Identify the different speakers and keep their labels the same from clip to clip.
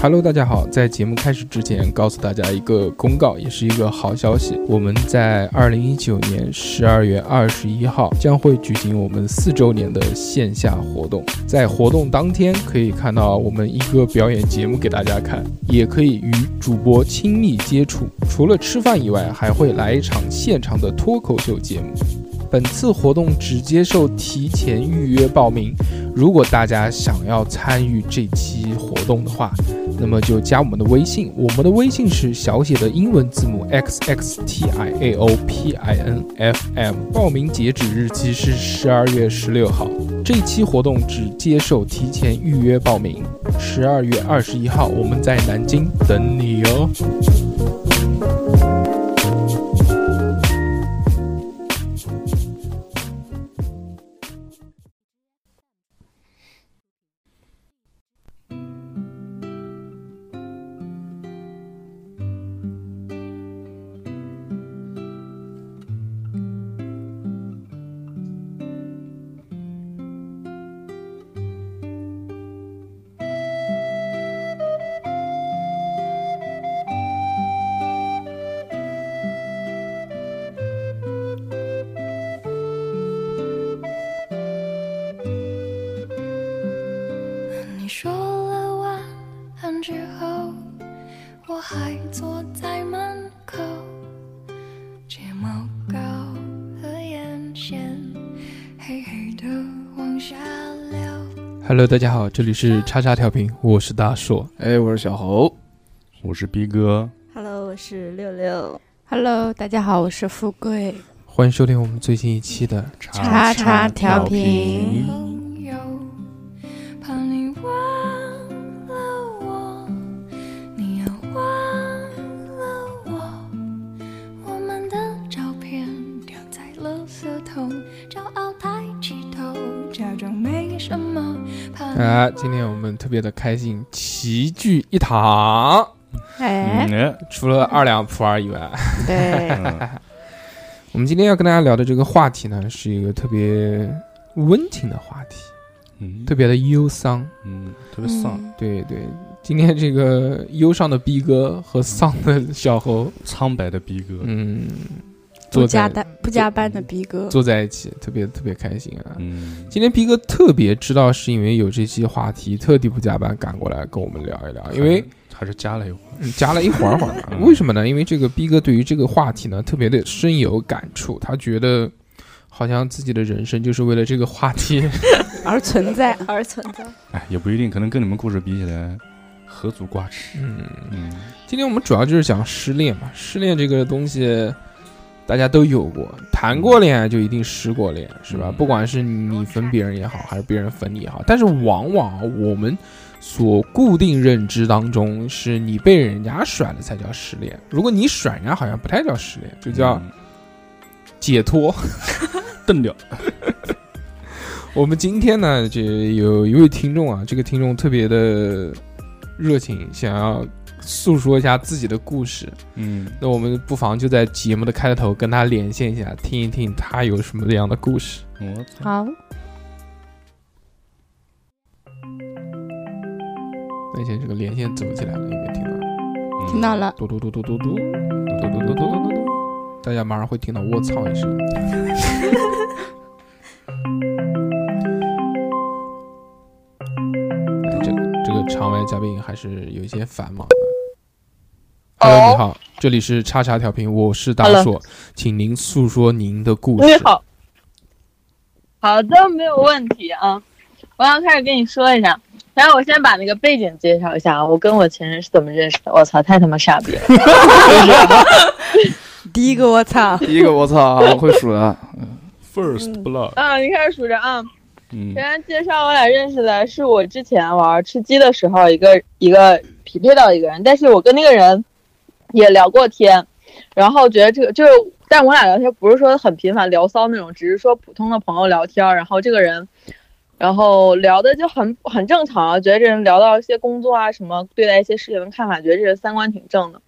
Speaker 1: Hello，大家好！在节目开始之前，告诉大家一个公告，也是一个好消息。我们在二零一九年十二月二十一号将会举行我们四周年的线下活动。在活动当天，可以看到我们一个表演节目给大家看，也可以与主播亲密接触。除了吃饭以外，还会来一场现场的脱口秀节目。本次活动只接受提前预约报名。如果大家想要参与这期活动的话，那么就加我们的微信，我们的微信是小写的英文字母 x x t i a o p i n f m。报名截止日期是十二月十六号。这期活动只接受提前预约报名。十二月二十一号，我们在南京等你哦。
Speaker 2: 你说了晚安之后，我还坐在门口，睫毛膏和眼线黑黑的往下流。
Speaker 1: Hello，大家好，这里是叉叉调频，我是大硕。
Speaker 3: 哎，我是小侯，
Speaker 4: 我是逼哥，
Speaker 5: Hello，我是六六。
Speaker 6: Hello，大家好，我是富 贵。
Speaker 1: 欢迎收听我们最新一期的
Speaker 6: 叉叉调频
Speaker 2: 朋友，怕你忘了我，你要忘了我。我们的照片掉在垃圾桶，骄傲抬起头，假装没什么。怕你
Speaker 1: 啊，今天我们特别的开心，齐聚一堂。
Speaker 6: 哎，
Speaker 4: 嗯，
Speaker 1: 除了二两普洱以外，
Speaker 6: 对，
Speaker 4: 哎
Speaker 1: 我们今天要跟大家聊的这个话题呢，是一个特别温情的话题，
Speaker 4: 嗯，
Speaker 1: 特，别的忧伤。
Speaker 4: 嗯，特别丧，
Speaker 1: 对对，今天这个忧伤的逼哥和丧的小猴，
Speaker 4: 苍白的逼哥，
Speaker 1: 嗯，
Speaker 6: 不
Speaker 1: 坐
Speaker 6: 加
Speaker 1: 在
Speaker 6: 班不加班的逼哥，
Speaker 1: 坐在一起，特别特别开心啊。
Speaker 4: 嗯，
Speaker 1: 今天逼哥特别知道是因为有这期话题，特地不加班赶过来跟我们聊一聊，因为
Speaker 4: 还是加了一会儿，
Speaker 1: 嗯加了一会儿会儿嘛。
Speaker 4: 嗯
Speaker 1: 为什么呢？因为这个逼哥对于这个话题呢，特别的深有感触，他觉得好像自己的人生就是为了这个话题
Speaker 6: 而存在。
Speaker 5: 而存在，
Speaker 4: 哎，也不一定，可能跟你们故事比起来，何足挂齿，
Speaker 1: 嗯，
Speaker 4: 嗯，
Speaker 1: 今天我们主要就是讲失恋嘛，失恋这个东西大家都有过，谈过恋爱就一定失过恋，是吧？
Speaker 4: 嗯
Speaker 1: 不管是你分别人也好，还是别人分你也好，但是往往我们所固定认知当中，是你被人家甩了才叫失恋，如果你甩人家，好像不太叫失恋，就叫
Speaker 4: 嗯
Speaker 1: 解脱。
Speaker 4: 蹬掉，
Speaker 1: 我们今天呢，这有一位听众啊，这个听众特别的热情，想要诉说一下自己的故事。
Speaker 4: 嗯，
Speaker 1: 那我们不妨就在节目的开头跟他连线一下，听一听他有什么样的故事。
Speaker 4: 我操，
Speaker 6: 好，
Speaker 1: 那现在这个连线走起来了，有没有听到？
Speaker 4: 嗯
Speaker 6: 听到，了，
Speaker 1: 嘟嘟嘟嘟嘟嘟嘟嘟嘟嘟嘟嘟嘟，大家马上会听到我操一声。哎这这个场外嘉宾还是有一些繁忙的。Hello，你好，这里是叉叉调频，我是大
Speaker 7: Hello
Speaker 1: 硕，请您诉说您的故
Speaker 7: 你
Speaker 1: 事。
Speaker 7: 好，好的，没有问题啊。我要开始跟你说一下，然后我先把那个背景介绍一下啊，我跟我前任是怎么认识的。我操，太他妈傻逼了！
Speaker 6: 第一个我操，
Speaker 3: 第一个我操，我会数啊的，
Speaker 4: ，first
Speaker 6: 嗯
Speaker 4: blood，
Speaker 7: 啊，你开始数着啊。
Speaker 4: 嗯
Speaker 7: 人，家介绍我俩认识的是我之前玩吃鸡的时候，一个一个匹配到一个人，但是我跟那个人也聊过天，然后觉得这个就是，但我俩聊天不是说很频繁聊骚那种，只是说普通的朋友聊天，然后这个人，然后聊的就很很正常啊，觉得这人聊到一些工作啊什么，对待一些事情的看法，觉得这人三观挺正的。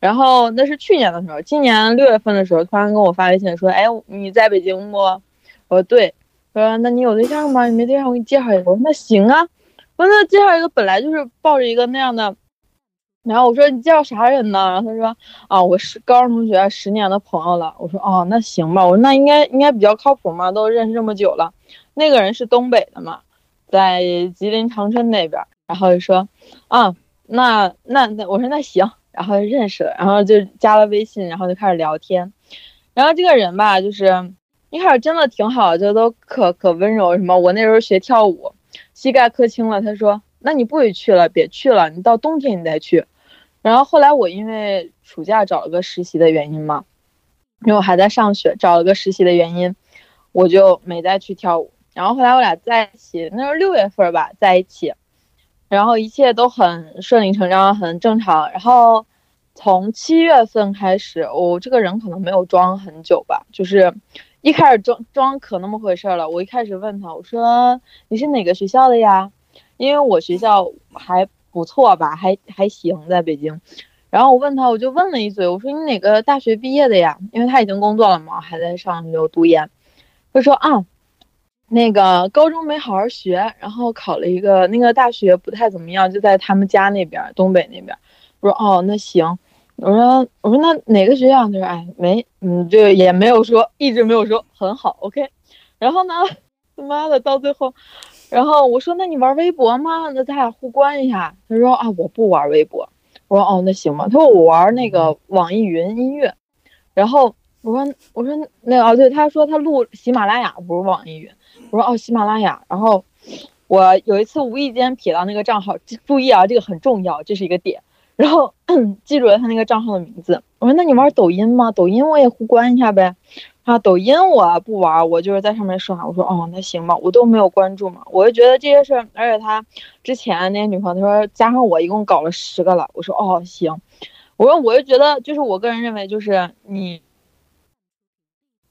Speaker 7: 然后那是去年的时候，今年六月份的时候，突然跟我发微信说：“哎，你在北京不？”我说：“对。”说那你有对象啊吗？你没对象，我给你介绍一个。我说那行啊，我说那介绍一个本来就是抱着一个那样的然后我说你介绍啥人呢？然后他说啊，我是高中同学，十年的朋友了。我说哦，那行吧，我说那应该应该比较靠谱嘛，都认识这么久了。那个人是东北的嘛，在吉林长春那边儿。然后就说啊，那那那，我说那行，然后就认识了，然后就加了微信，然后就开始聊天。然后这个人吧，就是一开始真的挺好，就都可可温柔什么。我那时候学跳舞，膝盖磕青了，他说那你不许去了，别去了，你到冬天你再去。然后后来我因为暑假找了个实习的原因嘛，因为我还在上学，找了个实习的原因，我就没再去跳舞。然后后来我俩在一起，那时候六月份吧，在一起，然后一切都很顺理成章，很正常。然后从七月份开始，我、这个人可能没有装很久吧，就是一开始装装可那么回事儿了。我一开始问他，我说你是哪个学校的呀？因为我学校还不错吧，还还行，在北京。然后我问他，我就问了一嘴，我说你哪个大学毕业的呀？因为他已经工作了嘛，还在上学读研。他说啊，那个高中没好好学，然后考了一个那个大学不太怎么样，就在他们家那边儿，东北那边儿。我说哦，那行。我说我说那哪个学校？他说哎没，嗯，就也没有说，一直没有说很好，OK。然后呢， 他妈的到最后，然后我说那你玩微博吗？那咱俩互关一下。他说啊我不玩微博。我说哦那行吧。他说我玩那个网易云音乐。然后我说我说那个哦对，他说他录喜马拉雅不是网易云。我说哦，喜马拉雅。然后我有一次无意间瞥到那个账号，这注意啊，这个很重要，这是一个点。然后 记住了他那个账号的名字。我说那你玩抖音吗？抖音我也互关一下呗。啊，抖音我不玩，我就是在上面刷。我说哦，那行吧，我都没有关注嘛。我就觉得这些事儿，而且他之前那些女朋友，他说加上我一共搞了十个了。我说哦，行。我说我就觉得，就是我个人认为，就是你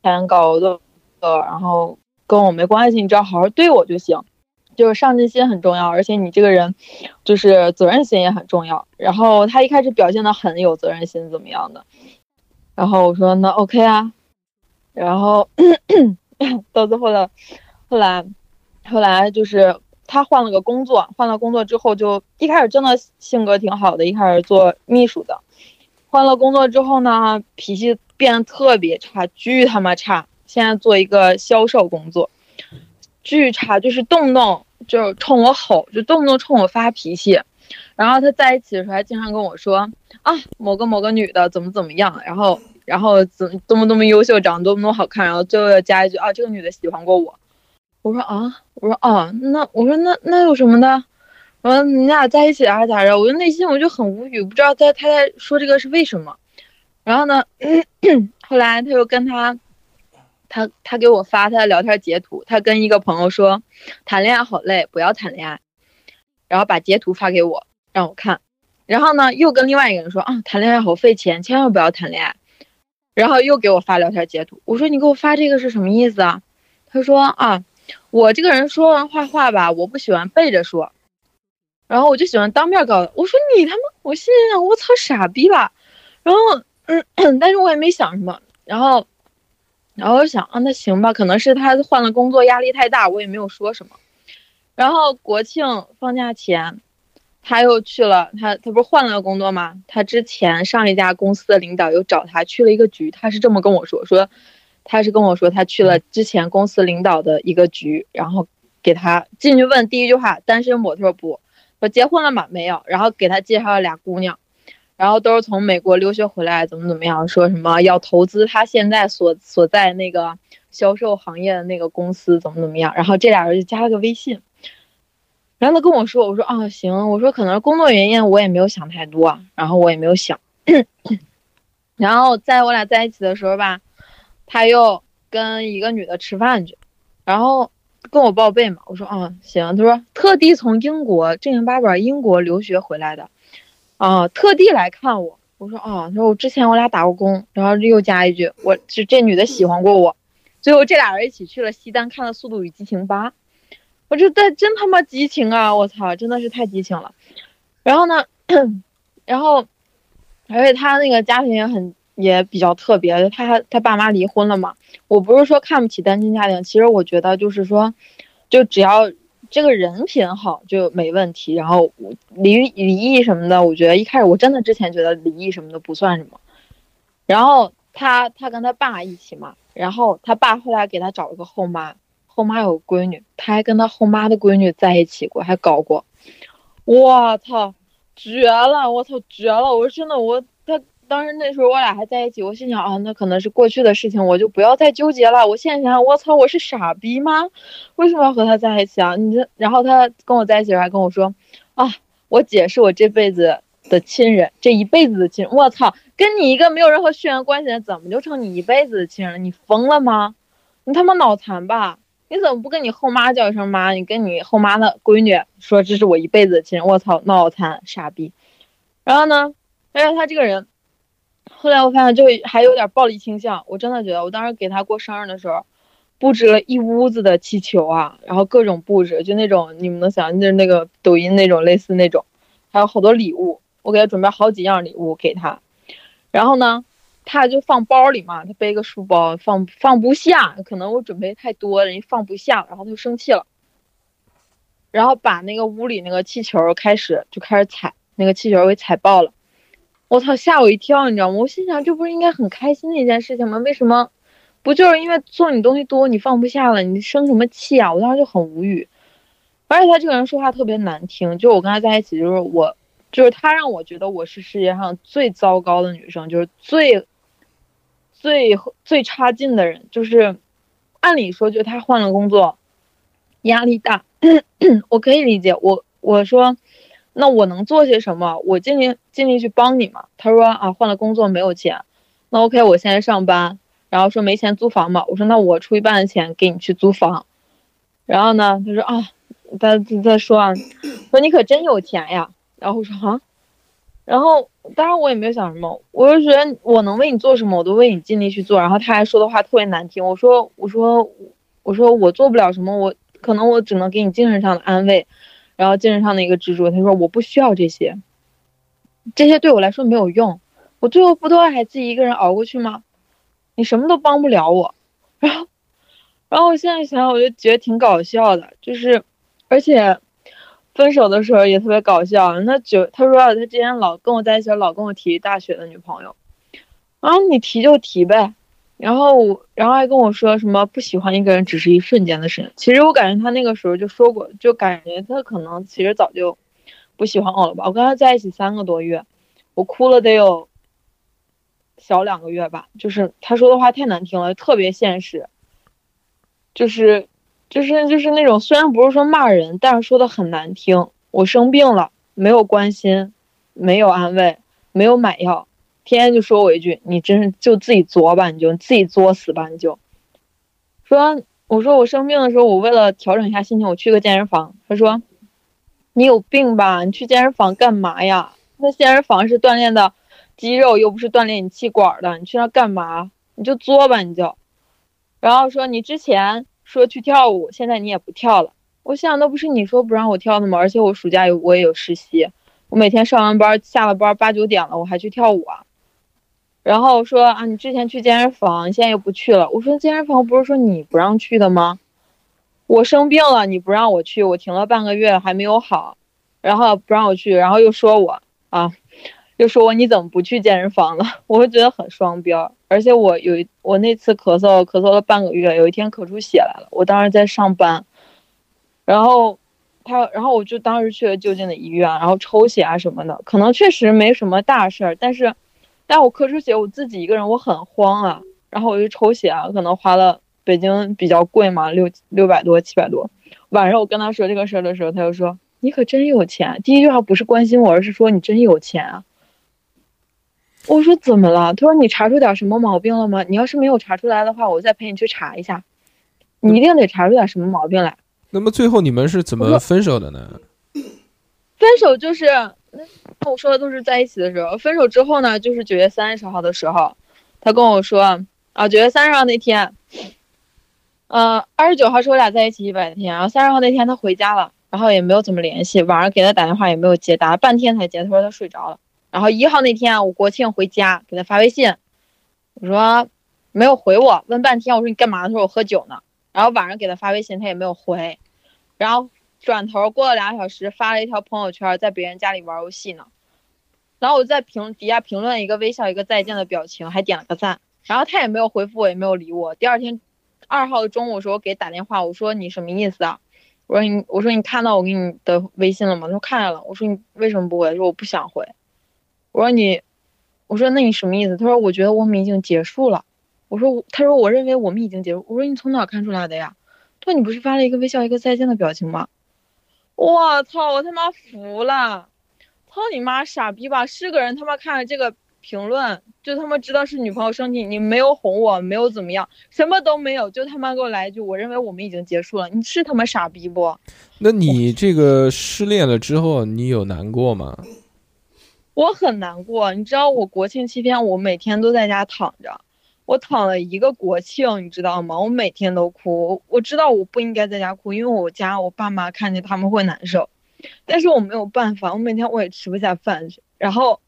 Speaker 7: 先搞的，然后跟我没关系，你只要好好对我就行。就是上进心很重要，而且你这个人，就是责任心也很重要。然后他一开始表现的很有责任心，怎么样的？然后我说那 OK 啊，然后 到最后了，后来，后来就是他换了个工作，换了工作之后就一开始真的性格挺好的，一开始做秘书的，换了工作之后呢，脾气变得特别差，巨他妈差。现在做一个销售工作，巨差，就是动不动就冲我吼，就动不动冲我发脾气。然后他在一起的时候还经常跟我说啊，某个某个女的怎么怎么样，然后然后怎么多么多么优秀，长得多么多么好看，然后最后要加一句啊，这个女的喜欢过我。我说啊，我说哦、那我说那那有什么的？我说你俩在一起还是咋着？我就内心我就很无语，不知道他他在说这个是为什么。然后呢， 后来他又跟他他他给我发他的聊天截图，他跟一个朋友说，谈恋爱好累，不要谈恋爱，然后把截图发给我让我看，然后呢又跟另外一个人说啊，谈恋爱好费钱，千万不要谈恋爱，然后又给我发聊天截图，我说你给我发这个是什么意思啊？他说啊，我这个人说完话话吧，我不喜欢背着说，然后我就喜欢当面告诉他，我说你他妈，我心里想我操傻逼吧，然后嗯， 但是我也没想什么，然后。然后我想啊，那行吧，可能是他换了工作，压力太大，我也没有说什么。然后国庆放假前，他又去了，他他不是换了个工作吗？他之前上一家公司的领导又找他去了一个局，他是这么跟我说，说他是跟我说他去了之前公司领导的一个局，然后给他进去问第一句话，单身我他说不，我结婚了吗？没有，然后给他介绍了俩姑娘。然后都是从美国留学回来，怎么怎么样，说什么要投资他现在所所在那个销售行业的那个公司，怎么怎么样。然后这俩人就加了个微信，然后他跟我说，我说啊行，我说可能是工作原因，我也没有想太多啊，然后我也没有想。 然后在我俩在一起的时候吧，他又跟一个女的吃饭去，然后跟我报备嘛，我说啊行，他说特地从英国正经八百英国留学回来的。啊，特地来看我。我说啊，他说我之前我俩打过工，然后又加一句，我这这女的喜欢过我。最后这俩人一起去了西单看了《速度与激情八》，我这但真他妈激情啊！我操，真的是太激情了。然后呢，然后而且他那个家庭也很也比较特别，他他爸妈离婚了嘛。我不是说看不起单亲家庭，其实我觉得就是说，就只要这个人品好就没问题。然后我离离异什么的，我觉得一开始我真的之前觉得离异什么的不算什么。然后他他跟他爸一起嘛，然后他爸后来给他找了个后妈，后妈有个闺女，他还跟他后妈的闺女在一起过，还搞过。我操，绝了！我操，绝了！我真的我他当时那时候我俩还在一起，我心想啊，那可能是过去的事情，我就不要再纠结了。我现在想想，我操，我是傻逼吗？为什么要和他在一起啊？你这，然后他跟我在一起的时候还跟我说，啊，我姐是我这辈子的亲人，这一辈子的亲人。我操，跟你一个没有任何血缘关系的，怎么就成你一辈子的亲人了？你疯了吗？你他妈脑残吧？你怎么不跟你后妈叫一声妈？你跟你后妈的闺女说这是我一辈子的亲人。我操，脑残，傻逼。然后呢，但是他这个人，后来我发现就还有点暴力倾向。我真的觉得，我当时给他过生日的时候，布置了一屋子的气球啊，然后各种布置，就那种你们能想，就是那个抖音那种类似那种，还有好多礼物，我给他准备好几样礼物给他。然后呢，他就放包里嘛，他背个书包放放不下，可能我准备太多了，人家放不下，然后他就生气了，然后把那个屋里那个气球开始就开始踩，那个气球给踩爆了。我操，吓我一跳，你知道吗？我心想，这不是应该很开心的一件事情吗？为什么不就是因为送你东西多，你放不下了，你生什么气啊？我当时就很无语。而且他这个人说话特别难听，就我跟他在一起，就是我，就是他让我觉得我是世界上最糟糕的女生，就是最最最差劲的人。就是按理说，就他换了工作，压力大， 我可以理解。我我说，那我能做些什么？我尽力尽力去帮你嘛。他说啊，换了工作没有钱，那 OK，我现在上班，然后说没钱租房嘛，我说那我出一半的钱给你去租房，然后呢，他说啊，他他说啊，说你可真有钱呀，然后我说啊，然后当然我也没有想什么，我就觉得我能为你做什么，我都为你尽力去做，然后他还说的话特别难听，我说我说我说我做不了什么，我可能我只能给你精神上的安慰，然后精神上的一个支柱，他说我不需要这些，这些对我来说没有用，我最后不都还自己一个人熬过去吗？你什么都帮不了我。 然后，然后我现在想想，我就觉得挺搞笑的，就是，而且分手的时候也特别搞笑。那就他说啊他之前老跟我在一起，老跟我提大学的女朋友，然后你提就提呗。然后我，然后还跟我说什么不喜欢一个人只是一瞬间的事情。其实我感觉他那个时候就说过，就感觉他可能其实早就不喜欢我了吧。我跟他在一起三个多月，我哭了得有小两个月吧，就是他说的话太难听了，特别现实，就是就是就是那种虽然不是说骂人，但是说的很难听。我生病了，没有关心，没有安慰，没有买药，天天就说我一句：“你真是就自己作吧，你就自己作死吧，你就。”说我说我生病的时候，我为了调整一下心情，我去个健身房。他说：“你有病吧？你去健身房干嘛呀？那健身房是锻炼的。”肌肉又不是锻炼你气管的，你去那干嘛？你就作吧，你就。然后说你之前说去跳舞，现在你也不跳了。我想那不是你说不让我跳的吗？而且我暑假有我也有实习，我每天上完班下了班八九点了，我还去跳舞啊。然后说啊，你之前去健身房，你现在又不去了。我说健身房不是说你不让去的吗？我生病了，你不让我去，我停了半个月还没有好，然后不让我去，然后又说我啊，就说我你怎么不去健身房了？我会觉得很双标。而且我有一我那次咳嗽咳嗽了半个月，有一天咳出血来了，我当时在上班，然后他然后我就当时去了就近的医院，然后抽血啊什么的，可能确实没什么大事儿，但是但我咳出血，我自己一个人我很慌啊，然后我就抽血啊，可能花了北京比较贵嘛，六六百多七百多。晚上我跟他说这个事儿的时候，他就说你可真有钱。啊第一句话不是关心我，而是说你真有钱啊。我说怎么了？他说你查出点什么毛病了吗？你要是没有查出来的话，我再陪你去查一下。你一定得查出点什么毛病来。
Speaker 1: 那么最后你们是怎么分手的呢？
Speaker 7: 分手就是，嗯我说的都是在一起的时候。分手之后呢，就是九月三十号的时候，他跟我说啊，九月三十号那天，呃，二十九号是我俩在一起一百天，然后三十号那天他回家了，然后也没有怎么联系，晚上给他打电话也没有接，打了半天才接，他说他睡着了。然后一号那天啊我国庆回家给他发微信，我说没有回我，问半天我说你干嘛？他说我喝酒呢。然后晚上给他发微信他也没有回，然后转头过了俩小时发了一条朋友圈，在别人家里玩游戏呢。然后我在评底下评论一个微笑一个再见的表情，还点了个赞。然后他也没有回复我，也没有理我。第二天二号中午的时候给打电话，我说你什么意思啊？我说你我说你看到我给你的微信了吗？他说看见了。我说你为什么不回？他说我不想回。我说你，我说那你什么意思？他说我觉得我们已经结束了。我说我他说我认为我们已经结束。我说你从哪儿看出来的呀？他说你不是发了一个微笑一个再见的表情吗？我操！我他妈服了，操你妈傻逼吧！是个人他妈看了这个评论，就他妈知道是女朋友生气，你没有哄我，没有怎么样，什么都没有，就他妈给我来一句，我认为我们已经结束了，你是他妈傻逼不？
Speaker 1: 那你这个失恋了之后，你有难过吗？
Speaker 7: 我很难过，你知道我国庆期间我每天都在家躺着，我躺了一个国庆，你知道吗？我每天都哭，我知道我不应该在家哭，因为我家我爸妈看见他们会难受，但是我没有办法，我每天我也吃不下饭，然后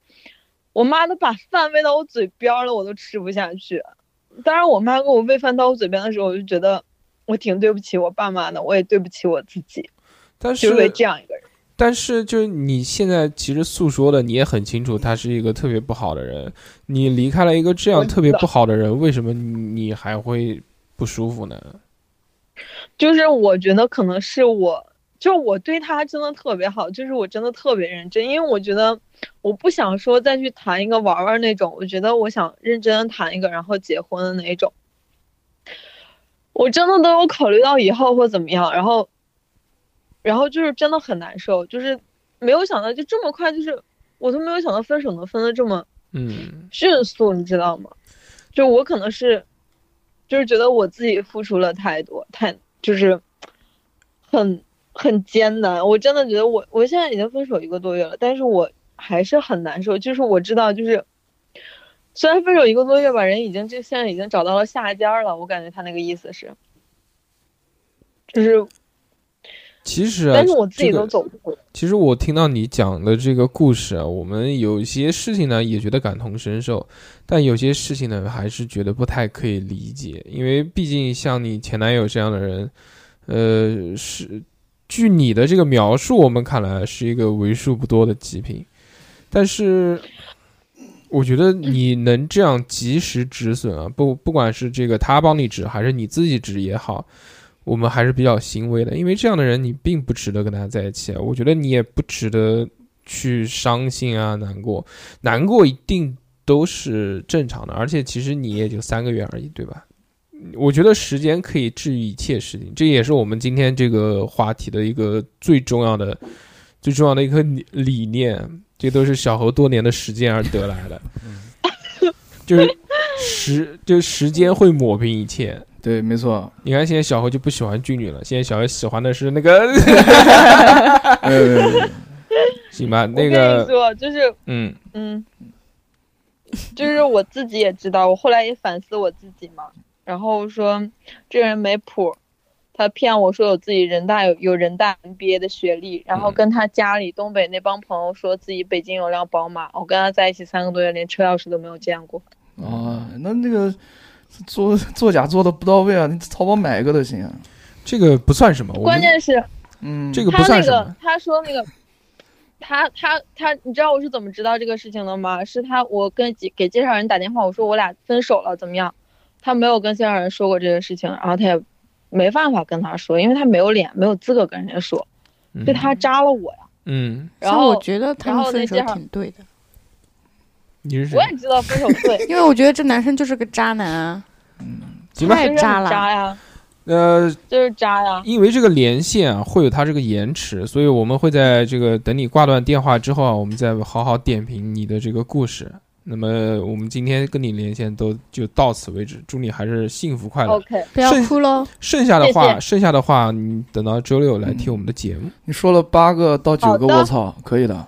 Speaker 7: 我妈都把饭喂到我嘴边儿了，我都吃不下去。当然，我妈给我喂饭到我嘴边的时候，我就觉得我挺对不起我爸妈的，我也对不起我自己，
Speaker 1: 但是
Speaker 7: 就是为这样一个人。
Speaker 1: 但是，就是你现在其实诉说的，你也很清楚，他是一个特别不好的人。你离开了一个这样
Speaker 7: 我知道
Speaker 1: 特别不好的人，为什么你还会不舒服呢？
Speaker 7: 就是我觉得可能是我，就是我对他真的特别好，就是我真的特别认真，因为我觉得我不想说再去谈一个玩玩那种，我觉得我想认真地谈一个，然后结婚的那一种。我真的都有考虑到以后会怎么样，然后，然后就是真的很难受，就是没有想到就这么快，就是我都没有想到分手能分的这么
Speaker 1: 嗯，
Speaker 7: 迅速，你知道吗？就我可能是，就是觉得我自己付出了太多，太就是很很艰难。我真的觉得我我现在已经分手一个多月了，但是我还是很难受。就是我知道，就是虽然分手一个多月吧，人已经这现在已经找到了下家了。我感觉他那个意思是，就是，
Speaker 1: 其实啊，
Speaker 7: 但是我自己
Speaker 1: 这个
Speaker 7: 都走不过。
Speaker 1: 其实我听到你讲的这个故事啊，我们有一些事情呢也觉得感同身受，但有些事情呢还是觉得不太可以理解，因为毕竟像你前男友这样的人，呃，是据你的这个描述，我们看来是一个为数不多的极品，但是。我觉得你能这样及时止损啊，不不管是这个他帮你止还是你自己止也好，我们还是比较欣慰的，因为这样的人你并不值得跟他在一起啊。我觉得你也不值得去伤心啊、难过，难过一定都是正常的，而且其实你也就三个月而已，对吧？我觉得时间可以治愈一切事情，这也是我们今天这个话题的一个最重要的、最重要的一个理理念。这都是小猴多年的实践而得来的，就是时，就是时间会抹平一切。
Speaker 3: 对，没错，
Speaker 1: 你看，现在小何就不喜欢俊女了，现在小何喜欢的是那 个，
Speaker 3: 没有没有没 有
Speaker 1: 行吧？那
Speaker 7: 我跟你
Speaker 1: 个，
Speaker 7: 说，就是
Speaker 1: 嗯，
Speaker 7: 嗯， 就是我自己也知道，我后来也反思我自己嘛，然后说这人没谱，他骗我说有自己人大有有人大 MBA 的学历，然后
Speaker 1: 嗯
Speaker 7: 跟他家里东北那帮朋友说自己北京有辆宝马，我跟他在一起三个多月，连车钥匙都没有见过。
Speaker 3: 啊，那那个做做假做的不到位啊，你淘宝买一个都行啊。
Speaker 1: 这个不算什么，我
Speaker 7: 关
Speaker 1: 们
Speaker 7: 键是
Speaker 3: 嗯，
Speaker 1: 这个不
Speaker 7: 他
Speaker 1: 算
Speaker 7: 那
Speaker 1: 什
Speaker 7: 个
Speaker 1: 么，
Speaker 7: 他说那个，他他他，你知道我是怎么知道这个事情的吗？是他我跟几给介绍人打电话，我说我俩分手了，怎么样？他没有跟介绍人说过这个事情，然后他也没办法跟他说，因为他没有脸，没有资格跟人家说，
Speaker 1: 嗯
Speaker 7: 就他扎了我呀。
Speaker 1: 嗯，
Speaker 7: 然
Speaker 6: 像
Speaker 7: 后
Speaker 6: 我觉得他
Speaker 7: 然后
Speaker 6: 们
Speaker 7: 那
Speaker 6: 分手
Speaker 7: 介绍
Speaker 6: 挺对的，
Speaker 1: 你是谁
Speaker 7: 我？也知道分手对，
Speaker 6: 因为我觉得这男生就是个渣男啊，
Speaker 1: 行吧
Speaker 6: 太
Speaker 7: 就是
Speaker 6: 渣
Speaker 7: 很
Speaker 6: 了。
Speaker 7: 渣呀，
Speaker 1: 呃，
Speaker 7: 就是 渣呀。
Speaker 1: 因为这个连线啊会有它这个延迟，所以我们会在这个等你挂断电话之后啊，我们再好好点评你的这个故事。那么我们今天跟你连线都就到此为止，祝你还是幸福快乐。
Speaker 7: OK，
Speaker 6: 不要
Speaker 1: 剩
Speaker 6: 哭喽，
Speaker 1: 剩下的
Speaker 7: 谢
Speaker 1: 话，
Speaker 7: 谢
Speaker 1: 剩下的话你等到周六来听我们的节目。
Speaker 3: 你说了八个到九个，
Speaker 7: 好的
Speaker 3: 我操，可以的。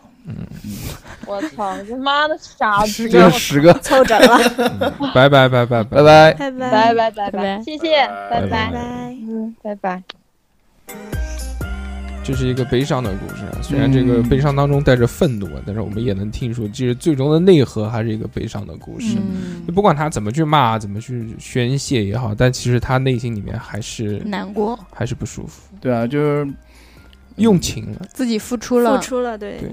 Speaker 7: 我操，你妈的 傻逼！
Speaker 3: 这是十个，
Speaker 5: 凑整了，
Speaker 7: 嗯
Speaker 1: 拜拜拜拜
Speaker 3: 拜。拜。
Speaker 5: 拜拜
Speaker 7: 拜拜拜
Speaker 6: 拜拜
Speaker 7: 谢谢，
Speaker 1: 拜
Speaker 7: 拜拜，
Speaker 5: 拜。
Speaker 7: 嗯，拜拜。
Speaker 1: 这是一个悲伤的故事，啊，虽然这个
Speaker 3: 嗯
Speaker 1: 悲伤当中带着愤怒，啊，但是我们也能听出，其实最终的内核还是一个悲伤的故事。
Speaker 6: 嗯
Speaker 1: 就，不管他怎么去骂，怎么去宣泄也
Speaker 6: 嗯
Speaker 1: 好，但其实他内心里面还是
Speaker 6: 难过，
Speaker 1: 还是不舒服。
Speaker 3: 对啊，就是
Speaker 1: 用情了。
Speaker 6: 自己付出
Speaker 5: 付
Speaker 6: 了，
Speaker 5: 出了，对
Speaker 1: 对，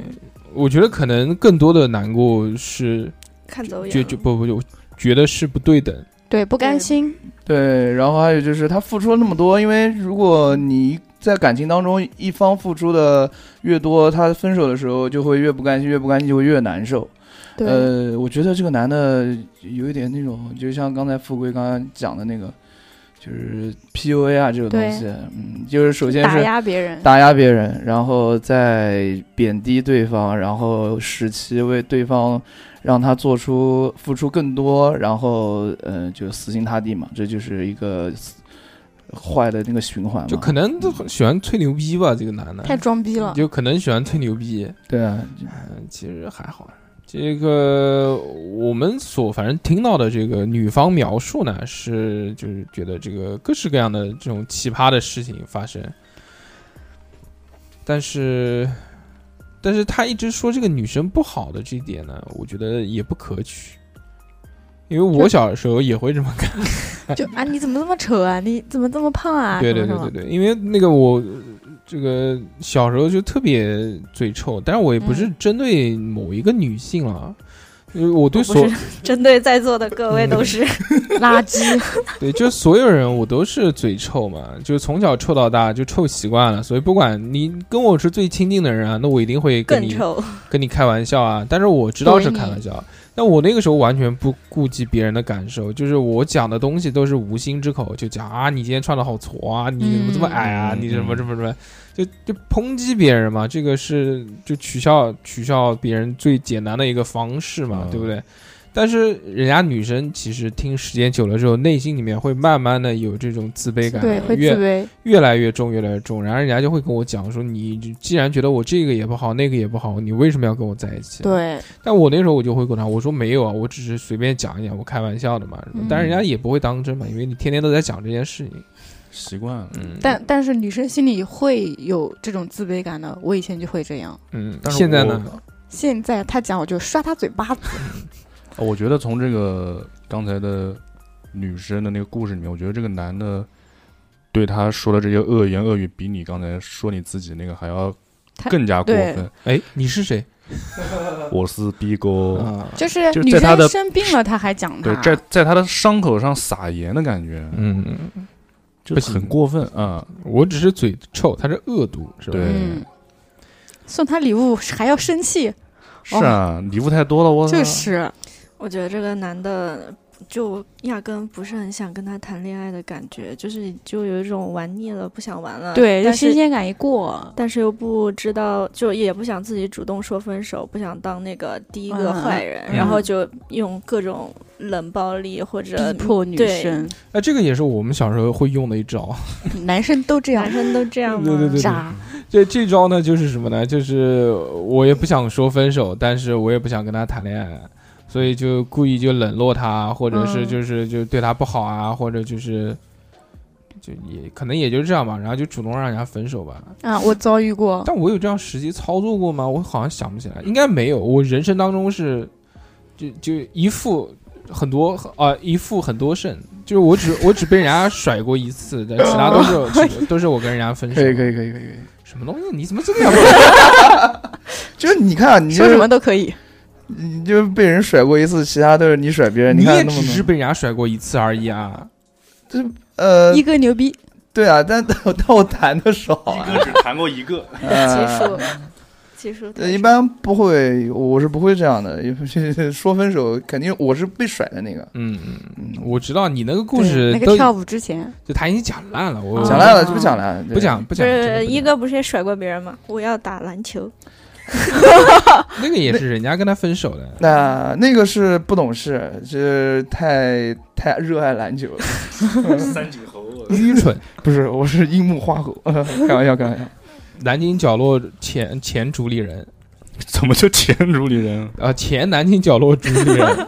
Speaker 1: 我觉得可能更多的难过是
Speaker 5: 看走眼
Speaker 1: 就
Speaker 5: 了，
Speaker 1: 就不不就觉得是不对等，
Speaker 6: 对，不甘
Speaker 5: 对
Speaker 6: 心，
Speaker 3: 对，然后还有就是他付出了那么多，因为如果你在感情当中一方付出的越多，他分手的时候就会越不甘心，越不甘心就会越难受。
Speaker 6: 对，
Speaker 3: 呃，我觉得这个男的有一点那种，就像刚才富贵刚刚讲的那个，就是 PUA 啊这种东
Speaker 6: 对
Speaker 3: 西，嗯，就是首先
Speaker 6: 打
Speaker 3: 是
Speaker 6: 压别人，
Speaker 3: 打压别人，然后再贬低对方，然后使其为对方让他做出付出更多，然后嗯、呃就死心塌地嘛，这就是一个坏的那个循环嘛。
Speaker 1: 就可能都喜欢吹牛逼吧，这个男的
Speaker 6: 嗯太装逼了，
Speaker 1: 就可能喜欢吹牛逼。
Speaker 3: 对啊，
Speaker 1: 嗯，其实还好。这个我们所反正听到的这个女方描述呢，是就是觉得这个各式各样的这种奇葩的事情发生，但是，但是他一直说这个女生不好的这一点呢，我觉得也不可取，因为我小的时候也会这么干。
Speaker 6: 就啊，你怎么这么丑啊？你怎么这么胖啊？
Speaker 1: 对对
Speaker 6: 什
Speaker 1: 对
Speaker 6: 么什
Speaker 1: 对
Speaker 6: 么
Speaker 1: 对，因为那个我呃这个小时候就特别嘴臭，但是我也不是
Speaker 6: 嗯
Speaker 1: 针对某一个女性啊，因为我对
Speaker 5: 不
Speaker 1: 所嗯
Speaker 5: 是针对在座的各位都是，
Speaker 6: 垃圾，
Speaker 1: 对就所有人我都是嘴臭嘛，就从小臭到大就臭习惯了，所以不管你跟我是最亲近的人啊，那我一定会跟
Speaker 5: 更
Speaker 1: 你
Speaker 5: 臭，
Speaker 1: 跟你开玩笑啊，但是我知道是
Speaker 6: 怼
Speaker 1: 开
Speaker 6: 你
Speaker 1: 玩笑。但我那个时候完全不顾及别人的感受，就是我讲的东西都是无心之口，就讲啊，你今天穿的好矬啊，你怎么这么矮啊，
Speaker 4: 嗯
Speaker 1: 你什么什么什么，就就抨击别人嘛，这个是就取笑取笑别人最简单的一个方式嘛，
Speaker 4: 嗯
Speaker 1: 对不对？但是人家女生其实听时间久了之后，内心里面会慢慢的有这种自卑感，
Speaker 6: 对，会自
Speaker 1: 越
Speaker 6: 卑，
Speaker 1: 越来越重，越来越重。然后人家就会跟我讲说，你既然觉得我这个也不好，那个也不好，你为什么要跟我在一起？。啊
Speaker 6: 对，
Speaker 1: 但我那时候我就会跟他我说没有啊，我只是随便讲一讲，我开玩笑的嘛。什么
Speaker 6: 嗯
Speaker 1: 但是人家也不会当真嘛，因为你天天都在讲这件事情。
Speaker 4: 习惯了。
Speaker 1: 嗯，
Speaker 6: 但但是女生心里会有这种自卑感的，我以前就会这样。
Speaker 1: 嗯，
Speaker 4: 但是
Speaker 1: 现在
Speaker 4: 我
Speaker 1: 呢，
Speaker 6: 现在他讲我就刷他嘴巴子，
Speaker 4: 呃我觉得从这个刚才的女生的那个故事里面，我觉得这个男的对她说的这些恶言恶语，比你刚才说你自己那个还要
Speaker 6: 他
Speaker 4: 更加过
Speaker 6: 对
Speaker 4: 分。
Speaker 1: 哎，你是谁
Speaker 4: 我是逼哥，
Speaker 1: 啊？
Speaker 6: 就是
Speaker 4: 就是
Speaker 6: 女
Speaker 4: 在他的
Speaker 6: 生生病了他还讲
Speaker 4: 对
Speaker 6: 他，，
Speaker 4: 在在他的伤口上撒盐的感觉，
Speaker 1: 嗯，
Speaker 4: 就
Speaker 1: 不行
Speaker 4: 很过分啊！
Speaker 1: 我只是嘴臭，他是恶毒，是吧？
Speaker 4: 对
Speaker 6: 嗯，送他礼物还要生气，
Speaker 4: 是啊，礼物太多了，我操
Speaker 6: 哦就是
Speaker 5: 我觉得这个男的就压根不是很想跟他谈恋爱的感觉，就是就有一种玩腻了，不想玩了。
Speaker 6: 对，就
Speaker 5: 但
Speaker 6: 新
Speaker 5: 是
Speaker 6: 鲜感一过，
Speaker 5: 但是又不知道，就也不想自己主动说分手，不想当那个第一个
Speaker 6: 嗯
Speaker 5: 坏人，
Speaker 1: 嗯
Speaker 5: 然后就用各种冷暴力或者
Speaker 6: 逼迫女
Speaker 5: 呃对
Speaker 6: 生，
Speaker 1: 哎，这个也是我们小时候会用的一招。
Speaker 6: 男生都这样
Speaker 5: 男，生都这样吗？
Speaker 1: 对对 对
Speaker 6: 渣，
Speaker 1: 这这招呢，就是什么呢？就是我也不想说分手，但是我也不想跟他谈恋爱，所以就故意就冷落他，或者是
Speaker 5: 嗯
Speaker 1: 就是就对他不好啊，或者就是就也可能也就这样吧，然后就主动让人家分手吧。
Speaker 6: 啊，我遭遇过，
Speaker 1: 但我有这样实际操作过吗？我好像想不起来，应该没有。我人生当中是就就一副很多啊、一副很多胜，就是我只我只被人家甩过一次，但其他都是只都是我跟人家分手。
Speaker 3: 可以可以可以可以可以，
Speaker 1: 什么东西？你怎么这个样？
Speaker 3: 就是你看，你就
Speaker 6: 说什
Speaker 3: 是
Speaker 6: 么都可以，
Speaker 3: 你就被人甩过一次，其他都是你甩别人，
Speaker 1: 你
Speaker 3: 看
Speaker 1: 也
Speaker 3: 那么
Speaker 1: 只是
Speaker 3: 多
Speaker 1: 被人家甩过一次而已啊！
Speaker 3: 呃
Speaker 6: 一，哥牛逼，
Speaker 3: 对啊，但 但我弹的少啊，
Speaker 4: 只谈过一个，
Speaker 5: 结
Speaker 3: 呃
Speaker 5: 束，结束。
Speaker 3: 呃，一般不会，我是不会这样的。因为 说分手，肯定我是被甩的那个。
Speaker 1: 嗯嗯，
Speaker 3: 嗯，
Speaker 1: 我知道你那个故
Speaker 6: 对
Speaker 1: 事
Speaker 6: 那
Speaker 1: 都
Speaker 6: 个跳舞之前，
Speaker 1: 就他已经讲烂了，我
Speaker 6: 哦
Speaker 3: 讲烂了就不讲了，对
Speaker 1: 不讲不
Speaker 5: 不
Speaker 1: 讲，真的
Speaker 5: 是
Speaker 1: 不讲
Speaker 5: 一哥不是也甩过别人吗？我要打篮 球，
Speaker 1: 那个也是人家跟他分手的，
Speaker 3: 那那个是不懂事，是太太热爱篮球了。
Speaker 4: 三井猴，
Speaker 1: 愚蠢。
Speaker 3: 不是，我是樱木花狗， 开玩笑，开玩笑。
Speaker 1: 南京角落前前主理人
Speaker 4: 怎么就前主理人？
Speaker 1: 啊、呃前南京角落主理 人，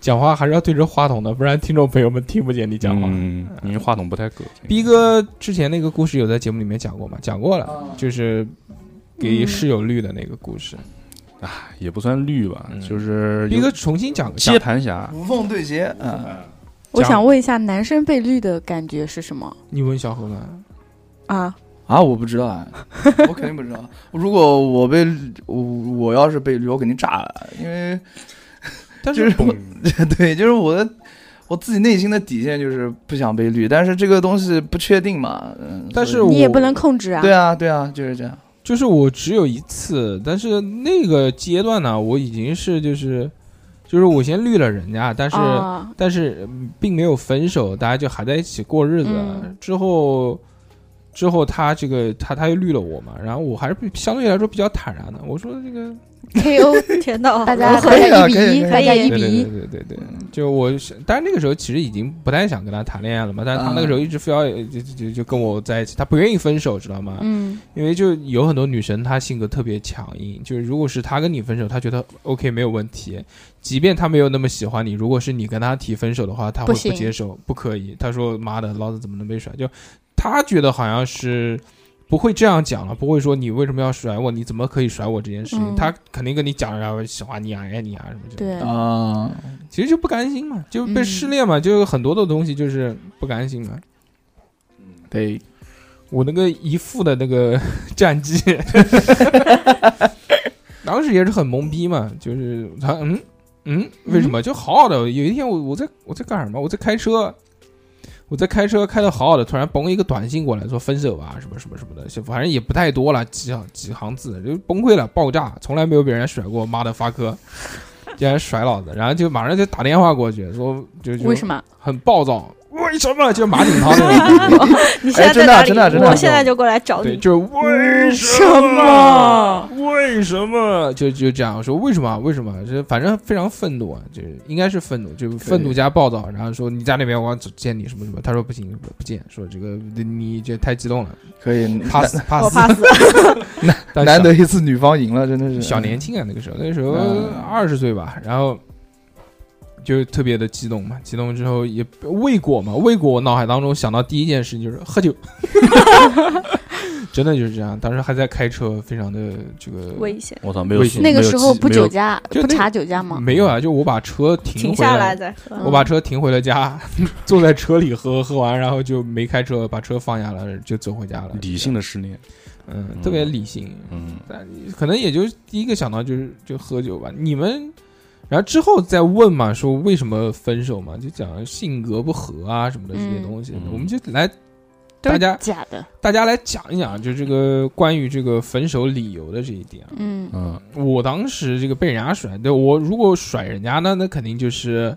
Speaker 1: 讲话还是要对着话筒的，不然听众朋友们听不见你讲话。
Speaker 4: 嗯，因为话嗯筒不太够。
Speaker 1: 逼哥之前那个故事有在节目里面讲过吗？讲过
Speaker 3: 哦
Speaker 1: 了，就是给
Speaker 5: 嗯
Speaker 1: 室友绿的那个故事。
Speaker 4: 也不算绿吧，
Speaker 1: 嗯
Speaker 4: 就是
Speaker 1: 逼哥重新讲一下
Speaker 4: 接，盘侠。
Speaker 3: 无缝对接，嗯，
Speaker 6: 我
Speaker 1: 讲
Speaker 6: 想问一下，男生被绿的感觉是什么
Speaker 1: 你问小何呢？
Speaker 6: 啊？
Speaker 3: 啊，我不知道啊，我肯定不知道。 如果我被我我要是被绿，我肯定炸了，因为
Speaker 1: 但
Speaker 3: 就是我对，就是我的我自己内心的底线就是不想被绿，但是这个东西不确定嘛，嗯，
Speaker 1: 但是
Speaker 3: 所以
Speaker 1: 我
Speaker 5: 你也不能控制啊。
Speaker 3: 对啊，对啊，就是这样。
Speaker 1: 就是我只有一次，但是那个阶段呢，我已经是就是就是我先绿了人家，但是、
Speaker 6: 啊，
Speaker 1: 但是嗯并没有分手，大家就还在一起过日子。
Speaker 6: 嗯
Speaker 1: 之后，之后他这个他他又绿了我嘛，然后我还是比相对来说比较坦然的。我说这个
Speaker 6: KO，
Speaker 5: 天呐，
Speaker 6: 大家
Speaker 3: 可以啊可
Speaker 6: 大家一比
Speaker 3: 以
Speaker 6: 一，
Speaker 3: 可以
Speaker 6: 大家
Speaker 1: 对
Speaker 6: 一
Speaker 1: 对
Speaker 6: 比
Speaker 1: 对
Speaker 6: 一，
Speaker 1: 对对对，就我是，当然那个时候其实已经不太想跟他谈恋爱了嘛，但是他
Speaker 3: 嗯
Speaker 1: 那个时候一直非要就就就就跟我在一起，他不愿意分手，知道吗？
Speaker 6: 嗯，
Speaker 1: 因为就有很多女生她性格特别强硬，就是如果是她跟你分手，她觉得 OK 没有问题，即便她没有那么喜欢你，如果是你跟她提分手的话，她会
Speaker 6: 不
Speaker 1: 不
Speaker 6: 行
Speaker 1: 接受，不可以。她说妈的，老子怎么能被甩？就她觉得好像是。不会这样讲了，不会说你为什么要甩我，你怎么可以甩我这件事情，
Speaker 6: 嗯
Speaker 1: 她肯定跟你讲，然后喜欢你啊，爱你啊什么之类的。
Speaker 6: 对，
Speaker 3: 啊，
Speaker 1: 其实就不甘心嘛，就被
Speaker 6: 嗯
Speaker 1: 失恋嘛，就有很多的东西就是不甘心嘛。
Speaker 3: 对，
Speaker 1: 我那个姨父的那个 战绩，当时也是很懵逼嘛，就是他嗯嗯，为什么就好好的？有一天我我在我在干什么？我在开车，我在开车开的好好的，突然崩一个短信过来说分手吧，什么什么什么的，反正也不太多了，几行几行字就崩溃了，爆炸，从来没有被人家甩过，妈的发 哥。竟然甩老子，然后就马上就打电话过去，说就就
Speaker 6: 为什么？
Speaker 1: 很暴躁？为什么？就马景涛那种，
Speaker 5: 你现在在
Speaker 3: 真的
Speaker 1: 啊
Speaker 5: 哪里？
Speaker 3: 真的真的
Speaker 5: 我现在就过来找
Speaker 1: 对，
Speaker 5: 哦你。
Speaker 1: 就是为什么？为什么？就就这样我说，为什么？为什么？就是反正非常愤怒啊，就是应该是愤怒，就是愤怒加暴躁，然后说你在那边我要见你什么什么，他说不行，不见，说这个你这太激动了
Speaker 3: 可 以，
Speaker 1: ，pass
Speaker 5: 我
Speaker 1: pass，
Speaker 5: 怕 死，
Speaker 1: 但
Speaker 3: 难
Speaker 1: 小
Speaker 3: 得一次女方赢了，真的是
Speaker 1: 小年轻啊，那个时候，那个时候
Speaker 3: 嗯
Speaker 1: 二十岁吧，然后就特别的激动嘛，激动之后也未果嘛，未果，我脑海当中想到第一件事就是喝酒， 真的就是这样，当时还在开车，非常的这个
Speaker 5: 危险。
Speaker 4: 我操，没有
Speaker 1: 那
Speaker 6: 那个时候不酒
Speaker 4: 酒
Speaker 6: 驾，
Speaker 1: 就
Speaker 6: 不
Speaker 1: 那
Speaker 6: 查酒驾吗？
Speaker 1: 没有啊，就我把车停
Speaker 5: 停
Speaker 1: 回
Speaker 5: 下来再嗯喝。
Speaker 1: 我把车停回了家， 坐在车里喝，喝完然后就没开车，把车放下了，就走回家了。
Speaker 4: 理性的失恋，
Speaker 1: 嗯，
Speaker 4: 嗯
Speaker 1: 特别理性，
Speaker 4: 嗯，
Speaker 1: 可能也就是第一个想到就是就喝酒吧。你们，然后之后再问嘛，说为什么分手嘛，就讲性格不合啊什么的这些东西，
Speaker 4: 嗯嗯
Speaker 1: 我们就来
Speaker 6: 都
Speaker 1: 大
Speaker 6: 是
Speaker 1: 家
Speaker 6: 假的，
Speaker 1: 大家来讲一讲，就这个关于这个分手理由的这一点啊。
Speaker 6: 嗯
Speaker 4: 嗯，
Speaker 1: 我当时这个被人家甩，对我如果甩人家呢，那肯定就是。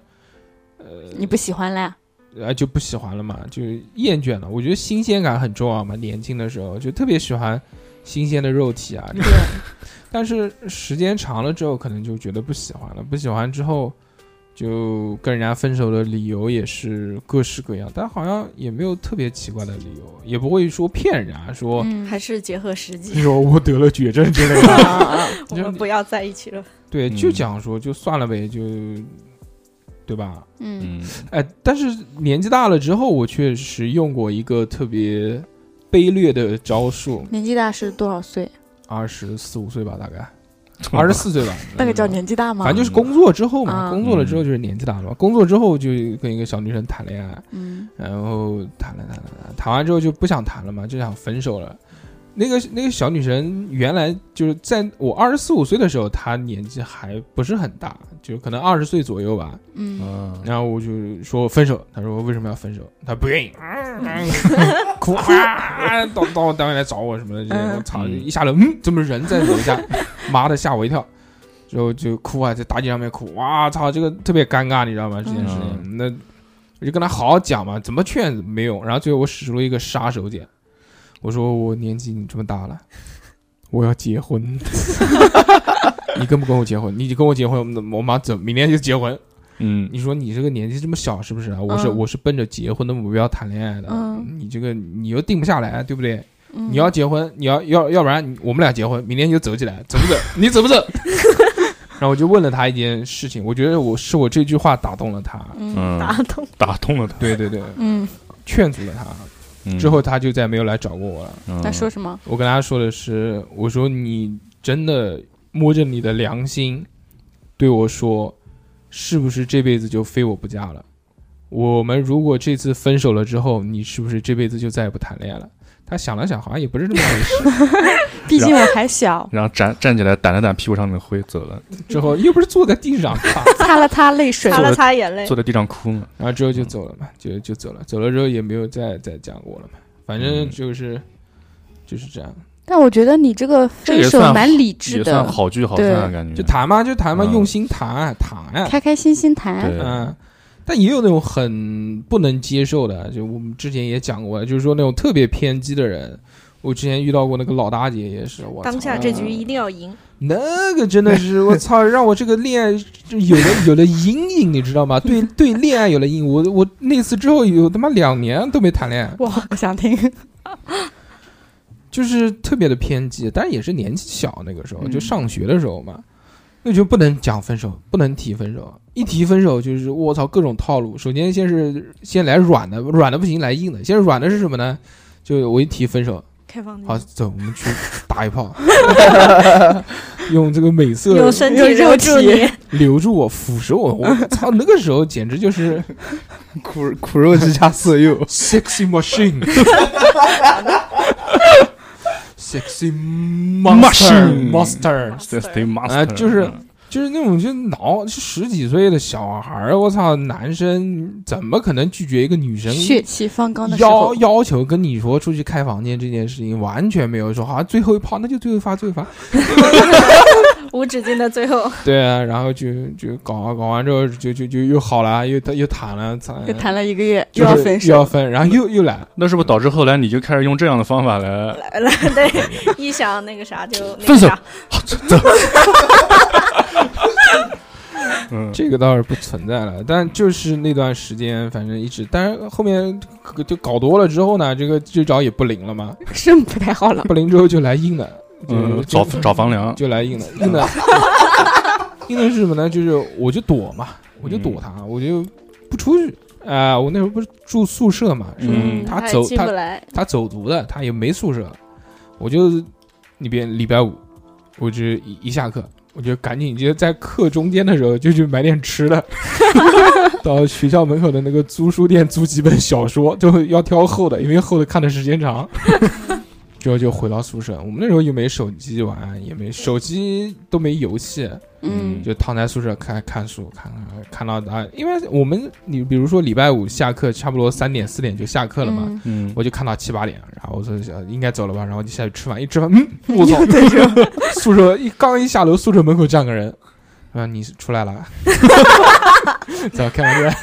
Speaker 6: 你不喜欢啦？
Speaker 1: 啊，就不喜欢了嘛，就厌倦了。我觉得新鲜感很重要嘛，年轻的时候就特别喜欢新鲜的肉体啊。这个 但是时间长了之后，可能就觉得不喜欢了。不喜欢之后，就跟人家分手的理由也是各式各样，但好像也没有特别奇怪的理由，也不会说骗人家说，
Speaker 6: 嗯啊
Speaker 5: 还是结合实际
Speaker 1: 你， 说我得了绝症之类 的。
Speaker 5: 我们不要在一起了。
Speaker 1: 对，
Speaker 4: 嗯
Speaker 1: 就讲说就算了呗，就对吧？
Speaker 6: 嗯
Speaker 4: 嗯，
Speaker 1: 哎，但是年纪大了之后，我确实用过一个特别卑劣的招数。
Speaker 6: 年纪大是多少岁？
Speaker 1: 二十四五岁吧，大概二 十四岁吧，
Speaker 6: 那个叫年纪大
Speaker 1: 嗯
Speaker 6: 吗？
Speaker 1: 反正就是工作之后嘛，
Speaker 6: 啊
Speaker 1: 工作了之后就是年纪大了嘛。工作之后就跟一个小女生谈恋爱，
Speaker 6: 嗯
Speaker 1: 然后谈了谈了谈了，谈完之后就不想谈了嘛，就想分手了。那个那个小女生原来就是在我二十四五岁的时候，她年纪还不是很大，就可能二十岁左右吧。呃
Speaker 6: 嗯，
Speaker 4: 嗯
Speaker 1: 然后我就说分手，他说为什么要分手？他不愿意，哭啊，到到我单位来找我什么的，这些我操，
Speaker 4: 嗯
Speaker 1: 一下楼，嗯，怎么人在楼下？ 妈的，吓我一跳，之后就哭啊，在大街上面哭，哇操，这个特别尴尬，你知道吗？这件事
Speaker 4: 嗯
Speaker 1: 情，那我就跟他好好讲嘛，怎么劝没用，然后最后我使出了一个杀手锏，我说我年纪你这么大了，我要结婚。 你跟不跟我结婚？你跟我结婚，我们我马上走，明天就结婚。
Speaker 4: 嗯
Speaker 1: 你说你这个年纪这么小，是不是啊？我是、
Speaker 6: 嗯
Speaker 1: 我是奔着结婚的目标谈恋爱的，
Speaker 6: 嗯
Speaker 1: 你这个你又定不下来，对不对？
Speaker 6: 嗯
Speaker 1: 你要结婚，你要要要不然你我们俩结婚，明天就走起来，走不走？你走不走？ 然后我就问了他一件事情，我觉得我是我这句话打动了他，
Speaker 6: 嗯
Speaker 4: 嗯，
Speaker 5: 打动
Speaker 4: 打动了他
Speaker 1: 对对对，
Speaker 6: 嗯，
Speaker 1: 劝阻了他，之后他就再没有来找过我了。
Speaker 4: 嗯
Speaker 6: 他说什么？
Speaker 1: 我跟他说的是，我说你真的摸着你的良心对我说，是不是这辈子就非我不嫁了？我们如果这次分手了之后，你是不是这辈子就再也不谈恋爱了？他想了想，好像也不是这么回
Speaker 4: ，
Speaker 1: 事。
Speaker 5: 毕竟我还小
Speaker 4: 然后站站起来掸了掸屁股上面的灰，走了，
Speaker 1: 之后又不是坐在地上， 啪
Speaker 6: 擦了擦泪水
Speaker 5: 擦了擦眼泪
Speaker 4: 坐。在地上哭嘛。
Speaker 1: 然后之后就走了嘛，就就走了。走了之后也没有再再讲过了嘛，反正
Speaker 4: 嗯
Speaker 1: 就是、就是这样，
Speaker 6: 但我觉得你这个
Speaker 4: 这
Speaker 6: 分
Speaker 4: 也
Speaker 6: 手
Speaker 4: 算
Speaker 6: 蛮理
Speaker 4: 也
Speaker 6: 智
Speaker 4: 算
Speaker 6: 的，
Speaker 4: 好聚好散的感觉，
Speaker 1: 就谈嘛，就谈嘛，
Speaker 4: 嗯
Speaker 1: 用心谈啊谈呀、
Speaker 6: 开开心心谈。
Speaker 4: 对
Speaker 1: 嗯，但也有那种很不能接受的，就我们之前也讲过，就是说那种特别偏激的人。我之前遇到过那个老大姐也是，我操嗯
Speaker 5: 当下这局一定要赢，
Speaker 1: 那个真的是我操，让我这个恋爱就有了有了阴影，你知道吗？对对，恋爱有了阴影。我我那次之后有他妈两年都没谈恋爱，
Speaker 6: 我不想听，
Speaker 1: 就是特别的偏激，但是也是年纪小那个时候，
Speaker 3: 嗯
Speaker 1: 就上学的时候嘛，那就不能讲分手，不能提分手，一提分手就是我操各种套路。首先先是先来软的，软的不行来硬的。先是软的是什么呢？就我一提分手，
Speaker 5: 开放你
Speaker 1: 好走，我们去打一炮， 用这个美色
Speaker 5: 用身体
Speaker 6: 有肉
Speaker 5: 留住
Speaker 6: 体
Speaker 5: 你，
Speaker 1: 留住我，腐蚀我。我操，那个时候简直就是
Speaker 3: 苦苦肉计加色诱，
Speaker 1: sexy machine。Sexy
Speaker 4: Machine
Speaker 1: monster，
Speaker 4: Stay m a s
Speaker 1: 啊就是
Speaker 4: 嗯
Speaker 1: 就是那种就脑十几岁的小孩儿，我操，男生怎么可能拒绝一个女生
Speaker 6: 血气方刚的时
Speaker 1: 要
Speaker 6: 候，
Speaker 1: 要求跟你说出去开房间这件事情？完全没有说，好、像最后一炮那就最后一发，最后一发。
Speaker 5: 无止境的最后，
Speaker 1: 对啊，然后就就搞搞完之后就就就又好了，又又谈了，操
Speaker 6: 又谈了一个月，
Speaker 1: 就
Speaker 6: 又要
Speaker 1: 是
Speaker 6: 分
Speaker 1: 又要
Speaker 6: 手，
Speaker 1: 分，然后又又来了。
Speaker 4: 那是不是导致后来你就开始用这样的方法来？
Speaker 5: 来了， 对，一想那个啥就那个
Speaker 4: 分手
Speaker 5: 啥
Speaker 4: 嗯，
Speaker 1: 这个倒是不存在了，但就是那段时间，反正一直，但是后面就就搞多了之后呢，这个这招也不灵了嘛，
Speaker 6: 肾不太好了。
Speaker 1: 不灵之后就来硬 的，就是
Speaker 4: 嗯，找找房梁，
Speaker 1: 就来硬的，硬 的，硬的是什么呢？就是我就躲嘛，我就
Speaker 4: 嗯
Speaker 1: 躲他，我就不出去。啊、我那时候不是住宿舍嘛，是吧
Speaker 4: 嗯
Speaker 1: 他
Speaker 5: 也
Speaker 1: 走
Speaker 5: 进不来，
Speaker 1: 他走读的，他也没宿舍，我就那边礼拜五，我就一一下课，我就赶紧就在课中间的时候就去买点吃的， 到学校门口的那个租书店租几本小说，就要挑厚的，因为厚的看的时间长。 之后就回到宿舍，我们那时候又没手机玩，也没手机都没游戏，
Speaker 6: 嗯，
Speaker 1: 就躺在宿舍看看书，看看看到啊，因为我们你比如说礼拜五下课，差不多三点四点就下课了嘛，
Speaker 6: 嗯
Speaker 4: 嗯，
Speaker 1: 我就看到七八点，然后我说呃应该走了吧，然后就下去吃饭，一吃饭，嗯， 我操， 宿舍一刚一下楼，宿舍门口站个人，说你出来 了，走，开玩笑，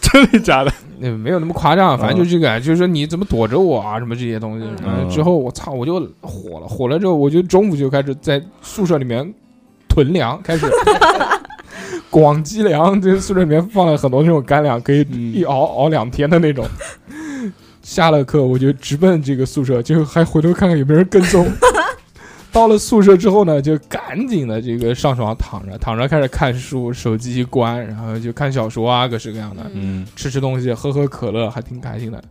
Speaker 4: 真的假的？嗯
Speaker 1: 那呃没有那么夸张，啊反正就这个，就是说你怎么躲着我啊，什么这些东西，
Speaker 5: 嗯
Speaker 1: 然后之后我操，我就火了，火了之后，我就中午就开始在宿舍里面囤粮，开 始。广积粮，这宿舍里面放了很多那种干粮，可以
Speaker 4: 嗯
Speaker 1: 一熬熬两天的那种。下了课我就直奔这个宿舍，就还回头看看有没有人跟 踪。到了宿舍之后呢，就赶紧的这个上床躺着，躺着开始看书，手机一关，然后就看小说啊，各式各样的，
Speaker 4: 嗯，
Speaker 1: 吃吃东西，喝喝可乐，还挺开心的。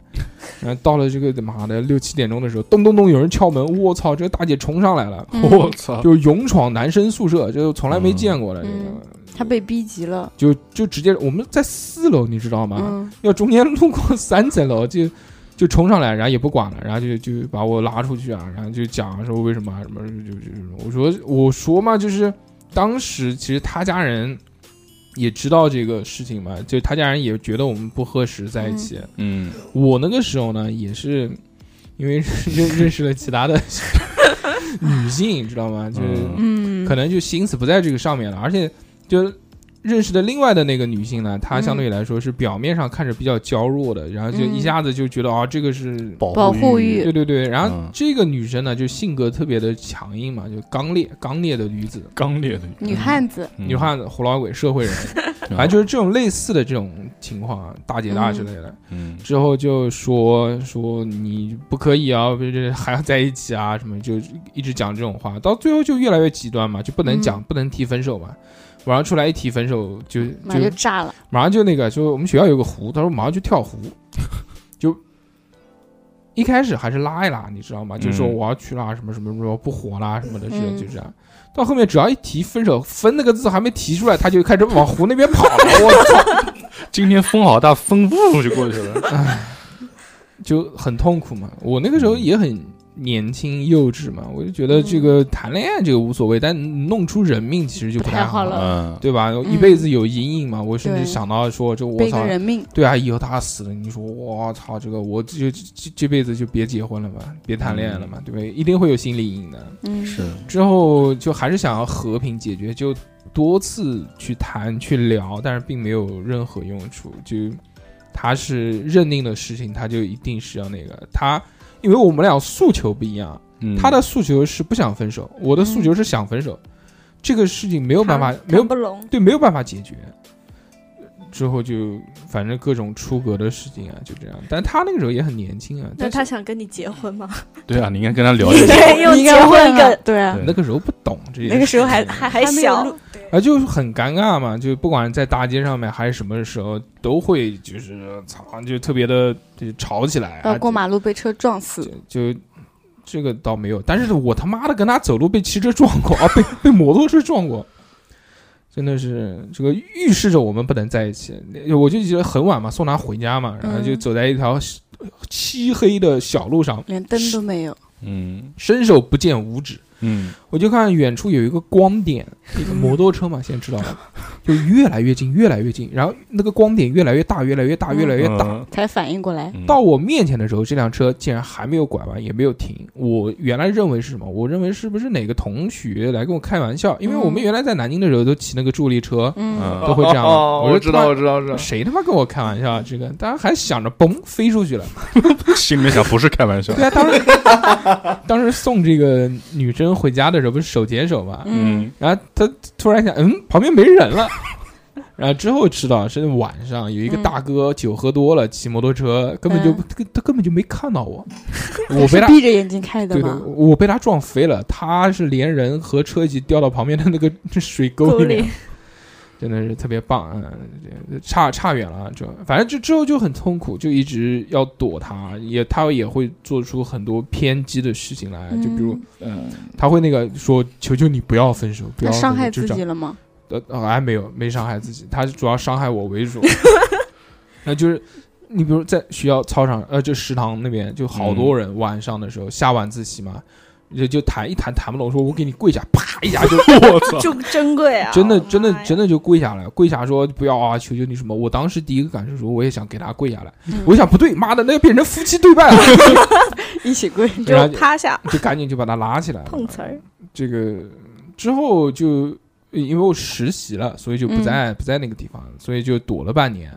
Speaker 1: 然后到了这个妈的六七点钟的时候，咚咚咚有人敲门，我操，这个大姐冲上来了，
Speaker 6: 嗯
Speaker 4: 我操，
Speaker 1: 就勇闯男生宿舍，就从来没见过的这
Speaker 6: 嗯
Speaker 1: 个，
Speaker 6: 他被逼急了，
Speaker 1: 就就直接我们在四楼，你知道吗？
Speaker 6: 嗯，
Speaker 1: 要中间路过三层楼就就冲上来，然后也不管了，然后就就把我拉出去啊，然后就讲说为什么啊什么就就就我说我说嘛，就是当时其实他家人也知道这个事情嘛，就他家人也觉得我们不合适在一起。
Speaker 4: 嗯，
Speaker 1: 我那个时候呢，也是因为认认识了其他的 女性，知道吗？就是。
Speaker 4: 嗯
Speaker 6: 嗯，
Speaker 1: 可能就心思不在这个上面了，而且就认识的另外的那个女性呢，她相对来说是表面上看着比较娇弱的，然后就一下子就觉得啊、这个是。
Speaker 6: 保护
Speaker 4: 欲
Speaker 6: 欲
Speaker 1: 对对对，然后
Speaker 4: 嗯
Speaker 1: 这个女生呢，就性格特别的强硬嘛，就刚烈刚烈的女子，
Speaker 4: 刚烈的
Speaker 6: 女汉子，
Speaker 1: 女汉子、活老鬼、社会人，
Speaker 4: 嗯
Speaker 1: 反正就是这种类似的这种情况啊，大姐大之类的。
Speaker 4: 嗯
Speaker 1: 之后就说说你不可以啊，不是还要在一起啊，什么就一直讲这种话，到最后就越来越极端嘛，就不能讲，
Speaker 6: 嗯
Speaker 1: 不能提分手嘛。晚上出来一提分手，就
Speaker 6: 马上
Speaker 1: 嗯
Speaker 6: 就
Speaker 1: 就
Speaker 6: 炸了，
Speaker 1: 马上就那个，就我们学校有个湖，他说马上就跳湖，就一开始还是拉一拉，你知道吗？就说
Speaker 4: 嗯
Speaker 1: 我要去啦，什么什么什么不火啦什么的，这种
Speaker 6: 嗯
Speaker 1: 就这样。到后面只要一提分手，分那个字还没提出来，他就开始往湖那边跑了。我操，
Speaker 4: 今天风好大，风呜就过去了。
Speaker 1: 就很痛苦嘛。我那个
Speaker 6: 嗯
Speaker 1: 时候也很年轻幼稚嘛，我就觉得这个谈恋爱这个无所谓，但弄出人命其实就不
Speaker 6: 太好
Speaker 1: 好
Speaker 6: 了
Speaker 4: 嗯，
Speaker 1: 对吧？一辈子有阴影嘛。我甚至
Speaker 6: 对
Speaker 1: 想到说，这我
Speaker 6: 背
Speaker 1: 操
Speaker 6: 个，人命，
Speaker 1: 对啊，以后他死了，你说我操，这个我这这这这辈子就别结婚了吧，别谈恋爱了嘛，对不对？一定会有心理阴影的。
Speaker 6: 嗯，
Speaker 4: 是，
Speaker 1: 之后就还是想要和平解决，就多次去谈去聊，但是并没有任何用处。就他是认定的事情，他就一定是要那个他，因为我们俩诉求不一样，
Speaker 4: 嗯
Speaker 1: 他的诉求是不想分手，我的诉求是想分手，这个事情没有办法，没有
Speaker 5: 不拢，
Speaker 1: 对，没有办法解决。之后就反正各种出格的事情啊，就这样。但他那个时候也很年轻啊，
Speaker 5: 那
Speaker 1: 但
Speaker 5: 他
Speaker 1: 是
Speaker 5: 想跟你结婚吗？
Speaker 4: 对啊，你应该跟他聊一聊。
Speaker 5: 对，又
Speaker 6: 你
Speaker 5: 结
Speaker 6: 该
Speaker 5: 婚
Speaker 6: 问啊
Speaker 5: 梗，
Speaker 6: 对啊，
Speaker 4: 对
Speaker 1: 那个时候不懂这些事情，
Speaker 5: 那个时候还还还
Speaker 6: 还 没有
Speaker 5: 小
Speaker 6: 录，
Speaker 1: 啊，就是很尴尬嘛，就不管在大街上面还是什么时候，都会就是操，就特别的就吵起来、啊。
Speaker 6: 要过马路被车撞死，
Speaker 1: 就就这个倒没有，但是我他妈的跟他走路被汽车撞过啊，被被摩托车撞过，真的是这个预示着我们不能在一起。我就觉得很晚嘛，送他回家嘛，然后就
Speaker 6: 嗯
Speaker 1: 走在一条漆漆黑的小路上，
Speaker 6: 连灯都没有，
Speaker 4: 嗯
Speaker 1: 伸手不见五指。
Speaker 4: 嗯，
Speaker 1: 我就看远处有一个光点，一个摩托车嘛，现在知道 了，就越来越近，越来越近，然后那个光点越来越大，越来越大，
Speaker 6: 嗯
Speaker 1: 越来越大。
Speaker 4: 嗯
Speaker 6: 才反应过来，
Speaker 4: 嗯
Speaker 1: 到我面前的时候，这辆车竟然还没有拐弯，也没有停。我原来认为是什么？我认为是不是哪个同学来跟我开玩笑？因为我们
Speaker 6: 嗯
Speaker 1: 原来在南京的时候都骑那个助力车，
Speaker 6: 嗯，
Speaker 4: 嗯
Speaker 1: 都会这样吗
Speaker 3: 哦
Speaker 1: 我
Speaker 3: 我
Speaker 1: 就
Speaker 3: 知
Speaker 1: 突然
Speaker 3: 道，我知道，我知道。
Speaker 1: 谁他妈跟我开玩笑啊？这个当然还想着嘣飞出去了。
Speaker 4: 心里面想不是开玩笑。
Speaker 1: 对啊，当时当时送这个女生回家的时候，不是手牵手嘛，
Speaker 4: 嗯
Speaker 1: 然后他突然想，嗯，旁边没人了。 然后之后知道是晚上有一个大哥酒喝多了，骑摩托车根本就、
Speaker 6: 嗯
Speaker 1: 他他根本就没看到 我，我被
Speaker 6: 是
Speaker 1: 他
Speaker 6: 闭着眼睛开的
Speaker 1: 对
Speaker 6: 吗
Speaker 1: 的，？我被他撞飞了，他是连人和车一起掉到旁边的那个水沟里面，真的是特别棒，嗯，差差远了，这反正就之后就很痛苦，就一直要躲他，也他也会做出很多偏激的事情来，就比如
Speaker 6: 嗯
Speaker 3: 嗯，
Speaker 1: 他会那个说求求你不要分手，不
Speaker 6: 他
Speaker 1: 要分手
Speaker 6: 伤害
Speaker 1: 就
Speaker 6: 自
Speaker 1: 这样
Speaker 6: 己了吗？
Speaker 1: 呃，呃还没有，没伤害自己，他主要伤害我 为主。那就是你比如在学校操场，呃，就食堂那边就好
Speaker 5: 嗯
Speaker 1: 多人，晚上的时候、下晚自习嘛，就就谈一谈谈不拢，说我给你跪下，啪
Speaker 4: 哎
Speaker 1: 一下就我操，
Speaker 5: 就珍贵啊！
Speaker 1: 真的
Speaker 5: 我
Speaker 1: 真的
Speaker 5: 妈呀
Speaker 1: 真的就跪下来，跪下说不要啊，求求你什么？我当时第一个感受说，我也想给他跪下来，
Speaker 5: 嗯
Speaker 1: 我想不对，妈的，那变成夫妻对半 了，
Speaker 6: 一起跪，
Speaker 5: 你
Speaker 1: 然后
Speaker 5: 就趴下
Speaker 1: 就赶紧就把他拉起来了。
Speaker 5: 碰瓷儿，
Speaker 1: 这个之后就呃因为我实习了，所以就不
Speaker 6: 嗯
Speaker 1: 在、不在那个地方，所以就躲了半年。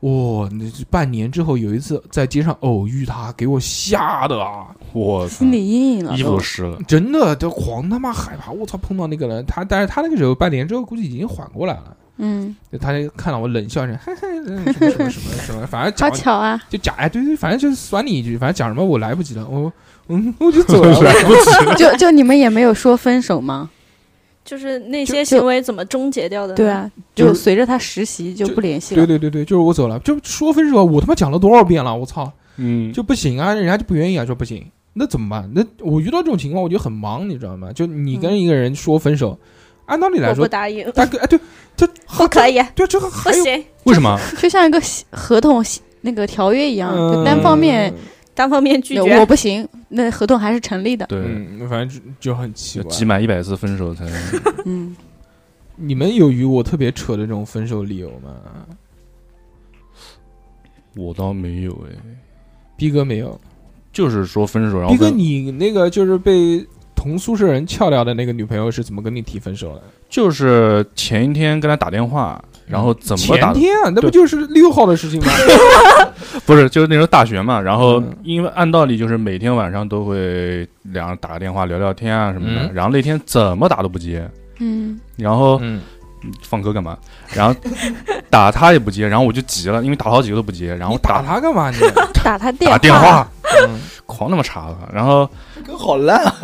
Speaker 1: 哇、那这半年之后有一次在街上偶遇他，给我吓的啊，
Speaker 4: 我操
Speaker 6: 心，理阴影了
Speaker 4: 衣服
Speaker 6: 都
Speaker 4: 都，湿了。
Speaker 1: 真的就狂他妈害怕。我操，碰到那个人，他但是他那个时候半年之后估计已经缓过来了，
Speaker 6: 嗯，
Speaker 1: 就他就看到我冷笑一声，嘿嘿，嗯什么什么什么什么，反正
Speaker 6: 好
Speaker 1: 讲
Speaker 6: 巧啊，
Speaker 1: 就讲哎，对对，反正就是酸你一句，反正讲什么我来不及了，我嗯我 就走了，
Speaker 4: 啊
Speaker 6: 就 就你们也没有说分手吗？
Speaker 5: 就是那
Speaker 6: 就
Speaker 5: 些行为怎么终结掉的？
Speaker 6: 对，啊，
Speaker 1: 就
Speaker 6: 就随着他实习就
Speaker 1: 就
Speaker 6: 不联系
Speaker 1: 对
Speaker 6: 了，
Speaker 1: 对对对，就是我走了，就说分手啊，我他妈讲了多少遍了，我操！
Speaker 4: 嗯，
Speaker 1: 就不行啊，人家就不愿意啊，说不行，那怎么办？那我遇到这种情况，我就很忙，你知道吗？就你跟一个人说分手，按道理来
Speaker 5: 我不
Speaker 1: 说，
Speaker 5: 答应，
Speaker 1: 大哥，哎，对
Speaker 5: 不可以，啊
Speaker 1: 对，这个
Speaker 5: 不
Speaker 1: 啊还有
Speaker 5: 行，
Speaker 4: 为什么？
Speaker 6: 就像一个协合同协那个条约一样，
Speaker 4: 嗯
Speaker 6: 就单
Speaker 1: 嗯
Speaker 6: 方面
Speaker 5: 单方面拒
Speaker 6: 我
Speaker 5: 绝。
Speaker 6: 不行，那合同还是成立的，
Speaker 4: 对，
Speaker 1: 嗯，嗯反正就就很奇
Speaker 4: 要
Speaker 1: 怪。
Speaker 4: 集满一百次分手才能。
Speaker 6: 嗯，
Speaker 1: 你们有与我特别扯的这种分手理由吗？
Speaker 4: 我倒没有哎，
Speaker 1: 逼哥没有，
Speaker 4: 就是说分手，然后
Speaker 1: 逼哥
Speaker 4: 跟
Speaker 1: 你那个就是被同宿舍人撬掉的那个女朋友是怎么跟你提分手的？
Speaker 4: 就是前一天跟他打电话，然后怎么
Speaker 1: 前
Speaker 4: 打？
Speaker 1: 天啊，那不
Speaker 4: 对
Speaker 1: 就是六号的事 情吗？
Speaker 4: 不是，就是那时候大学嘛，然后
Speaker 1: 嗯
Speaker 4: 因为按道理就是每天晚上都会两人打个电话聊聊天啊什么的，
Speaker 1: 嗯
Speaker 4: 然后那天怎么打都不接，
Speaker 6: 嗯，
Speaker 4: 然后
Speaker 1: 嗯，
Speaker 4: 放歌干嘛？然后打他也不接，然后我就急了，因为打好几个都不接，然后
Speaker 1: 你打他干嘛你？
Speaker 6: 打他电
Speaker 4: 打电
Speaker 6: 话，
Speaker 4: 话，
Speaker 1: 嗯
Speaker 4: 狂他妈查他，然后
Speaker 3: 歌好烂 啊！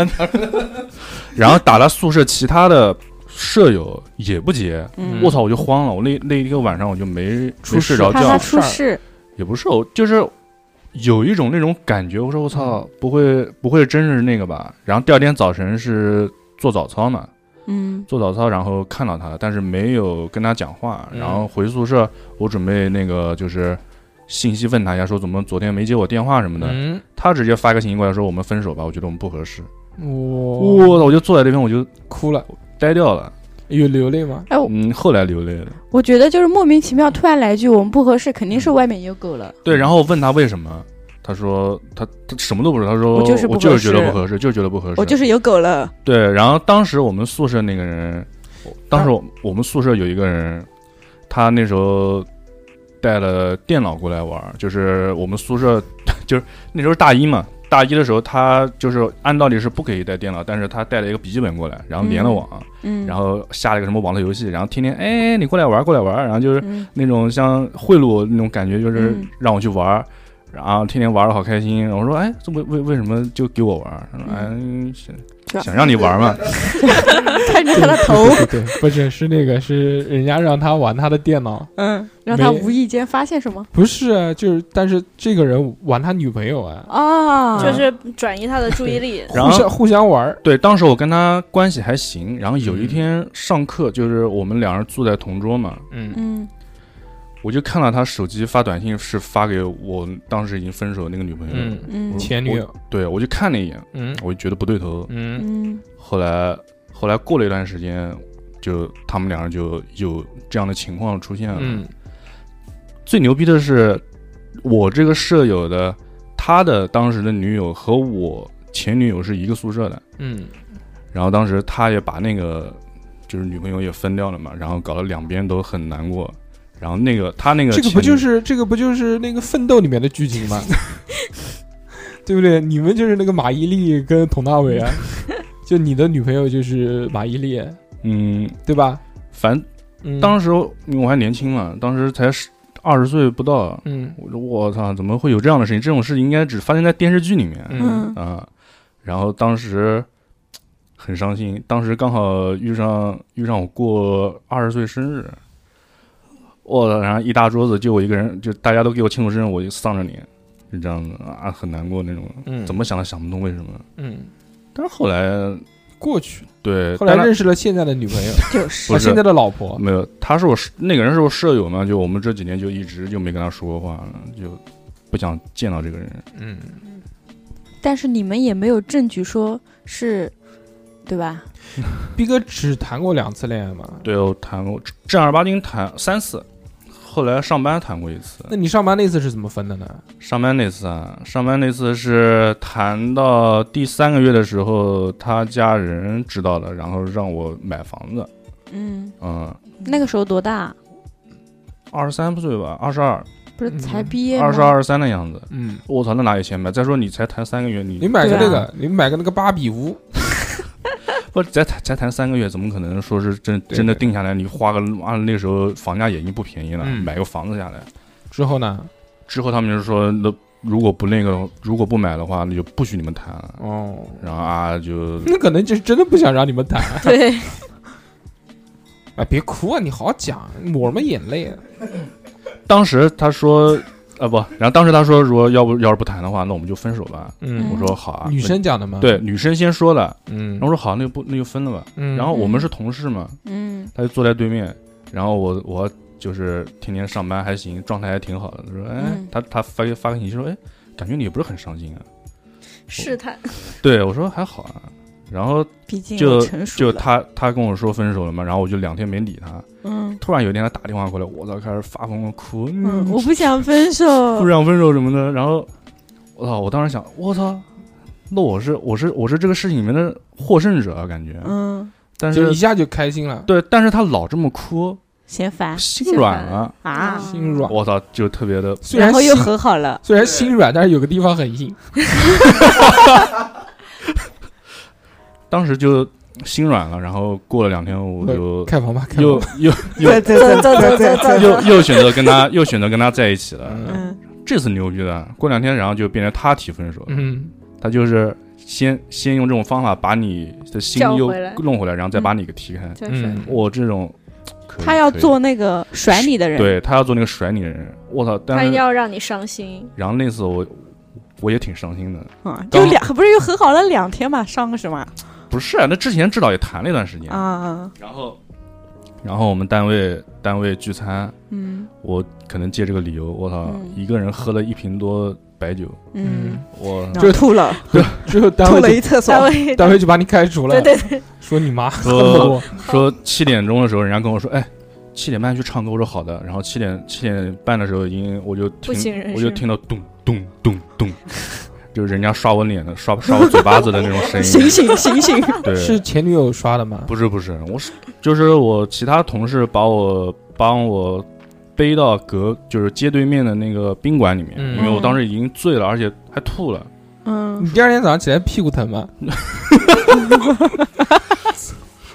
Speaker 4: 然后打他宿舍其他的舍友也不接，
Speaker 6: 嗯
Speaker 4: 我操，我就慌了，我那那一个晚上我就没
Speaker 1: 出事
Speaker 4: 没睡着
Speaker 6: 怕他
Speaker 4: 觉，
Speaker 6: 出事，
Speaker 4: 也不是我就是有一种那种感觉，我说我操，不会不会真是那个吧？然后第二天早晨是做早操嘛，
Speaker 6: 嗯
Speaker 4: 做早操，然后看到他，但是没有跟他讲话。
Speaker 1: 嗯
Speaker 4: 然后回宿舍，我准备那个就是信息问他一下，说怎么昨天没接我电话什么的。
Speaker 1: 嗯，
Speaker 4: 他直接发个信息过来说我们分手吧，我觉得我们不合适。
Speaker 1: 我
Speaker 4: 我操，我就坐在这边我就
Speaker 1: 哭了，
Speaker 4: 呆掉了。
Speaker 1: 有流泪吗？
Speaker 6: 哎，我
Speaker 4: 嗯，后来流泪了。
Speaker 6: 我觉得就是莫名其妙突然来一句我们不合适，肯定是外面有狗了。
Speaker 4: 对，然后问他为什么，他说他他什么都不知道，他说
Speaker 6: 我就是不
Speaker 4: 我就
Speaker 6: 合
Speaker 4: 是觉得
Speaker 6: 适
Speaker 4: 不合适，就是觉得不合适。
Speaker 6: 我就是有狗了，
Speaker 4: 对，然后当时我们宿舍那个人，我当时我我们宿舍有一个人，他那时候带了电脑过来玩儿，就是我们宿舍 就是那时候大一嘛，大一的时候他就是按道理是不可以带电脑，但是他带了一个笔记本过来，然后连了网，
Speaker 6: 嗯，
Speaker 4: 然
Speaker 6: 后
Speaker 4: 后下了一个什么网络游戏，然后天天哎你过来玩儿过来玩儿，然后就是
Speaker 6: 嗯
Speaker 4: 那种像贿赂我那种感觉，就是
Speaker 6: 嗯
Speaker 4: 让我去玩儿，然后天天玩的好开心。然后我说，哎，这为为为什么就给我玩儿？他说，哎，
Speaker 6: 是吧
Speaker 4: 想想让你玩嘛。
Speaker 6: 看 着他的头，
Speaker 1: 对对对，不是是那个是人家让他玩他的电脑，
Speaker 6: 嗯，让他
Speaker 1: 没
Speaker 6: 无意间发现什么
Speaker 1: 不是啊，就是但是这个人玩他女朋友啊，
Speaker 6: 啊？
Speaker 5: 嗯就是转移他的注意力。
Speaker 4: 然
Speaker 1: 互相
Speaker 4: 后
Speaker 1: 互相玩儿，
Speaker 4: 对，当时我跟他关系还行。然后有一天上课，就是我们两人坐在同桌嘛，
Speaker 1: 嗯
Speaker 6: 嗯
Speaker 4: 我就看到他手机发短信，是发给我当时已经分手的那个女朋友。
Speaker 1: 嗯，
Speaker 6: 嗯
Speaker 4: 我
Speaker 1: 前女友，
Speaker 4: 对，我就看了一眼，
Speaker 1: 嗯
Speaker 4: 我就觉得不对头。
Speaker 1: 嗯
Speaker 6: 嗯
Speaker 4: 后来后来过了一段时间，就他们两人就有这样的情况出现了。
Speaker 1: 嗯
Speaker 4: 最牛逼的是，我这个舍友的他的当时的女友和我前女友是一个宿舍的，
Speaker 1: 嗯，
Speaker 4: 然后当时他也把那个就是女朋友也分掉了嘛，然后搞得两边都很难过。然后那个他那个
Speaker 1: 这个不
Speaker 4: 前女
Speaker 1: 就是这个不就是那个奋斗里面的剧情吗？ 对不对？你们就是那个马伊琍跟佟大为啊，就你的女朋友就是马伊琍，
Speaker 4: 嗯，
Speaker 1: 对吧？
Speaker 4: 反正
Speaker 1: 嗯，
Speaker 4: 当时我因为我还年轻嘛，当时才十二十岁不到，
Speaker 1: 嗯
Speaker 4: 我说我操，怎么会有这样的事情？这种事情应该只发生在电视剧里面。
Speaker 1: 嗯
Speaker 6: 嗯
Speaker 4: 啊，然后当时很伤心，当时刚好遇上遇上我过二十岁生日，我操然后一大桌子就我一个人，就大家都给我庆祝生日，我就丧着脸，就这样子啊，很难过那种，
Speaker 1: 嗯，
Speaker 4: 怎么想都想不通为什么。
Speaker 1: 嗯
Speaker 4: 但是后来
Speaker 1: 过去了？
Speaker 4: 对，
Speaker 1: 后来
Speaker 4: 但是
Speaker 1: 认识了现在的女朋友，
Speaker 6: 就是
Speaker 4: 不
Speaker 1: 他
Speaker 4: 是
Speaker 1: 现在的老婆，
Speaker 4: 没有，他是我舍那个人是我舍友嘛，就我们这几年就一直就没跟他说过话了，就不想见到这个人。
Speaker 1: 嗯，
Speaker 6: 但是你们也没有证据说是，对吧？
Speaker 1: 逼哥只谈过两次恋爱嘛？
Speaker 4: 对我谈过正儿八经谈三次，后来上班谈过一次。
Speaker 1: 那你上班那次是怎么分的呢？
Speaker 4: 上班那次啊，上班那次是谈到第三个月的时候，他家人知道了，然后让我买房子。
Speaker 6: 嗯，
Speaker 4: 嗯，
Speaker 6: 那个时候多大？
Speaker 4: 二十三岁吧，二十二，
Speaker 6: 不是
Speaker 1: 嗯
Speaker 6: 才毕业吗？
Speaker 4: 二十二三的样子。
Speaker 1: 嗯，
Speaker 4: 我操，那哪有钱买？再说你才谈三个月，你
Speaker 1: 你买个
Speaker 6: 对啊
Speaker 1: 那个，你买个那个芭比屋，
Speaker 4: 不才谈才谈三个月，怎么可能说是真
Speaker 1: 对
Speaker 4: 真的
Speaker 1: 对
Speaker 4: 定下来？你花个妈那时候房价也已经不便宜了，
Speaker 1: 嗯
Speaker 4: 买个房子下来
Speaker 1: 之后呢？
Speaker 4: 之后，他们就说那如果不那个，如果不买的话，那就不许你们谈了。
Speaker 1: 哦，
Speaker 4: 然后啊，就
Speaker 1: 那可能就是真的不想让你们谈。
Speaker 5: 对，
Speaker 1: 啊，别哭啊，你好好讲，抹什么眼泪啊？
Speaker 4: 当时他说，啊不，然后当时他说，如果要不要是不谈的话，那我们就分手吧。
Speaker 1: 嗯
Speaker 4: 我说好啊，
Speaker 1: 女生讲的吗？
Speaker 4: 那，对女生先说的，
Speaker 1: 嗯
Speaker 4: 然后我说好，那就不那就分了吧。
Speaker 1: 嗯，
Speaker 4: 然后我们是同事嘛，
Speaker 6: 嗯
Speaker 4: 他就坐在对面，然后我我就是天天上班还行，状态还挺好的。他说，哎
Speaker 6: 嗯，
Speaker 4: 他他发个发个信息说，哎，感觉你也不是很伤心啊。
Speaker 5: 试 探。
Speaker 4: 对我说还好啊，然后
Speaker 6: 毕竟
Speaker 4: 就
Speaker 6: 我成熟
Speaker 4: 就
Speaker 6: 了
Speaker 4: 他他跟我说分手了嘛，然后我就两天没理他。
Speaker 6: 嗯
Speaker 4: 突然有一天他打电话过来，我操，开始发疯了哭，嗯
Speaker 6: 嗯，我不想分手，
Speaker 4: 不想分手什么的。然后我操，我当时想，我操，那我是我是我是这个事情里面的获胜者啊，感觉。
Speaker 6: 嗯，
Speaker 4: 但
Speaker 1: 就是一下就开心了，
Speaker 4: 对，但是他老这么哭，
Speaker 6: 嫌烦
Speaker 4: 心软了。
Speaker 6: 啊，
Speaker 1: 心软。
Speaker 4: 我操，就特别的，
Speaker 1: 虽
Speaker 6: 然后
Speaker 1: 心
Speaker 6: 又和好了，
Speaker 1: 虽然心软，但是有个地方很硬。
Speaker 4: 当时就心软了。然后过了两天，我就
Speaker 1: 开房吧，开
Speaker 4: 又
Speaker 1: 房吧。
Speaker 4: 又
Speaker 8: 对
Speaker 4: 又
Speaker 8: 对对对对对
Speaker 4: 又又选择跟他又选择跟他在一起了。
Speaker 1: 嗯
Speaker 6: 嗯
Speaker 4: 这次牛逼了，过两天然后就变成他提分手了。
Speaker 1: 嗯
Speaker 4: 他就是先先用这种方法把你的心
Speaker 5: 叫
Speaker 4: 又
Speaker 5: 回来
Speaker 4: 弄回来，然后再把你给踢开。
Speaker 5: 就是
Speaker 1: 嗯，
Speaker 4: 我这种可以
Speaker 6: 他要
Speaker 4: 可以
Speaker 6: 做那个甩你的人，
Speaker 4: 对他要做那个甩你的人，我操！但
Speaker 5: 他
Speaker 4: 是
Speaker 5: 要让你伤心，
Speaker 4: 然后那次我我也挺伤心的，
Speaker 6: 嗯，就
Speaker 4: 当
Speaker 6: 两不是又和好了两天嘛，上个什么
Speaker 4: 不是啊，那之前至少也谈了一段时间，
Speaker 6: 啊？
Speaker 4: 然后然后我们单位单位聚餐，
Speaker 6: 嗯
Speaker 4: 我可能借这个理由，我操，
Speaker 6: 嗯
Speaker 4: 一个人喝了一瓶多白酒，
Speaker 6: 嗯，
Speaker 4: 我
Speaker 6: 然后吐了，
Speaker 1: 之后单
Speaker 6: 吐
Speaker 1: 位
Speaker 6: 了
Speaker 1: 就
Speaker 6: 一厕所
Speaker 5: 稍，微
Speaker 1: 单位就把你开除了
Speaker 5: 对，对对，
Speaker 1: 说你
Speaker 4: 呃
Speaker 1: 妈喝那么
Speaker 4: 说
Speaker 1: 多，
Speaker 4: 说七点钟的时候，人家跟我说，哎，七点半去唱歌，我说好的。然后七点七点半的时候，已经我就
Speaker 5: 不省
Speaker 4: 听
Speaker 5: 人
Speaker 4: 我就
Speaker 5: 事
Speaker 4: 听到咚咚咚咚， 就是人家刷我脸的刷刷我嘴巴子的那种 声音。
Speaker 6: 醒醒醒，
Speaker 1: 是
Speaker 4: 对，
Speaker 1: 前女友刷的吗？
Speaker 4: 不是不是，我是就是我其他同事把我帮我背到隔就是街对面的那个宾馆里面，
Speaker 1: 嗯
Speaker 4: 因为我当时已经醉了，而且还吐了。
Speaker 6: 嗯
Speaker 1: 你第二天早上起来屁股疼吗？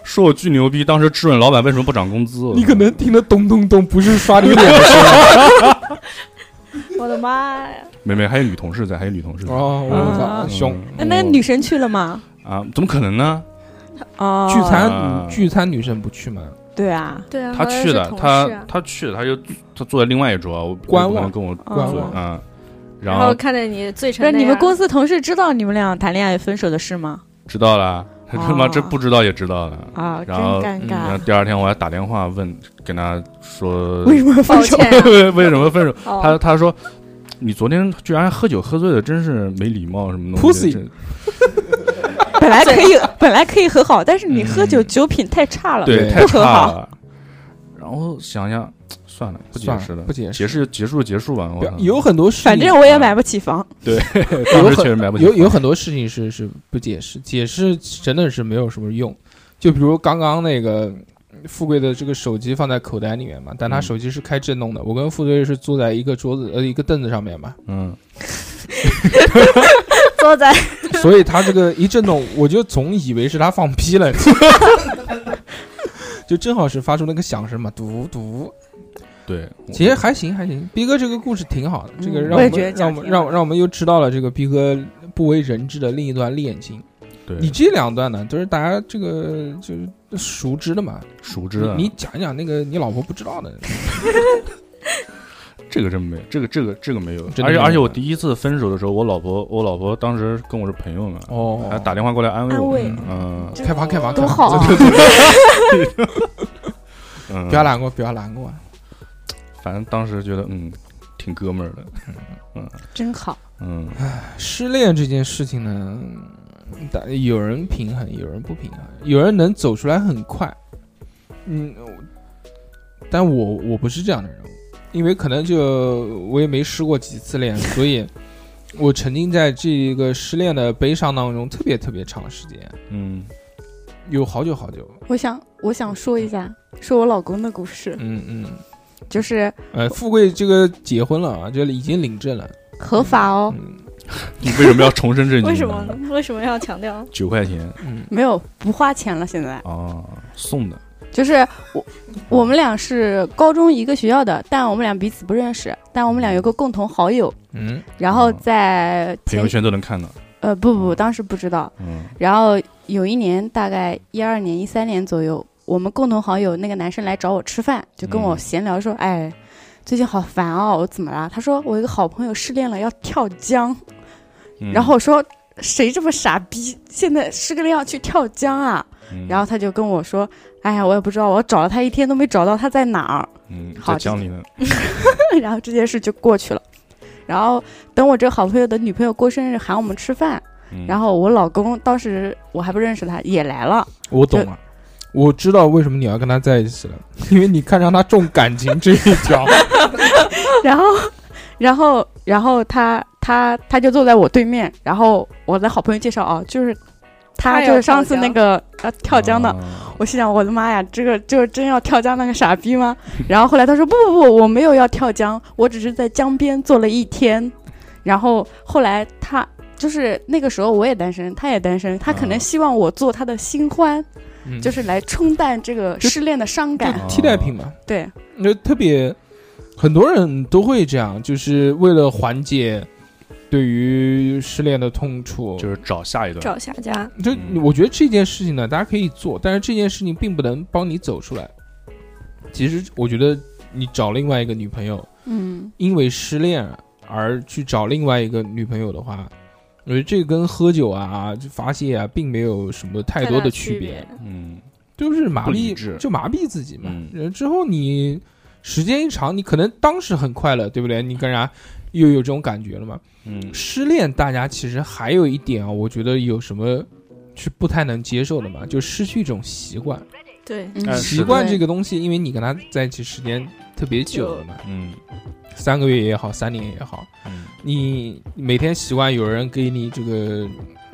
Speaker 4: 说我巨牛逼，当时质问老板为什么不涨工资。我
Speaker 1: 你可能听得咚咚咚，不是刷你 脸的声音
Speaker 5: 我的妈呀！
Speaker 4: 没没，还有女同事在，还有女同事在。
Speaker 1: 哦，我操，
Speaker 4: 嗯
Speaker 6: 啊
Speaker 1: 凶！
Speaker 6: 那那女神去了吗？
Speaker 4: 啊，怎么可能呢？
Speaker 6: 哦，
Speaker 1: 聚餐
Speaker 4: 啊
Speaker 1: 聚餐女生不去吗？
Speaker 6: 对啊，
Speaker 5: 对啊，
Speaker 4: 他
Speaker 5: 好像
Speaker 4: 去
Speaker 5: 是
Speaker 4: 的，
Speaker 5: 同
Speaker 4: 他
Speaker 5: 事啊
Speaker 4: 他去的，他就他坐在另外一桌，我
Speaker 1: 观
Speaker 4: 我不可
Speaker 1: 望
Speaker 4: 能跟我
Speaker 1: 观
Speaker 6: 哦
Speaker 4: 坐
Speaker 1: 望
Speaker 4: 嗯，然
Speaker 5: 然
Speaker 4: 后
Speaker 5: 后看见你醉
Speaker 6: 不是
Speaker 5: 成
Speaker 6: 你们公
Speaker 5: 司
Speaker 6: 司同事知道你们俩谈恋爱分手的事吗？
Speaker 4: 知道了，他 他妈
Speaker 6: 哦
Speaker 4: 这不知道也知道了。
Speaker 6: 啊，真
Speaker 4: 然后嗯
Speaker 6: 尴
Speaker 4: 然后
Speaker 6: 尬，
Speaker 4: 第二天我还打电话问，跟他说
Speaker 6: 为什么
Speaker 5: 抱
Speaker 6: 分手？
Speaker 5: 歉啊，
Speaker 4: 为什么分手？
Speaker 5: 哦
Speaker 4: 他他说你昨天居然喝酒喝醉了，真是没礼貌什么东西。
Speaker 1: Pussy
Speaker 4: 这
Speaker 6: 本来可以本来可以和好，但是你喝酒
Speaker 4: 嗯
Speaker 6: 酒品太差了，
Speaker 4: 对
Speaker 1: 对
Speaker 4: 太
Speaker 6: 不和
Speaker 4: 差
Speaker 6: 好
Speaker 4: 了。然后想想算了，不解
Speaker 1: 算了
Speaker 4: 释了，
Speaker 1: 不解释
Speaker 4: 解释就结束就结束吧。我
Speaker 1: 不
Speaker 4: 操
Speaker 1: 要有很多事情，
Speaker 6: 反正 我也买不起房，
Speaker 4: 当
Speaker 1: 有
Speaker 4: 时
Speaker 1: 很
Speaker 4: 确实买不起
Speaker 1: 有有
Speaker 4: 房
Speaker 1: 很多事情是是不解释，解释真的是没有什么用。就比如刚刚那个嗯富贵的这个手机放在口袋里面嘛，但他
Speaker 4: 嗯
Speaker 1: 手机是开震动的。我跟富贵是坐在一个桌子呃一个凳子上面嘛，
Speaker 4: 嗯
Speaker 5: 坐在
Speaker 1: 所以他这个一震动，我就总以为是他放屁 了，就正好是发出那个响声嘛，嘟嘟。
Speaker 4: 对，
Speaker 1: 其实还行还行，逼哥这个故事挺好的，这个
Speaker 6: 嗯
Speaker 1: 让
Speaker 6: 我也
Speaker 1: 我
Speaker 6: 觉得
Speaker 1: 们让
Speaker 6: 讲
Speaker 1: 我
Speaker 6: 挺
Speaker 1: 们
Speaker 6: 好
Speaker 1: 让让我们又知道了这个逼哥不为人知的另一段恋情。
Speaker 4: 对
Speaker 1: 你这两段呢，都是大家这个就是熟知的嘛，
Speaker 4: 熟知的
Speaker 1: 你你讲一讲那个你老婆不知道的，
Speaker 4: 这个真没，这个这个这个没有，
Speaker 1: 真的
Speaker 4: 而
Speaker 1: 没
Speaker 4: 且
Speaker 1: 有
Speaker 4: 而且我
Speaker 1: 吗
Speaker 4: 第一次分手的时候，我老婆我老婆当时跟我是朋友嘛，
Speaker 1: 哦
Speaker 4: 还打电话过来安慰
Speaker 5: 安
Speaker 4: 我，
Speaker 5: 慰，
Speaker 4: 嗯
Speaker 1: 开房开房，开
Speaker 5: 多
Speaker 1: 房
Speaker 5: 好啊！
Speaker 4: 嗯，
Speaker 1: 不要难过，不要难过，
Speaker 4: 反正当时觉得嗯挺哥们儿的，
Speaker 6: 真好。
Speaker 4: 嗯，
Speaker 1: 失恋这件事情呢，大有人平衡，有人不平衡，有人能走出来很快，嗯，我但我我不是这样的人，因为可能就我也没失过几次恋，所以我沉浸在这个失恋的悲伤当中特别特别长时间，
Speaker 4: 嗯
Speaker 1: 有好久好久，
Speaker 6: 我想我想说一下，说我老公的故事，
Speaker 1: 嗯嗯，
Speaker 6: 就是
Speaker 1: 呃，富贵这个结婚了啊，就已经领证了，
Speaker 6: 合法哦，
Speaker 1: 嗯
Speaker 4: 你为什么要重申这句？
Speaker 5: 为什么？呢？为什么要强调？
Speaker 4: 九块钱
Speaker 1: 嗯，
Speaker 6: 没有不花钱了。现在
Speaker 4: 啊，送的，
Speaker 6: 就是我我们俩是高中一个学校的，但我们俩彼此不认识，但我们俩有个共同好友，
Speaker 1: 嗯，
Speaker 6: 然后
Speaker 4: 哦
Speaker 6: 在
Speaker 4: 朋
Speaker 6: 前
Speaker 4: 友圈都能看到，
Speaker 6: 呃不不当时不知道，
Speaker 4: 嗯
Speaker 6: 然后有一年大概一二年一三年左右，我们共同好友那个男生来找我吃饭，就跟我
Speaker 4: 嗯
Speaker 6: 闲聊说，哎，最近好烦哦，我怎么了？他说我一个好朋友失恋了，要跳江。
Speaker 4: 嗯
Speaker 6: 然后我说谁这么傻逼，现在失个恋要去跳江啊？
Speaker 4: 嗯
Speaker 6: 然后他就跟我说，哎呀，我也不知道，我找了他一天都没找到他在哪儿。
Speaker 4: 嗯，在
Speaker 6: 好
Speaker 4: 江里呢，
Speaker 6: 然后这件事就过去了。然后等我这个好朋友的女朋友过生日喊我们吃饭，
Speaker 4: 嗯
Speaker 6: 然后我老公当时我还不认识他，也来了。
Speaker 1: 我懂了，我知道为什么你要跟他在一起了，因为你看上他重感情这一条。
Speaker 6: 然后，然后，然后他他他就坐在我对面，然后我的好朋友介绍啊，就是
Speaker 5: 他
Speaker 6: 他
Speaker 5: 要
Speaker 6: 就是上次
Speaker 5: 跳
Speaker 6: 那
Speaker 5: 江
Speaker 6: 个呃跳江
Speaker 1: 哦
Speaker 6: 的。
Speaker 4: 啊
Speaker 6: 我心想，我的妈呀，这个就是真要跳江那个傻逼吗？ 然后后来他说不不不，我没有要跳江，我只是在江边坐了一天。然后后来他就是那个时候我也单身，他也单身，他可能
Speaker 4: 啊
Speaker 6: 希望我做他的新欢，
Speaker 1: 哦嗯
Speaker 6: 就是来冲淡这个
Speaker 1: 就
Speaker 6: 失恋的伤感。
Speaker 4: 啊哦
Speaker 1: 就替代品嘛，
Speaker 6: 对，
Speaker 1: 那特别很多人都会这样，就是为了缓解对于失恋的痛楚。
Speaker 4: 就是嗯找下一段，
Speaker 5: 找下家，
Speaker 1: 就我觉得这件事情呢，大家可以做，但是这件事情并不能帮你走出来。其实我觉得你找另外一个女朋友，
Speaker 6: 嗯，
Speaker 1: 因为失恋而去找另外一个女朋友的话，我觉得这跟喝酒啊、就发泄啊，并没有什么太多的区别，
Speaker 4: 嗯，
Speaker 1: 就是麻
Speaker 4: 不
Speaker 1: 痹，
Speaker 4: 理智
Speaker 1: 就麻痹自己嘛。
Speaker 4: 嗯
Speaker 1: 然后之后你时间一长，你可能当时很快乐，对不对？你干啥又有这种感觉了嘛？
Speaker 4: 嗯
Speaker 1: 失恋，大家其实还有一点啊，我觉得有什么是不太能接受的嘛，就失去一种习惯。
Speaker 5: 对，
Speaker 6: 嗯
Speaker 4: 哎是
Speaker 1: 习
Speaker 4: 的
Speaker 1: 惯这
Speaker 6: 个
Speaker 1: 个东西，因为你跟他在一起时间特别久了嘛，
Speaker 4: 嗯
Speaker 1: 三个月也好，三年也好，
Speaker 4: 嗯
Speaker 1: 你每天习惯有人给你这个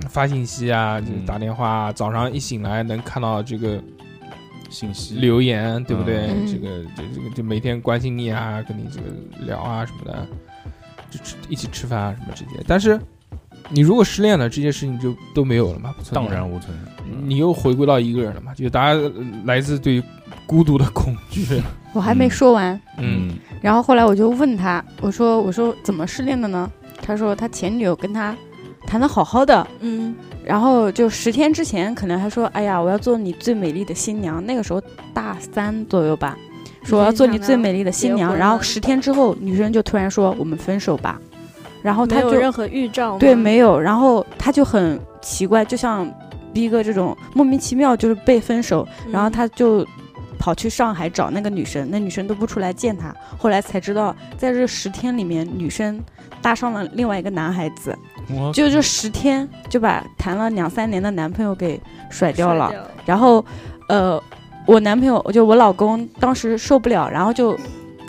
Speaker 1: 发信息啊，就是
Speaker 4: 嗯
Speaker 1: 打电话啊，早上一醒来能看到这个
Speaker 4: 信息
Speaker 1: 留言，对不对？
Speaker 6: 嗯
Speaker 1: 这个这这个就每天关心你啊，跟你这个聊啊什么的，就吃一起吃饭啊什么这些。但是你如果失恋了，这些事情就都没有了嘛，不存在
Speaker 4: 荡然无存，
Speaker 1: 你又回归到一个人了嘛，就大家呃来自对孤独的恐惧，
Speaker 6: 我还没说完，
Speaker 1: 嗯，
Speaker 6: 然后后来我就问他，我说我说怎么失恋的呢？他说他前女友跟他谈的好好的，
Speaker 5: 嗯，
Speaker 6: 然后就十天之前可能还说，哎呀，我要做你最美丽的新娘。那个时候大三左右吧，说我要做你最美丽的新
Speaker 5: 结
Speaker 6: 娘。
Speaker 5: 婚
Speaker 6: 然后
Speaker 5: 了
Speaker 6: 十天之后，女生就突然说我们分手吧，然后
Speaker 5: 没
Speaker 6: 他
Speaker 5: 有
Speaker 6: 就
Speaker 5: 任何预兆吗，
Speaker 6: 对没有，然后他就很奇怪，就像逼哥这种莫名其妙就是被分手，
Speaker 5: 嗯，
Speaker 6: 然后他就跑去上海找那个女生，那女生都不出来见他。后来才知道，在这十天里面，女生搭上了另外一个男孩子，
Speaker 4: 我
Speaker 6: 就这十天就把谈了两三年的男朋友给甩掉了。
Speaker 5: 甩掉
Speaker 6: 然后，呃，我男朋友就我老公当时受不了，然后就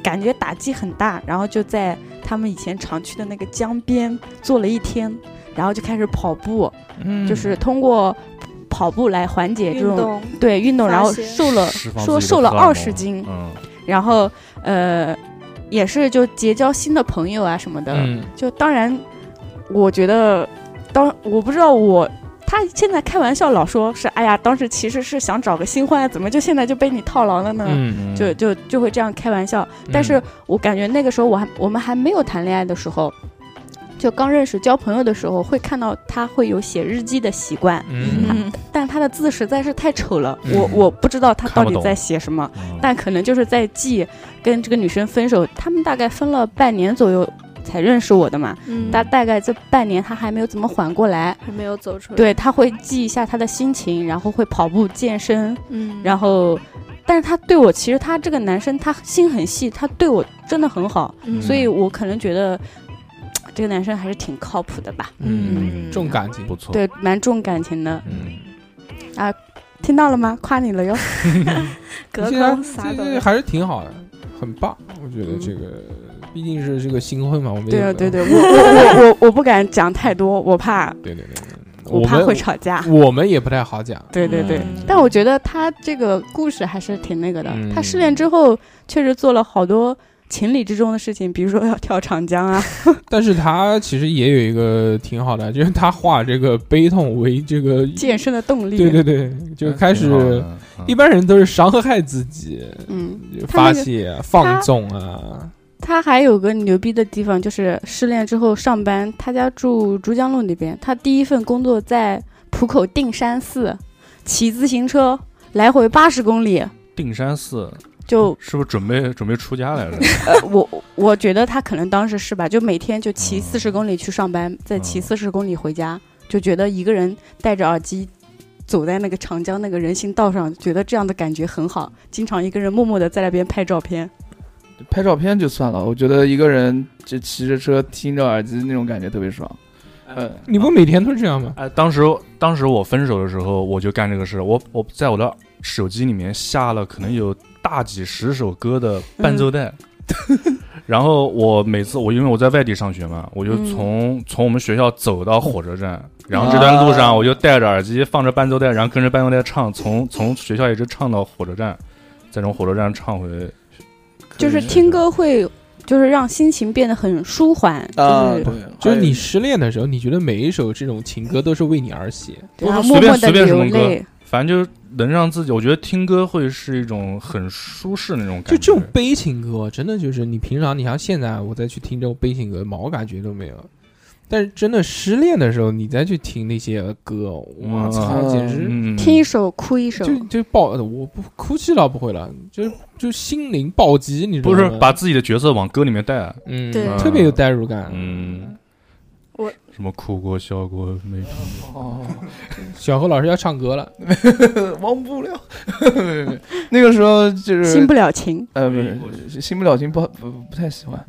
Speaker 6: 感觉打击很大，然后就在他们以前常去的那个江边坐了一天，然后就开始跑步，
Speaker 1: 嗯
Speaker 6: 就是通过跑步来缓解这
Speaker 5: 运
Speaker 6: 种
Speaker 5: 动，
Speaker 6: 对运动，
Speaker 5: 发
Speaker 6: 然后
Speaker 5: 泄
Speaker 6: 瘦了，
Speaker 4: 释放
Speaker 6: 说
Speaker 4: 自己的
Speaker 6: 瘦了
Speaker 4: 荷尔蒙
Speaker 6: 20斤
Speaker 4: 嗯，
Speaker 6: 然后呃，也是就结交新的朋友啊什么的。
Speaker 1: 嗯，
Speaker 6: 就当然，我觉得当我不知道我他现在开玩笑老说是哎呀，当时其实是想找个新欢，怎么就现在就被你套牢了呢？
Speaker 1: 嗯，
Speaker 6: 就就就会这样开玩笑，但是我感觉那个时候我还我们还没有谈恋爱的时候，就刚认识交朋友的时候，会看到他会有写日记的习惯，
Speaker 1: 嗯，
Speaker 5: 嗯，
Speaker 6: 但他的字实在是太丑了，我
Speaker 1: 嗯
Speaker 6: 我不知道他
Speaker 4: 看
Speaker 6: 到
Speaker 4: 不
Speaker 6: 底
Speaker 4: 懂
Speaker 6: 在写什么。
Speaker 4: 嗯
Speaker 6: 但可能就是在记跟这个女生分手，他们大概分了半年左右才认识我的嘛。
Speaker 5: 嗯，
Speaker 6: 大大概这半年他还没有怎么缓过来，
Speaker 5: 还没有走出来，，
Speaker 6: 对他会记一下他的心情，然后会跑步健身，
Speaker 5: 嗯，
Speaker 6: 然后，但是他对我其实他这个男生他心很细，他对我真的很好，
Speaker 5: 嗯
Speaker 6: 所以我可能觉得这个男生还是挺靠谱的吧，
Speaker 1: 嗯
Speaker 5: 嗯
Speaker 1: 重感情
Speaker 4: 不，错，
Speaker 6: 对，蛮重感情的，
Speaker 1: 嗯，
Speaker 6: 听到了吗？夸你了哟，
Speaker 5: 隔
Speaker 1: 现在
Speaker 5: 空撒
Speaker 1: 这
Speaker 5: 狗
Speaker 1: 这
Speaker 5: 粮，
Speaker 1: 还是挺好的，很棒，我觉得这个毕竟是这个新婚嘛，我们也
Speaker 6: 嗯对啊
Speaker 1: 有
Speaker 6: 对对，我我我我我不敢讲太多，我怕
Speaker 1: 对对对，
Speaker 6: 我怕
Speaker 1: 们
Speaker 6: 会吵架。
Speaker 1: 我们也不太好讲，
Speaker 6: 对对对，
Speaker 5: 嗯
Speaker 6: 但我觉得他这个故事还是挺那个的。
Speaker 1: 嗯
Speaker 6: 他失恋之后，确实做了好多情理之中的事情，比如说要跳长 江啊。
Speaker 1: 但是他其实也有一个挺好的，就是他化这个悲痛为这个
Speaker 6: 健身的动力。嗯
Speaker 1: 对对对，就开
Speaker 4: 挺好
Speaker 1: 始。
Speaker 4: 的嗯
Speaker 1: 一般人都是伤害自己，
Speaker 6: 嗯，
Speaker 1: 就
Speaker 6: 他
Speaker 1: 发
Speaker 6: 那个
Speaker 1: 泄啊、放纵啊，
Speaker 6: 他还有个牛逼的地方，就是失恋之后上班，他家住珠江路那边，他第一份工作在浦口定山寺，骑自行车来回八十公里。
Speaker 4: 定山寺
Speaker 6: 就是
Speaker 4: 不是准备准备出家来着？
Speaker 6: 呃，我我觉得他可能当时是吧，就每天就骑
Speaker 4: 嗯
Speaker 6: 四十公里去上班，再骑
Speaker 4: 嗯
Speaker 6: 四十公里回家，就觉得一个人戴着耳机走在那个长江那个人行道上，觉得这样的感觉很好。经常一个人默默的在那边拍照片，
Speaker 3: 拍照片就算了，我觉得一个人就骑着车听着耳机那种感觉特别爽。嗯，
Speaker 1: 你不每天都这样吗？
Speaker 4: 哎，当时当时我分手的时候，我就干这个事。我我在我的手机里面下了可能有大几十首歌的
Speaker 1: 嗯
Speaker 4: 伴奏 带，然后我每次我因为我在外地上学嘛，我
Speaker 1: 嗯
Speaker 4: 就从、从我们学校走到火车站，然后这段路上我就戴着耳机放着伴奏带，然后跟着伴奏带唱，从从学校一直唱到火车站，再从火车站唱回。
Speaker 6: 就是听歌会，就是让心情变得很舒缓，
Speaker 3: 啊，
Speaker 6: 就是
Speaker 3: 对，
Speaker 1: 就是你
Speaker 3: 哎
Speaker 1: 失恋的时候，你觉得每一首这种情歌都是为你而写，
Speaker 6: 然后
Speaker 4: 不是随
Speaker 6: 默
Speaker 4: 便
Speaker 6: 默的
Speaker 4: 随便什
Speaker 6: 流
Speaker 4: 么歌
Speaker 6: 泪。
Speaker 4: 反正就是能让自己，我觉得听歌会是一种很舒适的那种感觉。
Speaker 1: 就这种悲情歌，真的就是你平常你像现在我再去听这种悲情歌，毛感觉都没有。但是真的失恋的时候，你再去听那些歌，我操，
Speaker 3: 嗯
Speaker 1: 简直
Speaker 4: 嗯，
Speaker 6: 听一首哭一首，
Speaker 1: 就就爆，我不哭泣倒不会了，就就心灵暴击，你知道
Speaker 4: 不
Speaker 1: 吗？
Speaker 4: 是把自己的角色往歌里面带，啊
Speaker 1: 嗯，
Speaker 5: 对
Speaker 1: 特别有代入感。
Speaker 4: 嗯，
Speaker 5: 我
Speaker 4: 什么哭过笑过没？
Speaker 3: 哦，
Speaker 1: 小何老师要唱歌了，
Speaker 3: 忘不了。 那个时候就是
Speaker 6: 新不了情。
Speaker 3: 呃，不是，新不了情不不不太喜欢。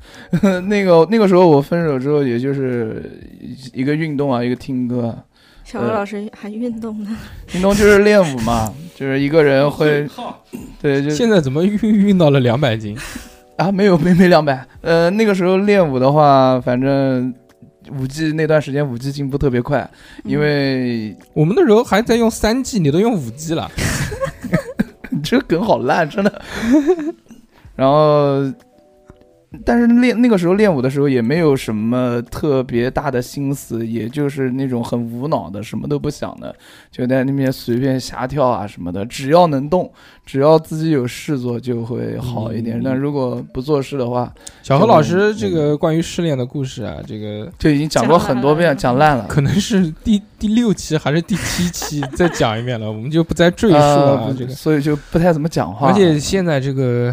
Speaker 3: 那个那个时候我分手之后，也就是一个运动啊，一个听歌啊，
Speaker 5: 小何老师还运动呢，
Speaker 3: 运动就是练舞嘛， 就是一个人会，对，就
Speaker 1: 现在怎么运运到了两百 斤？
Speaker 3: 啊没有没没两百。呃，那个时候练舞的话，反正舞技那段时间舞技进步特别快，因为
Speaker 1: 我们那时候还在用三 G，你都用五 G 了。
Speaker 3: 这个梗好烂，真的。 然后，但是练那个时候练舞的时候也没有什么特别大的心思，也就是那种很无脑的，什么都不想的，就在那边随便瞎跳啊什么的。只要能动，只要自己有事做就会好一点。
Speaker 1: 嗯
Speaker 3: 但如果不做事的话，
Speaker 1: 小何老师这
Speaker 4: 嗯
Speaker 1: 个关于失恋的故事啊，这个
Speaker 3: 就已经讲过很多遍，讲
Speaker 5: 讲
Speaker 3: 烂 了。
Speaker 1: 可能是第第六期还是第七期再讲一遍了，我们就不再赘述了
Speaker 3: 呃
Speaker 1: 啊。
Speaker 3: 不
Speaker 1: 这个，
Speaker 3: 所以就不太怎么讲话。
Speaker 1: 而且现在这个。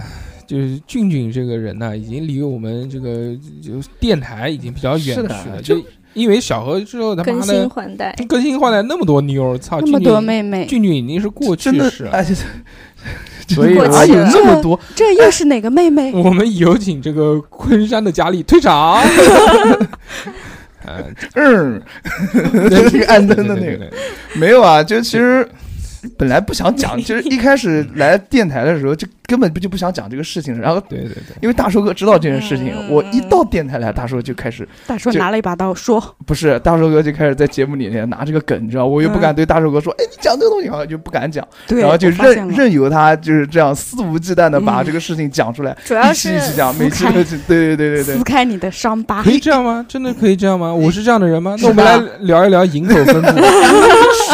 Speaker 1: 就是俊俊这个人呢、已经离我们这个就电台已经比较远
Speaker 3: 是
Speaker 1: 去
Speaker 3: 的
Speaker 1: 了，
Speaker 3: 就
Speaker 1: 就因为小何之后他
Speaker 5: 更
Speaker 1: 妈
Speaker 5: 新
Speaker 1: 的
Speaker 5: 换代。
Speaker 1: 更新换来那么多妞儿，
Speaker 4: 啊
Speaker 1: 操，
Speaker 6: 那么
Speaker 1: 俊俊
Speaker 6: 多妹妹，
Speaker 1: 俊俊已经是过去
Speaker 3: 真的
Speaker 1: 式，啊了，
Speaker 3: 哎，
Speaker 1: 所以啊
Speaker 5: 过
Speaker 3: 哪
Speaker 5: 气
Speaker 3: 有
Speaker 5: 了
Speaker 3: 那么多？
Speaker 6: 这又是哪个妹妹？
Speaker 4: 嗯
Speaker 1: 我们有请这个昆山的佳丽退场。 啊，
Speaker 3: 嗯，
Speaker 1: 对
Speaker 3: 这个按灯的那个
Speaker 1: 对对对对对
Speaker 3: 没有啊，就其实本来不想讲，就是一开始来电台的时候就根本不就不想讲这个事情，然后。
Speaker 1: 对对对，
Speaker 3: 因为大叔哥知道这件事情，
Speaker 5: 嗯
Speaker 3: 我一到电台来，大叔就开始
Speaker 6: 大叔
Speaker 3: 就
Speaker 6: 拿了一把刀说
Speaker 3: 不是大叔哥就开始在节目里面拿这个梗，你知道，我又不敢对大叔哥说，哎，你讲这个东西好像就不敢讲，：“
Speaker 6: 对，
Speaker 3: 然后就
Speaker 6: 我发现
Speaker 3: 任
Speaker 6: 了
Speaker 3: 任由他就是这样肆无忌惮的把这个事情讲出来，
Speaker 5: 主
Speaker 6: 嗯
Speaker 5: 要
Speaker 3: 一期
Speaker 5: 是
Speaker 3: 一期讲，
Speaker 6: 撕
Speaker 3: 每期
Speaker 6: 开
Speaker 3: 都是对对对对对
Speaker 6: 撕，开你的伤疤
Speaker 1: 可，以这样吗？真的可以这样吗？我是这样的人吗？
Speaker 3: 是
Speaker 1: 那我们来聊一聊营口分布。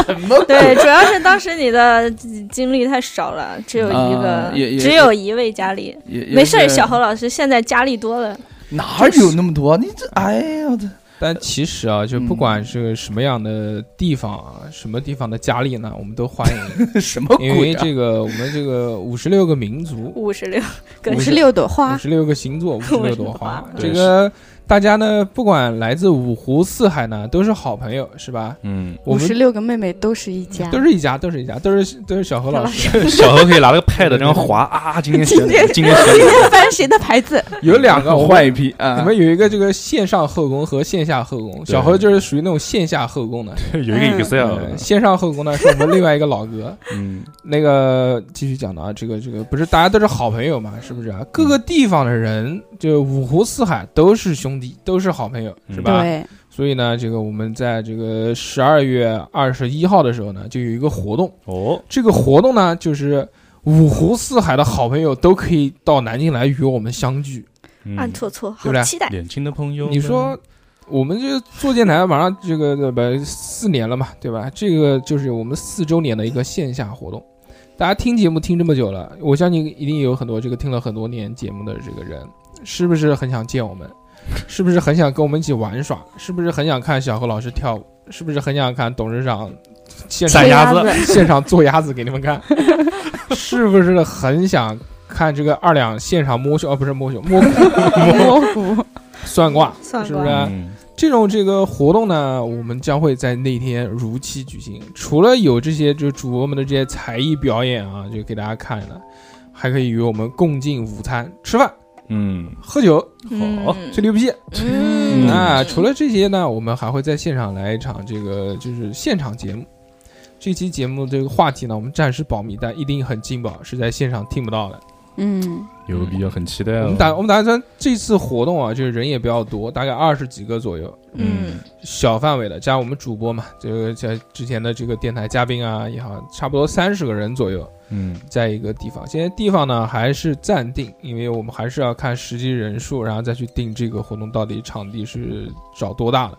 Speaker 3: 什么鬼
Speaker 5: 对，主要是当时你的经历太少了，只有一个
Speaker 3: 啊，也也
Speaker 5: 只有一位佳丽。
Speaker 3: 也也
Speaker 5: 没事儿，
Speaker 3: 是
Speaker 5: 小侯老师现在佳丽多了，
Speaker 3: 哪有那么多？你这哎呀，我的
Speaker 1: 但其实啊，就不管是什么样的地方啊，什么地方的佳丽呢，我们都欢迎，
Speaker 3: 什么
Speaker 1: 因为
Speaker 3: 鬼啊？
Speaker 1: 这个我们这个五十六个民族，
Speaker 5: 五十六个
Speaker 1: 五
Speaker 6: 五
Speaker 1: 十
Speaker 6: 十
Speaker 1: 六
Speaker 6: 六朵
Speaker 1: 五
Speaker 6: 花，
Speaker 1: 十六个星座，五十六朵
Speaker 5: 五
Speaker 1: 花
Speaker 5: 十朵花，
Speaker 1: 这个。大家呢，不管来自五湖四海呢，都是好朋友，是吧？
Speaker 4: 嗯，
Speaker 1: 我
Speaker 6: 五
Speaker 1: 们
Speaker 6: 十六个妹妹都是一家。
Speaker 1: 都 是一家，都是一家，都是都是小何老师。
Speaker 4: 小何可以拿那个 pad 这 样划啊，今天写
Speaker 6: 天
Speaker 4: 今天写
Speaker 6: 今天翻谁的牌子？
Speaker 1: 有两个，我
Speaker 3: 换
Speaker 1: 们
Speaker 3: 一批啊！
Speaker 1: 我们有一个这个线上后宫和线下后宫。小何就是属于那种线下后宫的，
Speaker 4: 有一个 Excel，
Speaker 1: 呃线上后宫呢是我们另外一个老哥。
Speaker 4: 嗯，
Speaker 1: 那个继续讲的啊，这个这个不是大家都是好朋友嘛，是不是啊？各个地方的人，就五湖四海都是兄弟，都是好朋友，是吧？
Speaker 6: 对，
Speaker 1: 所以呢，这个我们在这个十二月二十一号的时候呢，就有一个活动。
Speaker 4: 哦，
Speaker 1: 这个活动呢，就是五湖四海的好朋友都可以到南京来与我们相聚。
Speaker 4: 嗯
Speaker 5: 暗搓搓，
Speaker 1: 对
Speaker 5: 好
Speaker 1: 不对
Speaker 5: 期待。
Speaker 4: 年轻的朋友们，
Speaker 1: 你说，我们这个做电台马上这个呃不四年了嘛，对吧？这个就是我们四周年的一个线下活动。大家听节目听这么久了，我相信一定有很多这个听了很多年节目的这个人，是不是很想见我们？是不是很想跟我们一起玩耍？是不是很想看小何老师跳舞？是不是很想看董事长现场
Speaker 4: 散鸭
Speaker 6: 鸭
Speaker 4: 子，
Speaker 1: 现场做鸭子给你们看，是不是很想看这个二两现场摸胸？哦，不是摸胸，摸骨
Speaker 6: 蘑菇，
Speaker 1: 算卦，
Speaker 5: 算卦
Speaker 1: 是不是啊、
Speaker 4: 嗯
Speaker 1: 这种这个活动呢，我们将会在那天如期举行。除了有这些就是主播们的这些才艺表演啊，就给大家看了，还可以与我们共进午餐、吃饭、
Speaker 4: 嗯，
Speaker 1: 喝酒，
Speaker 5: 嗯
Speaker 4: 好
Speaker 1: 吹牛逼。
Speaker 5: 嗯
Speaker 1: 那除了这些呢，我们还会在现场来一场这个就是现场节目。这期节目这个话题呢，我们暂时保密，但一定很劲爆，是在现场听不到的。
Speaker 6: 嗯，
Speaker 4: 有必要很期待哦。
Speaker 1: 我们打我们打算这次活动啊，就是人也比较多，大概二十几个左右，
Speaker 5: 嗯，
Speaker 1: 小范围的，加我们主播嘛，这个加之前的这个电台嘉宾啊也好，差不多三十个人左右，
Speaker 4: 嗯
Speaker 1: 在一个地方。现在地方呢还是暂定，因为我们还是要看实际人数，然后再去定这个活动到底场地是找多大的。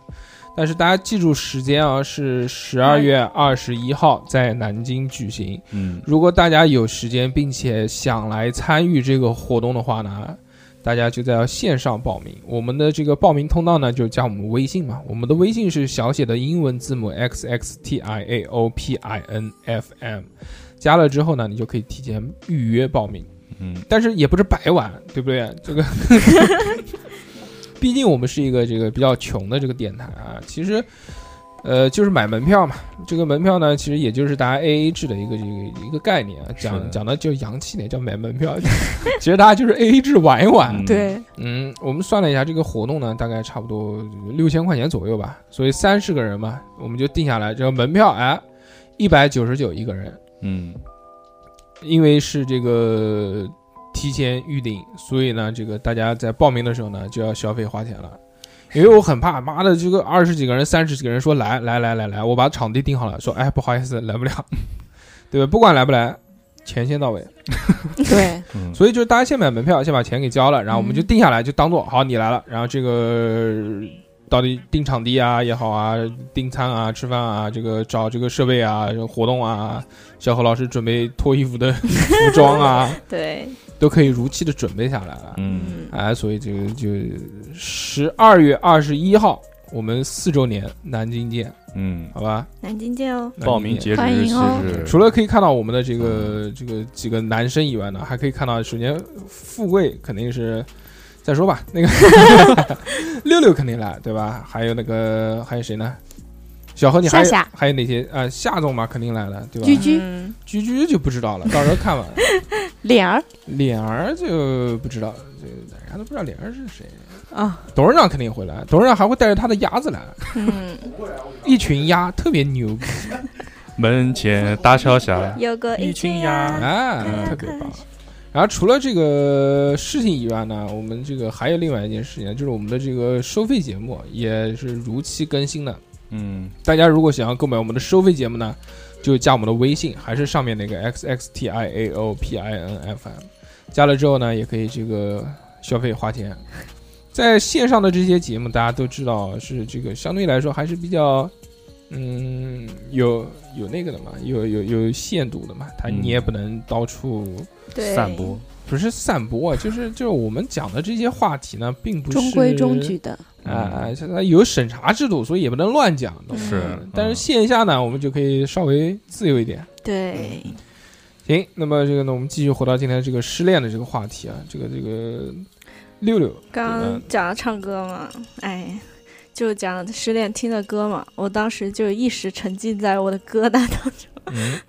Speaker 1: 但是大家记住时间啊，是十二月二十一号在南京举行。
Speaker 4: 嗯
Speaker 1: 如果大家有时间并且想来参与这个活动的话呢，大家就在线上报名。我们的这个报名通道呢，就加我们微信嘛。我们的微信是小写的英文字母 x x t i a o p i n f m，加了之后呢，你就可以提前预约报名。
Speaker 4: 嗯，
Speaker 1: 但是也不是白玩，对不对？这个，毕竟我们是一个这个比较穷的这个电台啊，其实。呃，就是买门票嘛，这个门票呢，其实也就是大家 A A 制的一个这个一个概念啊，
Speaker 4: 是的
Speaker 1: 讲讲的就洋气点，叫买门票。 其实大家就是 A A 制玩一玩。
Speaker 4: 嗯
Speaker 6: 对，
Speaker 1: 嗯，我们算了一下这个活动呢，大概差不多六千块钱左右吧。所以三十个人嘛，我们就定下来，这个门票哎，一百九十九一个人，
Speaker 4: 嗯，
Speaker 1: 因为是这个提前预定，所以呢，这个大家在报名的时候呢，就要消费花钱了。因为我很怕，妈的，这个二十几个人、三十几个人说来来来来来，我把场地定好了，说哎不好意思来不了， 对吧？不管来不来，钱先到位。
Speaker 6: 对，
Speaker 4: 嗯
Speaker 1: 所以就是大家先买门票，先把钱给交了，然后我们就
Speaker 6: 嗯
Speaker 1: 定下来，就当做好你来了。然后这个到底定场地啊也好啊，订餐啊、吃饭啊，这个找这个设备啊、活动啊，小何老师准备脱衣服的 服装啊，
Speaker 5: 对，
Speaker 1: 都可以如期的准备下来了。
Speaker 4: 嗯，
Speaker 5: 嗯，
Speaker 1: 哎，所以这个就十二月二十一号，我们四周年南京见，
Speaker 4: 嗯，
Speaker 1: 好吧？
Speaker 5: 南京见哦，
Speaker 1: 南京见
Speaker 4: 报名嗯截止
Speaker 6: 欢
Speaker 4: 日
Speaker 6: 迎
Speaker 4: 期
Speaker 6: 哦
Speaker 4: 是
Speaker 1: 除了可以看到我们的这个这个几个男生以外呢，还可以看到，首先富贵肯定是再说吧，那个 六六肯定来，对吧？还有那个还有谁呢？小何，你还有
Speaker 6: 夏夏
Speaker 1: 还有哪些啊？夏总嘛肯定来了，对吧
Speaker 6: 居？居
Speaker 5: 嗯，
Speaker 1: 居居就不知道了，到时候看吧。
Speaker 6: 脸儿
Speaker 1: 脸儿就不知道，这人家都不知道脸儿是谁。
Speaker 6: 啊，
Speaker 1: 董事长肯定会来，董事长还会带着他的鸭子来，
Speaker 5: 嗯，
Speaker 1: 一群鸭特别牛逼，
Speaker 4: 门前大桥下，
Speaker 5: 有个
Speaker 4: 一群
Speaker 5: 群
Speaker 4: 鸭
Speaker 5: 鸭，
Speaker 1: 哎，特别棒。然后除了这个事情以外呢，我们这个还有另外一件事情，就是我们的这个收费节目啊也是如期更新的。
Speaker 4: 嗯，
Speaker 1: 大家如果想要购买我们的收费节目呢，就加我们的微信，还是上面那个 x x t i a o p i n f m，加了之后呢，也可以这个消费花钱。在线上的这些节目，大家都知道是这个相对来说还是比较，嗯，有有那个的嘛，有有有限度的嘛，它
Speaker 4: 嗯
Speaker 1: 你也不能到处
Speaker 5: 对，
Speaker 4: 散步，
Speaker 1: 不是散播啊，就是就是我们讲的这些话题呢，并不是
Speaker 6: 嗯中规中矩的，
Speaker 1: 啊，它、有审查制度，所以也不能乱讲，懂吗？
Speaker 4: 是
Speaker 1: 嗯，但是
Speaker 4: 嗯
Speaker 1: 线下呢，我们就可以稍微自由一点。
Speaker 5: 对，
Speaker 1: 行，那么这个呢，我们继续回到今天这个失恋的这个话题啊，这个这个六六，
Speaker 5: 刚
Speaker 1: 嗯
Speaker 5: 刚讲到唱歌嘛，哎，就讲失恋听的歌嘛，我当时就一时沉浸在我的歌单当中
Speaker 1: 嗯，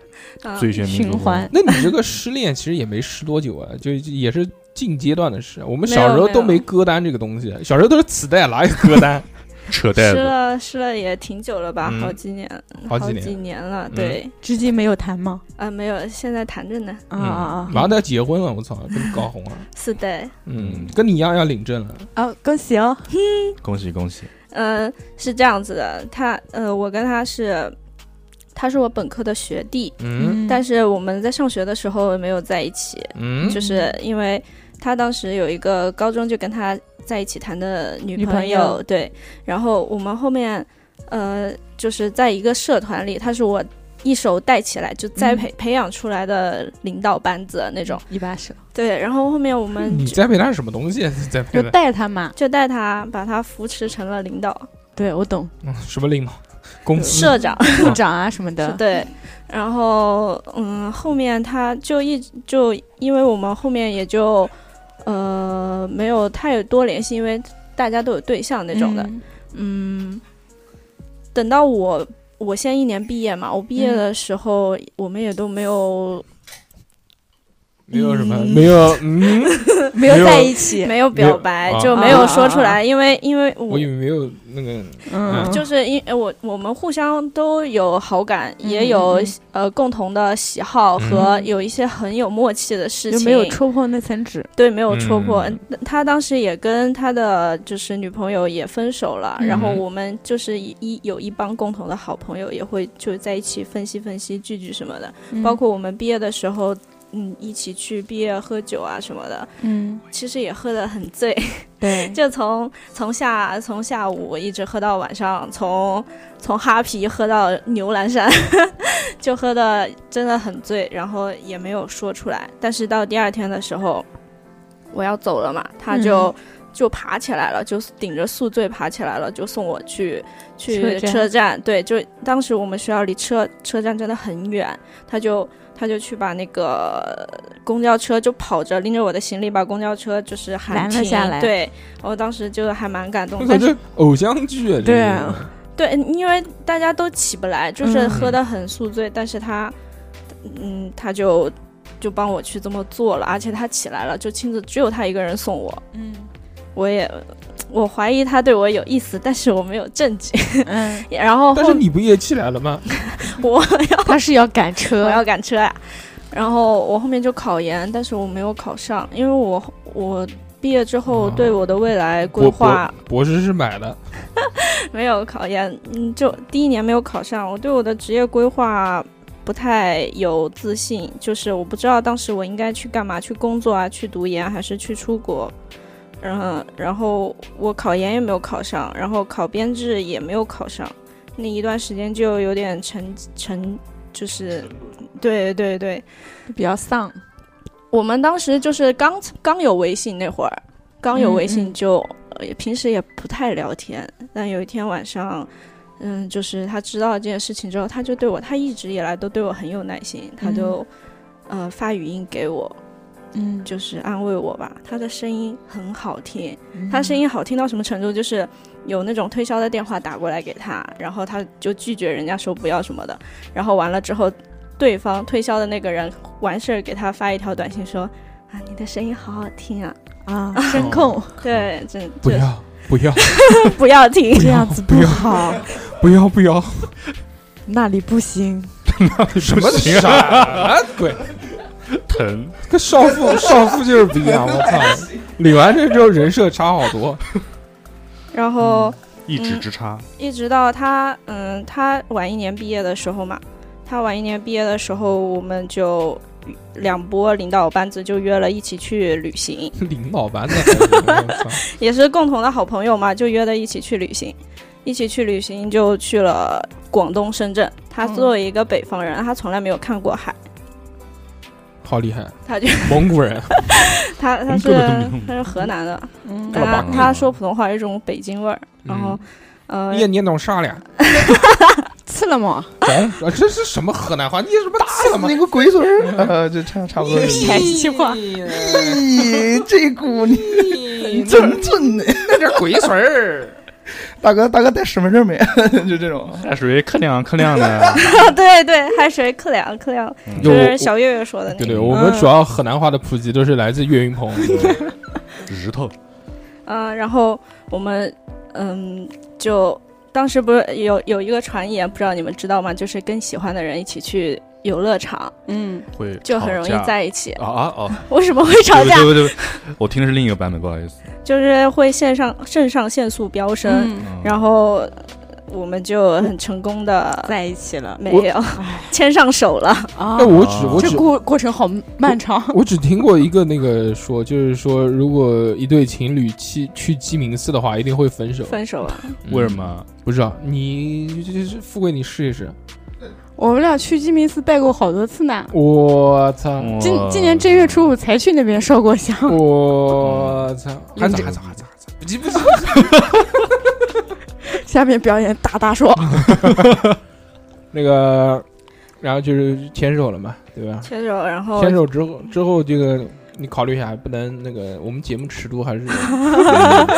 Speaker 5: 啊，
Speaker 4: 最炫民
Speaker 6: 循
Speaker 4: 族风
Speaker 6: 环，
Speaker 1: 那你这个失恋其实也没失多久啊，就就也是近阶段的事。啊我们
Speaker 5: 没
Speaker 1: 小时候
Speaker 5: 有
Speaker 1: 都
Speaker 5: 没
Speaker 1: 没
Speaker 5: 有
Speaker 1: 歌单这个东西，啊小时候都是磁带，哪有歌单？
Speaker 4: 扯
Speaker 5: 吃
Speaker 4: 袋子，
Speaker 5: 了吃了也挺久了吧，
Speaker 1: 嗯
Speaker 5: 好几年，
Speaker 1: 好几
Speaker 5: 几
Speaker 1: 年
Speaker 5: 了，
Speaker 1: 嗯
Speaker 5: 对，
Speaker 6: 至今没有谈吗？
Speaker 5: 啊，没有，现在谈着呢，
Speaker 1: 嗯
Speaker 6: 啊啊
Speaker 1: 马上都要结婚了，我操，真搞红 了。
Speaker 5: 是的，
Speaker 1: 嗯，跟你一样要领证了。
Speaker 6: 啊啊！恭喜哦，
Speaker 4: 恭喜恭喜，
Speaker 5: 嗯，是这样子的，他，呃，我跟他是，他是我本科的学弟，
Speaker 1: 嗯
Speaker 5: 但是我们在上学的时候没有在一起，
Speaker 1: 嗯
Speaker 5: 就是因为他当时有一个高中就跟他在一起谈的女
Speaker 6: 女朋友
Speaker 5: 友对，然后我们后面，呃，就是在一个社团里，他是我一手带起来就栽培、培养出来的领导班子那种，
Speaker 6: 一把手
Speaker 5: 对，然后后面我们
Speaker 1: 嗯你
Speaker 5: 就
Speaker 1: 栽培他是什么东西？ 栽培
Speaker 6: 就
Speaker 1: 的
Speaker 6: 带他嘛，
Speaker 5: 就带他把他扶持成了领导、
Speaker 6: 对我懂，
Speaker 1: 嗯什么领导？公司
Speaker 5: 社长，
Speaker 6: 部长啊什么的，
Speaker 5: 对，然后嗯，后面他就一直就因为我们后面也就呃没有太多联系，因为大家都有对象那种的。
Speaker 6: 嗯
Speaker 5: 嗯等到我我先一年毕业嘛，我毕业
Speaker 6: 嗯
Speaker 5: 的时候、我们也都没有
Speaker 1: 没有什么，
Speaker 5: 嗯
Speaker 1: 没有嗯，
Speaker 6: 没
Speaker 1: 没有
Speaker 6: 有在一起，
Speaker 5: 没有
Speaker 1: 没有
Speaker 5: 表白，
Speaker 1: 啊
Speaker 5: 就没有说出来，因为因为
Speaker 1: 我
Speaker 5: 我
Speaker 1: 以。为没有那个
Speaker 6: 嗯，
Speaker 5: 就是因呃我我们互相都有好感，也有
Speaker 6: 嗯嗯嗯
Speaker 5: 呃共同的喜好
Speaker 1: 嗯
Speaker 5: 和有一些很有默契的事
Speaker 6: 就
Speaker 5: 情，
Speaker 6: 没有戳破那层纸，
Speaker 5: 对，没有戳破。
Speaker 4: 嗯
Speaker 5: 嗯他当时也跟他的就是女朋友也分手了，
Speaker 6: 嗯
Speaker 5: 然后我们就是一一有一帮共同的好朋友，也会就在一起分析分析聚聚什么的。包括我们毕业的时候，嗯，一起去毕业喝酒啊什么的，
Speaker 6: 嗯，
Speaker 5: 其实也喝得很醉，
Speaker 6: 对，
Speaker 5: 就从从下从下午一直喝到晚上，从从哈啤喝到牛栏山， 就喝的真的很醉，然后也没有说出来。但是到第二天的时候，我要走了嘛，他
Speaker 8: 嗯
Speaker 5: 就、就爬起来了，就顶着宿醉爬起来了，就送我去去
Speaker 8: 车站
Speaker 5: 车站。对，就当时我们学校离车车站真的很远，他就他就去把那个公交车就跑着拎着我的行李把公交车就是喊
Speaker 8: 拦了
Speaker 5: 停
Speaker 8: 下来
Speaker 5: 对，我当时就还蛮感动
Speaker 1: 我，感
Speaker 5: 但是
Speaker 1: 觉偶像剧啊，这
Speaker 8: 对
Speaker 1: 个
Speaker 8: 啊
Speaker 5: 对，嗯因为大家都起不来，就是
Speaker 8: 嗯
Speaker 5: 喝得很宿醉，但是他，嗯，他就就帮我去这么做了，而且他起来了，就亲自只有他一个人送我，
Speaker 8: 嗯
Speaker 5: 我也我怀疑他对我有意思，但是我没有证据，
Speaker 8: 嗯，
Speaker 5: 然后
Speaker 1: 但是
Speaker 5: 后
Speaker 1: 你不也起来了吗？
Speaker 5: 我
Speaker 8: 他是要赶
Speaker 5: 我
Speaker 8: 车，
Speaker 5: 要赶车呀、啊然后我后面就考研，但是我没有考上，因为我我毕业之后
Speaker 1: 哦
Speaker 5: 对我的未来规
Speaker 1: 我
Speaker 5: 划
Speaker 1: 博博士是买的，
Speaker 5: 没有考研，嗯，就第一年没有考上，我对我的职业规划不太有自信，就是我不知道当时我应该去干嘛，去工作啊，去读研还是去出国。嗯，然后我考研也没有考上，然后考编制也没有考上，那一段时间就有点沉沉，就是，对对对，
Speaker 8: 比较丧，
Speaker 5: 我们当时就是刚刚有微信那会儿，刚有微
Speaker 8: 嗯
Speaker 5: 信
Speaker 8: 嗯
Speaker 5: 就、呃平时也不太聊天，但有一天晚上，嗯，就是他知道这件事情之后，他就对我，他一直以来都对我很有耐心，他就、呃发语音给我，
Speaker 8: 嗯，
Speaker 5: 就是安慰我吧。他的声音很好听，
Speaker 8: 嗯
Speaker 5: 他声音好听到什么程度？就是有那种推销的电话打过来给他，然后他就拒绝人家说不要什么的，然后完了之后，对方推销的那个人完事儿给他发一条短信说：“啊，你的声音好好听啊
Speaker 4: 哦
Speaker 5: 嗯
Speaker 8: 啊，声 控！”
Speaker 5: 对，真
Speaker 1: 哦不
Speaker 5: 这
Speaker 1: 要不要
Speaker 5: 不要听
Speaker 1: 不，
Speaker 8: 这
Speaker 1: 要
Speaker 8: 样子不好，
Speaker 1: 不要不 要，
Speaker 8: 那里不行，
Speaker 1: 什么什 么啊鬼？
Speaker 4: 疼，
Speaker 1: 跟少妇少妇就是不一样，我 操！领完证之后人设差好多，
Speaker 5: 然后。
Speaker 4: 一
Speaker 5: 嗯
Speaker 4: 指之差，
Speaker 5: 一直到他，嗯，他晚一年毕业的时候嘛，他晚一年毕业的时候，我们就两波领导班子就约了一起去旅行，
Speaker 1: 领导班的，我操
Speaker 5: 也是共同的好朋友嘛，就约的一起去旅行，一起去旅行就去了广东深圳。他作为一个北方人，他从来没有看过海，
Speaker 1: 好厉害！
Speaker 5: 他就
Speaker 1: 蒙古人，
Speaker 5: 他他
Speaker 4: 嗯
Speaker 5: 是
Speaker 4: 各个都民族
Speaker 5: 他是河南的，
Speaker 8: 嗯
Speaker 5: 但
Speaker 4: 干
Speaker 5: 他
Speaker 4: 嘛
Speaker 5: 他说普通话有一种北京味儿，啊
Speaker 1: 嗯
Speaker 5: 然后，呃，
Speaker 1: 你也念懂啥了？
Speaker 6: 刺了吗？
Speaker 1: 懂？这是什么河南话？你什么打了吗？
Speaker 3: 那个鬼 嘴儿，
Speaker 1: 嗯
Speaker 3: 呃，就差差不多。
Speaker 8: 陕西话，
Speaker 3: 咦，这姑娘真准的，
Speaker 1: 那点鬼水儿，
Speaker 3: 大哥大哥带身份证没？ 就这种。
Speaker 4: 还属于克亮克亮的，
Speaker 5: 对对，还谁克良克良， 就
Speaker 1: 有
Speaker 5: 是小岳岳说的那个。
Speaker 1: 对对，我们主要河南话的普及都是来自岳云鹏。
Speaker 4: 石头，
Speaker 5: 嗯，然后我们嗯，就当时不是有有一个传言，不知道你们知道吗？就是跟喜欢的人一起去游乐场，
Speaker 6: 嗯，
Speaker 4: 会
Speaker 5: 就很容易
Speaker 4: 吵架
Speaker 5: 在一起。
Speaker 4: 啊啊哦，
Speaker 5: 为什么会吵
Speaker 4: 对不
Speaker 5: 架
Speaker 4: 对？不对不 对，我听的是另一个版本，不好意思，
Speaker 5: 就是会肾上肾上腺素飙升，
Speaker 4: 嗯
Speaker 5: 然后呃我们就很成功的
Speaker 8: 在一起了哦
Speaker 5: 没有 牵上手了。
Speaker 6: 啊
Speaker 1: 哎，，我只
Speaker 4: 啊
Speaker 1: 我
Speaker 6: 这
Speaker 1: 只
Speaker 6: 过过程好漫长。
Speaker 1: 我只听过一个那个说，就是说如果一对情侣去去鸡鸣寺的话，一定会分手。
Speaker 5: 分手了，
Speaker 1: 嗯
Speaker 4: 为什？么？
Speaker 1: 不知道，你就是富贵，你试一试。
Speaker 6: 我们俩去鸡鸣寺拜过好多次呢。
Speaker 1: 我操！
Speaker 6: 今
Speaker 4: 哇
Speaker 6: 今年正月初五才去那边烧过香，
Speaker 1: 嗯我操！还咋还咋还咋还咋？不急不急。
Speaker 6: 下面表演大大 说，
Speaker 1: 那个，然后就是牵手了嘛，对吧？
Speaker 5: 牵手，然后
Speaker 1: 牵手之后之后，这个你考虑一下，不能那个我们节目尺度还是
Speaker 4: 嗯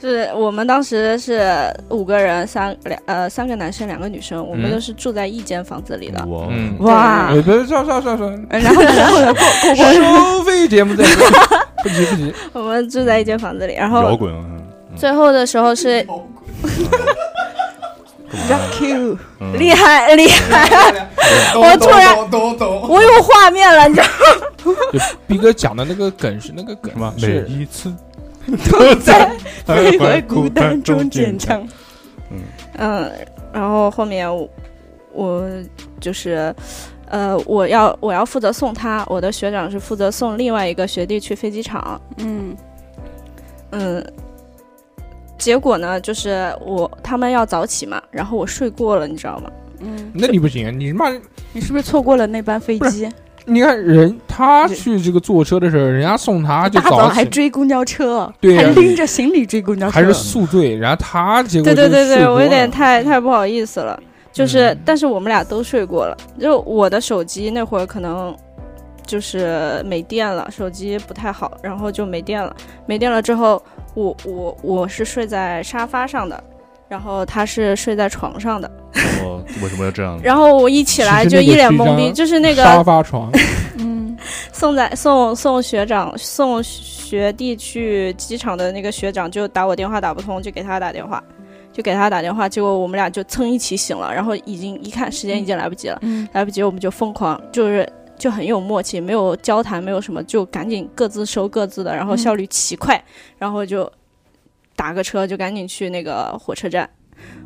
Speaker 5: 是我们当时是五个人，三两呃三个男生，两个女生，我们
Speaker 1: 嗯
Speaker 5: 都是住在一间房子里的。
Speaker 4: 我
Speaker 1: 嗯
Speaker 5: 啊
Speaker 8: 哇
Speaker 1: 哎，，别上上上上，
Speaker 5: 呃
Speaker 6: 然后然后
Speaker 1: 收费节目再说， 不急不急，
Speaker 5: 我们住在一间房子里，然后
Speaker 4: 摇滚，嗯
Speaker 5: 最后的时候是
Speaker 6: Q，
Speaker 4: 嗯
Speaker 5: 厉害厉害，我突然
Speaker 3: 懂懂，
Speaker 5: 我有画面了，你知道
Speaker 1: 就逼哥讲的那个梗是那个梗
Speaker 4: 什么？每
Speaker 1: 是
Speaker 4: 一次
Speaker 6: 都 在
Speaker 4: 徘
Speaker 6: 徘 徊
Speaker 4: 徊
Speaker 6: 孤
Speaker 4: 孤
Speaker 6: 单
Speaker 4: 单
Speaker 6: 中
Speaker 4: 中
Speaker 6: 坚
Speaker 4: 坚
Speaker 6: 强
Speaker 4: 强。
Speaker 5: 嗯，然后后面我我就是呃，我要我要负责送他，我的学长是负责送另外一个学弟去飞机场，
Speaker 6: 嗯，
Speaker 5: 嗯。结果呢，就是我他们要早起嘛，然后我睡过了，你知道吗？
Speaker 6: 嗯，
Speaker 1: 那你不行，你他妈
Speaker 6: 你是不是错过了那班飞机？
Speaker 1: 你看人他
Speaker 6: 对
Speaker 1: 去这个坐车的时候，人家送他就
Speaker 6: 大早
Speaker 1: 早
Speaker 6: 还
Speaker 1: 起，
Speaker 6: 追公交车，
Speaker 1: 对呀
Speaker 6: 还拎着行李追公交车，
Speaker 1: 还是宿醉，然后他结果
Speaker 5: 对对
Speaker 1: 就
Speaker 5: 对
Speaker 1: 睡
Speaker 5: 对，
Speaker 1: 过
Speaker 5: 我有点
Speaker 1: 了
Speaker 5: 太太不好意思了。就是，
Speaker 1: 嗯
Speaker 5: 但是我们俩都睡过了。就我的手机那会儿可能就是没电了，手机不太好，然后就没电了。没电了之后，我我我是睡在沙发上的，然后他是睡在床上的。
Speaker 4: 我为什么要这样呢？
Speaker 5: 然后我一起来
Speaker 1: 其实
Speaker 5: 就
Speaker 1: 那个
Speaker 5: 一脸
Speaker 1: 是一
Speaker 5: 懵逼，
Speaker 1: 张
Speaker 5: 就是那
Speaker 1: 沙
Speaker 5: 个
Speaker 1: 发 床，
Speaker 6: 嗯，
Speaker 5: 送在送送学长送学弟去机场的那个学长就打我电话打不通，就给他打电话，就给他打电话，结果我们俩就蹭一起醒了，然后已经一看时间已经来不及了，
Speaker 6: 嗯
Speaker 5: 来不及我们就疯狂就是。就很有默契，没有交谈，没有什么，就赶紧各自收各自的，然后
Speaker 6: 嗯
Speaker 5: 效率奇快，然后就打个车就赶紧去那个火车站。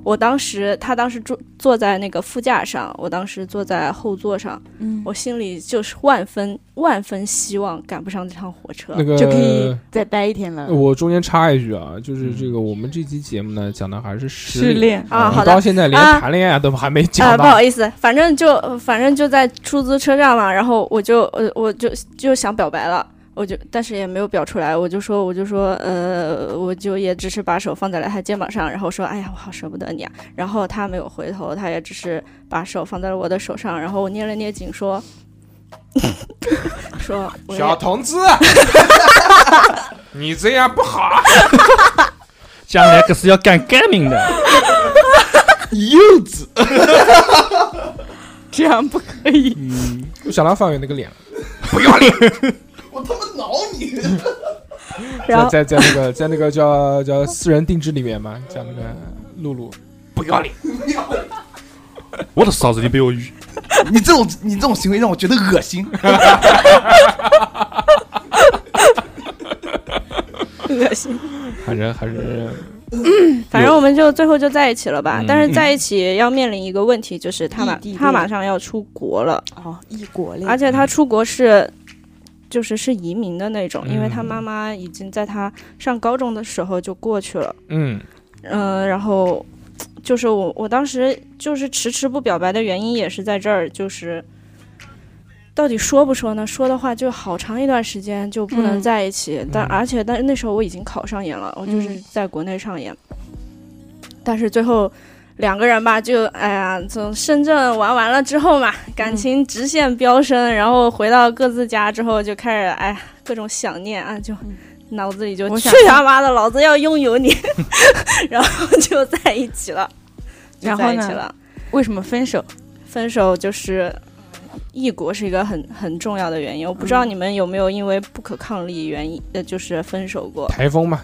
Speaker 5: 我当时他当时坐坐在那个副驾上，我当时坐在后座上，
Speaker 6: 嗯，
Speaker 5: 我心里就是万分万分希望赶不上这趟火车。
Speaker 1: 那个
Speaker 6: 就可以再待一天了。
Speaker 1: 呃我中间插一句啊，就是
Speaker 4: 嗯
Speaker 1: 这个我们这期节目呢，讲的还是
Speaker 8: 失
Speaker 1: 失恋。
Speaker 8: 恋
Speaker 5: 啊
Speaker 1: 你
Speaker 5: 好的
Speaker 1: 到现在连
Speaker 5: 啊
Speaker 1: 谈恋爱都还没
Speaker 5: 啊、
Speaker 1: 讲
Speaker 5: 不
Speaker 1: 到
Speaker 5: 好，意思，反正就呃反正就在出租车站嘛，然后我就呃我就就想表白了，我就但是也没有表出来，我就说我就说呃我就也只是把手放在了他肩膀上，然后说哎呀我好舍不得你啊，然后他没有回头，他也只是把手放在了我的手上，然后我捏了捏 颈说。说我也
Speaker 1: 小同 志，你这样不好，啊
Speaker 4: 将来可是要干革命的。
Speaker 1: 幼稚。
Speaker 6: 这样不可以。
Speaker 1: 嗯 我想到范伟那个脸了，
Speaker 5: 然后
Speaker 1: 在在在那个在那个叫叫私人定制里面嘛，叫那个露露，
Speaker 4: 我的嫂子，你被我愚！
Speaker 3: 你这种你这种行为让我觉得恶 心。
Speaker 5: 恶心。
Speaker 1: 反正还是
Speaker 5: 反正我们就最后就在一起了吧，
Speaker 4: 嗯
Speaker 5: 但是在一起要面临一个问题，就是他马
Speaker 8: 异地恋
Speaker 5: 他马上要出国了，
Speaker 8: 哦，异国恋，
Speaker 5: 而且他出国是就是是移民的那种，
Speaker 1: 嗯
Speaker 5: 因为他妈妈已经在他上高中的时候就过去了，
Speaker 1: 嗯，
Speaker 5: 嗯、然后就是我我当时就是迟迟不表白的原因也是在这儿，就是。到底说不说呢？说的话就好长一段时间就不能
Speaker 6: 嗯
Speaker 5: 在一起，但
Speaker 1: 嗯
Speaker 5: 而且但那时候我已经考上研了，我就是
Speaker 6: 嗯
Speaker 5: 在国内上研，但是最后两个人吧，就哎呀，从深圳玩完了之后嘛，
Speaker 6: 嗯
Speaker 5: 感情直线飙升，然后回到各自家之后就开始哎呀各种想念啊，就
Speaker 6: 嗯
Speaker 5: 脑子里就
Speaker 6: 我
Speaker 5: 去
Speaker 6: 想
Speaker 5: 他妈的，老子要拥有你，然后 就在一起了，就
Speaker 6: 然后
Speaker 5: 在一
Speaker 6: 呢
Speaker 5: 起了。
Speaker 6: 为什么 分手？
Speaker 5: 分手就是嗯异国是一个很很重要的原因，我不知道你们有没有因为不可抗力原因呃就是分手过。
Speaker 1: 台风嘛，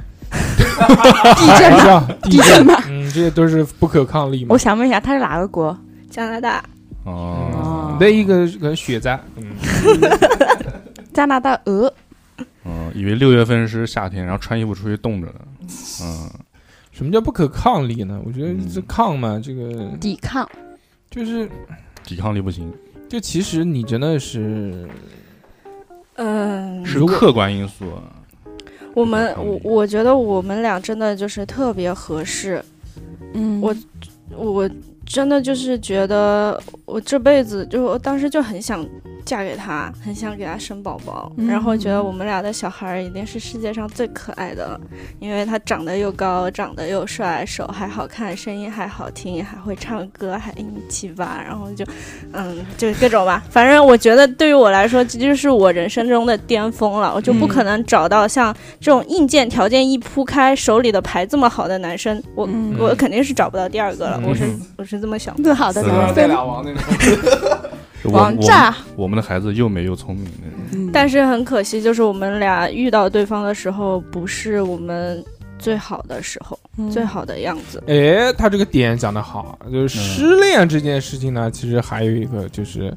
Speaker 6: 地震
Speaker 1: 海
Speaker 6: 吗？
Speaker 1: 啸、哎 地
Speaker 6: 地震
Speaker 1: 震
Speaker 6: 吗，
Speaker 1: 嗯，这些都是不可抗力嘛
Speaker 6: 我。想问一下，他是哪个国？
Speaker 5: 加拿大
Speaker 4: 哦，
Speaker 1: 那一个可能雪灾，嗯，
Speaker 6: 加拿大鹅。
Speaker 4: 嗯，以为六月份是夏天，然后穿衣服出去冻着 呢。嗯，
Speaker 1: 什么叫不可抗力呢？我觉得这抗嘛，这个
Speaker 6: 抵抗，
Speaker 1: 就是
Speaker 4: 抵抗力不行，
Speaker 1: 就其实你真的是
Speaker 5: 嗯，
Speaker 4: 是
Speaker 1: 如果
Speaker 4: 客观因素。啊
Speaker 5: 我们
Speaker 4: 同
Speaker 5: 我
Speaker 4: 意
Speaker 5: 我觉得我们俩真的就是特别合适，
Speaker 6: 嗯
Speaker 5: 我我真的就是觉得我这辈子就我当时就很想嫁给他，很想给他生宝宝，
Speaker 6: 嗯
Speaker 5: 然后觉得我们俩的小孩儿一定是世界上最可爱的了，因为他长得又高，长得又帅，手还好看，声音还好听，还会唱歌，还一米七八，然后就嗯，就各种吧，反正我觉得对于我来说，这就是我人生中的巅峰了，我就不可能找到像这种硬件条件一铺开，手里的牌这么好的男生，我
Speaker 6: 嗯
Speaker 5: 我肯定是找不到第二个了，
Speaker 1: 嗯
Speaker 5: 我是我是这么想的。
Speaker 6: 更好的
Speaker 4: 是吧
Speaker 6: 男生
Speaker 1: 王那种，
Speaker 4: 我
Speaker 6: 王炸，
Speaker 4: 我我们的孩子又美又聪明那种。
Speaker 6: 嗯
Speaker 5: 但是很可惜，就是我们俩遇到对方的时候，不是我们最好的时候，
Speaker 6: 嗯
Speaker 5: 最好的样子。
Speaker 1: 哎，他这个点讲的好，就是失恋这件事情呢，其实还有一个就是，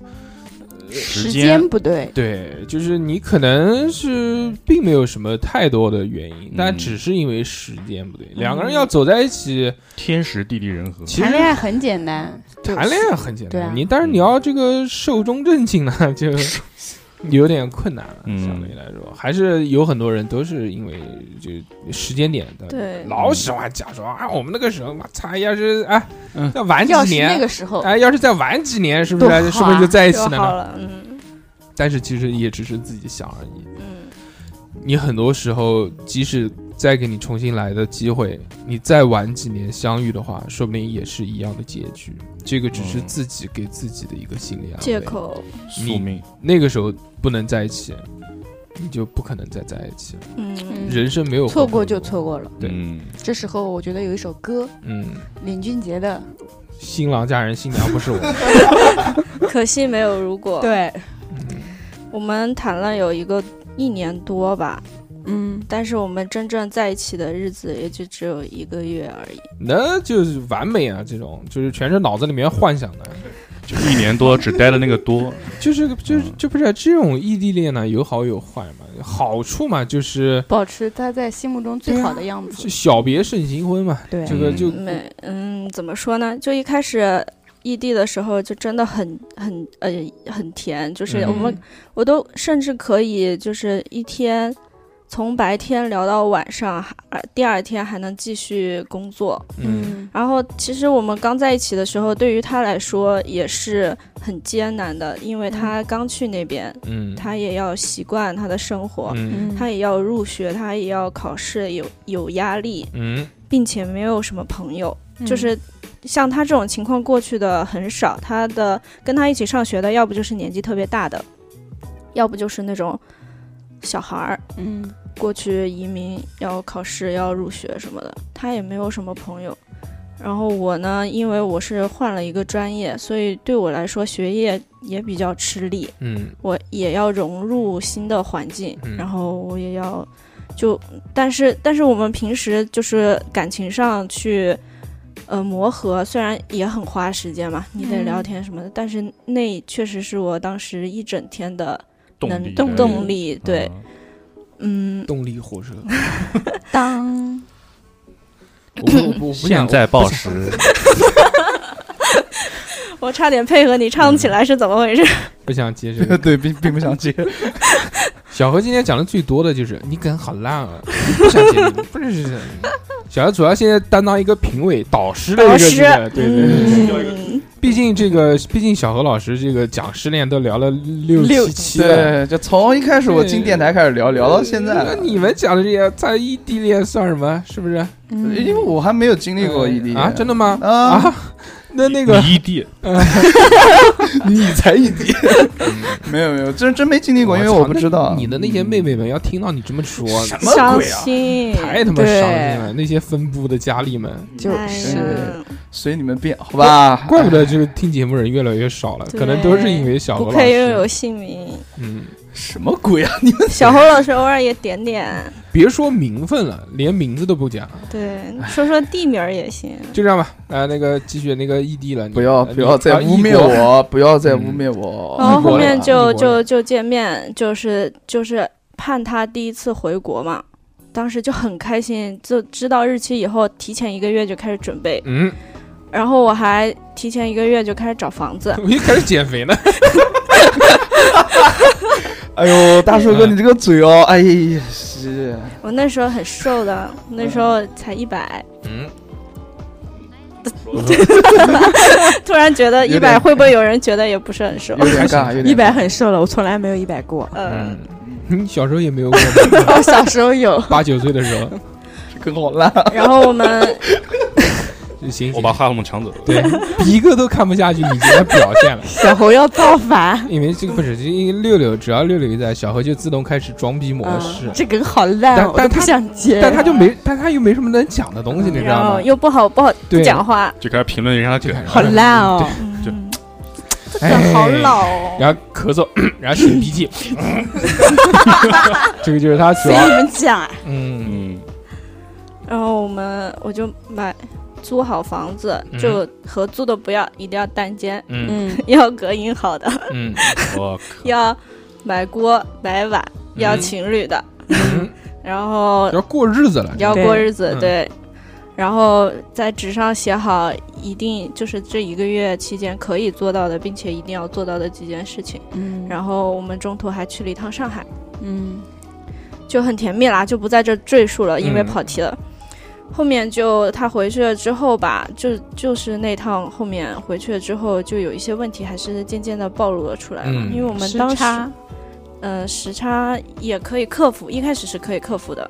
Speaker 6: 时间不对，
Speaker 1: 对，就是你可能是并没有什么太多的原因，但
Speaker 4: 嗯
Speaker 1: 只是因为时间不对，两个人要走在一起，
Speaker 4: 天时地利人和，
Speaker 1: 其
Speaker 6: 嗯谈
Speaker 1: 实
Speaker 6: 恋爱很简单，
Speaker 1: 谈恋爱很简
Speaker 6: 对
Speaker 1: 单，
Speaker 6: 啊
Speaker 1: 你但是
Speaker 4: 嗯
Speaker 1: 你要这个寿终正寝呢， 就有点困难了，
Speaker 4: 嗯
Speaker 1: 相对来说，还是有很多人都是因为就时间点的，
Speaker 5: 对
Speaker 1: 老喜欢讲说啊，我们那个时候嘛，擦，要是哎，
Speaker 4: 嗯
Speaker 1: 再晚几
Speaker 6: 要是那
Speaker 1: 年，哎
Speaker 6: 个时候，
Speaker 1: 哎，要是再晚几年，是不
Speaker 6: 多好
Speaker 1: 是
Speaker 6: 啊
Speaker 1: 是不是就在一起
Speaker 5: 就
Speaker 1: 了
Speaker 5: 好
Speaker 1: 呢？
Speaker 5: 了，嗯，
Speaker 1: 但是其实也只是自己想而已。
Speaker 5: 嗯，
Speaker 1: 你很多时候，即使再给你重新来的机会，你再晚几年相遇的话，说不定也是一样的结局。这个只是
Speaker 4: 嗯
Speaker 1: 自己给自己的一个心理安慰。
Speaker 5: 借。口，
Speaker 4: 宿命，
Speaker 1: 那个时候不能在一起，你就不可能再在一起了。
Speaker 5: 嗯，
Speaker 1: 人生没有
Speaker 6: 错过就错过了。
Speaker 1: 对
Speaker 4: 嗯，
Speaker 6: 这时候我觉得有一首歌，
Speaker 1: 嗯，
Speaker 6: 林俊杰的
Speaker 1: 新郎嫁人，新娘不是我。
Speaker 5: 可惜没有如果。，
Speaker 8: 对，
Speaker 5: 我们谈了有一个一年多吧，
Speaker 8: 嗯，
Speaker 5: 但是我们真正在一起的日子也就只有一个月而已。
Speaker 1: 那就是完美啊！这种就是全是脑子里面幻想的，
Speaker 4: 就一年多只待了那个多，
Speaker 1: 就是就是就不是这种异地恋呢，有好有坏嘛。好处嘛，就是
Speaker 6: 保持他在心目中最好的样子
Speaker 1: 是。小别胜新婚嘛。
Speaker 8: 对
Speaker 1: 嗯这个就
Speaker 5: 没，嗯，怎么说呢？就一开始异地的时候，就真的很很呃很甜，就是我们、
Speaker 1: 嗯
Speaker 5: 我都甚至可以就是一天从白天聊到晚上，还呃第二天还能继续工作。
Speaker 1: 嗯，
Speaker 5: 然后其实我们刚在一起的时候，对于他来说也是很艰难的，因为他刚去那边，
Speaker 1: 嗯，
Speaker 5: 他也要习惯他的生活。
Speaker 1: 嗯
Speaker 5: 他也要入学，他也要考试，有有压力，
Speaker 1: 嗯
Speaker 5: 并且没有什么朋友，
Speaker 2: 嗯
Speaker 5: 就是像他这种情况过去的很少。他的跟他一起上学的，要不就是年纪特别大的，要不就是那种小孩儿
Speaker 8: 嗯
Speaker 5: 过去移民要考试要入学什么的，他也没有什么朋友。然后我呢，因为我是换了一个专业，所以对我来说学业也比较吃力。
Speaker 1: 嗯
Speaker 5: 我也要融入新的环境，
Speaker 1: 嗯
Speaker 5: 然后我也要就，但是但是我们平时就是感情上去呃磨合，虽然也很花时间嘛，你得
Speaker 6: 嗯
Speaker 5: 聊天什么的，但是那确实是我当时一整天的
Speaker 4: 动
Speaker 5: 能
Speaker 4: 力
Speaker 5: 动动力，对，
Speaker 4: 嗯
Speaker 5: 嗯，
Speaker 1: 动力火车，
Speaker 6: 当
Speaker 1: 我不我不我不想
Speaker 4: 现在报时，
Speaker 5: 我差点配合你唱起来是怎么回事？
Speaker 1: 不想接这个。
Speaker 3: 对，并并不想 接。
Speaker 1: 小何今天讲的最多的就是你梗好烂啊，不想接你，不是是是。小何主要现在担当一个评委、导师的一
Speaker 5: 老
Speaker 1: 个
Speaker 5: 师
Speaker 1: 这个，，对对对。
Speaker 5: 嗯，
Speaker 1: 毕竟这个，毕竟小何老师这个讲失恋都聊了六七期了。
Speaker 3: 对，就从一开始我进电台开始聊，聊到现
Speaker 1: 那
Speaker 3: 在，
Speaker 1: 你们讲的这些在异地恋算什么？是不是？
Speaker 6: 嗯
Speaker 3: 因为我还没有经历过异地
Speaker 1: 啊？真的吗？
Speaker 3: 啊，
Speaker 1: 啊？那那个
Speaker 4: 你异地，
Speaker 3: 你才异地， 没有没有，真真没经历过，因为
Speaker 1: 操
Speaker 3: 我不知道
Speaker 1: 那你的那些妹妹们要听到你这么说，
Speaker 3: 什么
Speaker 5: 伤
Speaker 3: 鬼啊，
Speaker 5: 心，
Speaker 1: 太他妈伤
Speaker 6: 对
Speaker 1: 心了。那些分部的佳丽们，
Speaker 6: 就
Speaker 5: 哎
Speaker 6: 是
Speaker 5: 呀
Speaker 3: 随你们便，好吧？
Speaker 1: 怪不得这个听节目人越来越少了，
Speaker 5: 对
Speaker 1: 可能都是因为小
Speaker 5: 不
Speaker 1: 何老
Speaker 5: 配拥有
Speaker 1: 师。
Speaker 5: 姓名，
Speaker 1: 嗯，
Speaker 3: 什么鬼啊？你们
Speaker 5: 小侯老师偶尔也点点，
Speaker 1: 别说名分了，连名字都不讲，
Speaker 5: 对，说说地名儿也行。
Speaker 1: 就这样吧。来，那个继续那个异地了，你
Speaker 3: 不要
Speaker 1: 呃
Speaker 3: 不要再
Speaker 1: 啊
Speaker 3: 污
Speaker 1: 异
Speaker 3: 蔑
Speaker 1: 国
Speaker 3: 我，不要再污蔑我。
Speaker 5: 然后
Speaker 1: 异国
Speaker 5: 后
Speaker 1: 了
Speaker 5: 面
Speaker 1: 啊
Speaker 5: 就
Speaker 1: 异国了
Speaker 5: 就就见面，就是就是盼他第一次回国嘛，当时就很开心，就知道日期以后，提前一个月就开始准备，
Speaker 1: 嗯，，
Speaker 5: 然后我还提前一个月就开始找房子
Speaker 1: 我一开始减 肥呢。
Speaker 3: 哎呦，大树哥，
Speaker 1: 嗯
Speaker 3: 你这个嘴哦，哎呀，是
Speaker 5: 我那时候很瘦的，那时候才一百，
Speaker 1: 嗯，
Speaker 5: 突然觉得
Speaker 3: 有
Speaker 5: 一
Speaker 3: 点
Speaker 5: 百会不会有人觉得也不是很瘦？
Speaker 3: 有点尬，有点
Speaker 8: 一百
Speaker 3: 尬
Speaker 8: 很瘦了，我从来没有一百过。
Speaker 5: 嗯，
Speaker 1: 嗯，你小时候也没有过吗？
Speaker 6: 我小时候有
Speaker 1: 八九岁的时候，
Speaker 3: 更好烂。
Speaker 5: 然后我们
Speaker 1: 就行，
Speaker 4: 我把哈姆抢走，
Speaker 1: 对一个都看不下去，你今天表现了。
Speaker 8: 小猴要造反，
Speaker 1: 因为这个不是，因为六六只要六六一在，小何就自动开始装逼模式。
Speaker 8: 嗯这梗好烂
Speaker 1: 但
Speaker 8: 哦，我
Speaker 1: 但
Speaker 8: 都不
Speaker 1: 他
Speaker 8: 想接。
Speaker 1: 但他就没，但他又没什么能讲的东西， 你知
Speaker 5: 然
Speaker 1: 道
Speaker 5: 后
Speaker 1: 吗？
Speaker 5: 又不好不好不
Speaker 1: 对
Speaker 5: 讲话，
Speaker 4: 就开始评论人家的梗，
Speaker 8: 好烂哦，
Speaker 4: 就
Speaker 5: 嗯，这
Speaker 1: 哎
Speaker 5: 个好老哦，
Speaker 1: 然后咳嗽， 然后擤鼻涕，这个就是他主
Speaker 8: 谁
Speaker 1: 要
Speaker 8: 跟你们讲啊？
Speaker 1: 嗯
Speaker 4: 嗯，
Speaker 5: 然后我们我就买租好房子，
Speaker 1: 嗯
Speaker 5: 就合租的不要，一定要单间，
Speaker 1: 嗯
Speaker 8: 嗯，
Speaker 5: 要隔音好 的，
Speaker 1: 嗯
Speaker 4: 我靠，
Speaker 5: 要买锅买碗，要
Speaker 1: 嗯
Speaker 5: 情侣的，
Speaker 1: 嗯，
Speaker 5: 然后
Speaker 1: 要过日子了，
Speaker 5: 要过日子，
Speaker 1: 嗯
Speaker 5: 对。然后在纸上写好一定就是这一个月期间可以做到的，并且一定要做到的几件事情。
Speaker 8: 嗯
Speaker 5: 然后我们中途还去了一趟上海，
Speaker 8: 嗯
Speaker 5: 就很甜蜜啦，就不在这赘述了，因为
Speaker 1: 嗯
Speaker 5: 跑题了。后面就他回去了之后吧，就就是那趟后面回去了之后，就有一些问题还是渐渐的暴露了出来了。
Speaker 1: 嗯
Speaker 5: 因为我们
Speaker 6: 时
Speaker 5: 当时，
Speaker 6: 差
Speaker 5: 呃，时差也可以克服，一开始是可以克服的，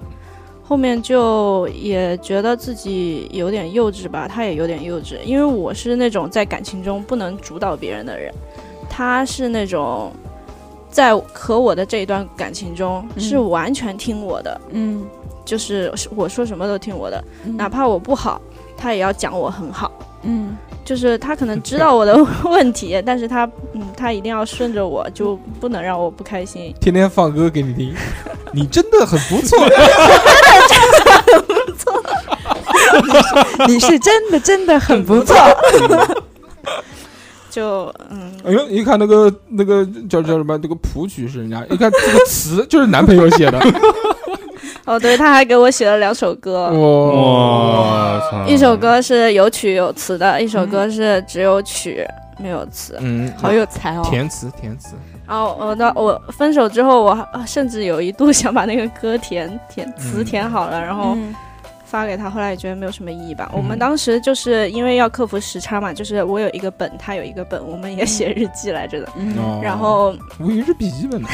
Speaker 5: 后面就也觉得自己有点幼稚吧，他也有点幼稚，因为我是那种在感情中不能主导别人的人，他是那种在和我的这一段感情中
Speaker 6: 嗯
Speaker 5: 是完全听我的，
Speaker 6: 嗯，
Speaker 5: 就是我说什么都听我的，
Speaker 6: 嗯
Speaker 5: 哪怕我不好，他也要讲我很好。
Speaker 6: 嗯
Speaker 5: 就是他可能知道 我的问题，但是他嗯，他一定要顺着我，就不能让我不开心。
Speaker 1: 天天放歌给你听，你真的很不错。
Speaker 8: 你是真的真的很不错，
Speaker 5: 就嗯，
Speaker 1: 哎呦，一看那个那个叫叫什么，那个谱曲是人家，一看这个词就是男朋友写的，
Speaker 5: 哦，对，他还给我写了两首歌，
Speaker 4: 哦
Speaker 1: 哇，
Speaker 4: 我操！
Speaker 5: 一首歌是有曲有词的，一首歌是只有曲没有词。
Speaker 1: 嗯，
Speaker 6: 好有才哦。
Speaker 1: 填词填词，
Speaker 5: 然后我到我分手之后，我啊甚至有一度 想把那个歌填填词
Speaker 1: 嗯
Speaker 5: 填好了，然后
Speaker 6: 嗯
Speaker 5: 发给他，后来也觉得没有什么意义吧。
Speaker 1: 嗯
Speaker 5: 我们当时就是因为要克服时差嘛，就是我有一个本，他有一个本，我们也写日记来着的。
Speaker 6: 嗯
Speaker 1: 嗯哦
Speaker 5: 然后
Speaker 1: 我以为是笔记本呢，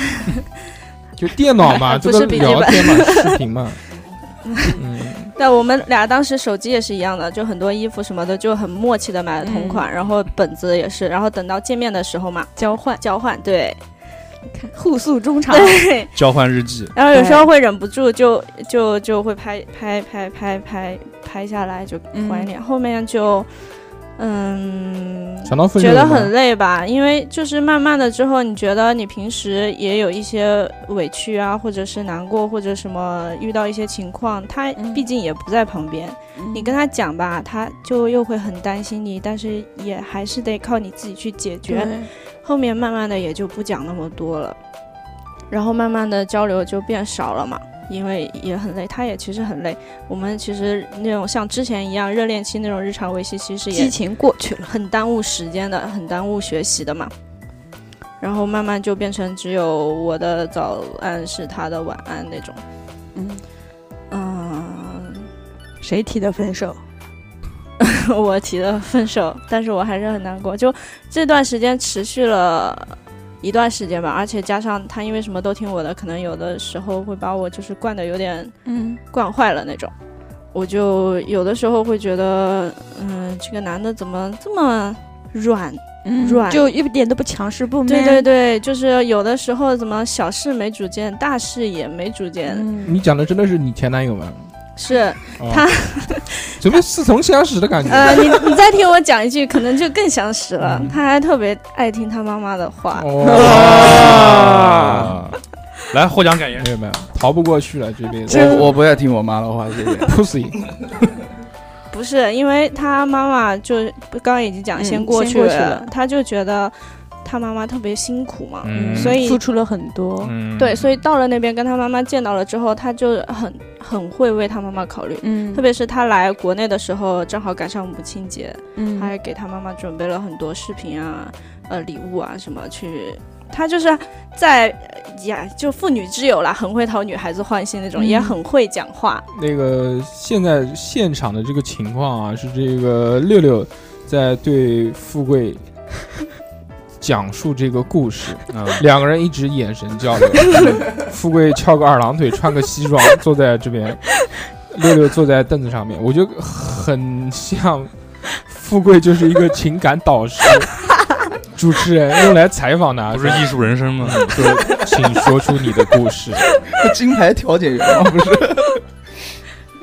Speaker 1: 就电脑 嘛，这
Speaker 5: 不
Speaker 1: 个
Speaker 5: 是笔记
Speaker 1: 聊
Speaker 5: 本
Speaker 1: 天嘛，视频 嘛，嗯，
Speaker 5: 但我们俩当时手机也是一样的，就很多衣服什么的就很默契的买了同款，然后本子也是，然后等到见面的时候嘛，
Speaker 6: 嗯交换
Speaker 5: 交换 对
Speaker 6: 互诉衷 肠，
Speaker 5: 对，
Speaker 4: 交换日记，
Speaker 5: 然后有时候会忍不住就就就会拍拍拍拍拍拍下来就怀
Speaker 6: 嗯
Speaker 5: 念，后面就嗯。
Speaker 1: 想到分手
Speaker 5: 觉
Speaker 1: 了
Speaker 5: 得
Speaker 1: 吗
Speaker 5: 很累吧，因为就是慢慢的之后，你觉得你平时也有一些委屈啊，或者是难过，或者什么遇到一些情况，他
Speaker 6: 嗯
Speaker 5: 毕竟也不在旁边，你跟他讲吧，他就又会很担心你，但是也还是得靠你自己去解决。
Speaker 6: 对
Speaker 5: 后面慢慢的也就不讲那么多了，然后慢慢的交流就变少了嘛，因为也很累，他也其实很累。我们其实那种像之前一样热恋期那种日常维系，其实也
Speaker 6: 激情过去了，
Speaker 5: 很耽误时间的，很耽误学习的嘛。然后慢慢就变成只有我的早安是他的晚安那种，
Speaker 6: 嗯，
Speaker 5: 嗯，
Speaker 8: 谁提的分手？
Speaker 5: 我提的分手，但是我还是很难过。就这段时间持续了一段时间吧，而且加上他因为什么都听我的，可能有的时候会把我就是惯的有点
Speaker 6: 嗯
Speaker 5: 惯坏了那种。我就有的时候会觉得，嗯，这个男的怎么这么软？
Speaker 6: 嗯
Speaker 5: 软
Speaker 6: 就一点都不强势不 man，
Speaker 5: 对对对，就是有的时候怎么小事没主见，大事也没主见，
Speaker 6: 嗯
Speaker 1: 你讲的真的是你前男友吗？
Speaker 5: 是
Speaker 1: 哦
Speaker 5: 他
Speaker 1: 怎么似曾相识的感觉？
Speaker 5: 呃，你你再听我讲一句，可能就更详实了。他还特别爱听他妈妈的话，
Speaker 1: 哦，
Speaker 4: 来获奖感言。
Speaker 1: 没有没有，逃不过去了这辈子。
Speaker 3: 我我不爱听我妈的话，谢谢。
Speaker 1: pussy，
Speaker 5: 不是因为他妈妈就不刚刚已经讲
Speaker 6: 嗯
Speaker 5: 先过
Speaker 6: 先
Speaker 5: 去
Speaker 6: 过去
Speaker 5: 了
Speaker 6: 了，
Speaker 5: 他就觉得他妈妈特别辛苦嘛，
Speaker 4: 嗯
Speaker 5: 所以
Speaker 6: 付出了很多，
Speaker 4: 嗯，
Speaker 5: 对，所以到了那边跟他妈妈见到了之后，他就很很会为他妈妈考虑。
Speaker 6: 嗯，
Speaker 5: 特
Speaker 6: 别
Speaker 5: 别是他来国内的时候，正好赶上母亲节，
Speaker 6: 嗯
Speaker 5: 他还给他妈妈准备了很多饰品啊、呃礼物啊什么去。他就是在呃呀，就妇女之友啦，很会讨女孩子欢心那种，
Speaker 6: 嗯
Speaker 5: 也很会讲话。
Speaker 1: 那个现在现场的这个情况啊，是这个六六在对富 贵讲述这个故事，
Speaker 4: 嗯
Speaker 1: 两个人一直眼神交 流。富贵翘个二郎腿，穿个西装，坐在这边，六六坐在凳子上面，我觉得很像富贵就是一个情感导 师。主持人用来采访他，
Speaker 4: 不是艺术人生 吗？
Speaker 1: 说，请说出你的故事。
Speaker 3: 金牌调解员吗？不是，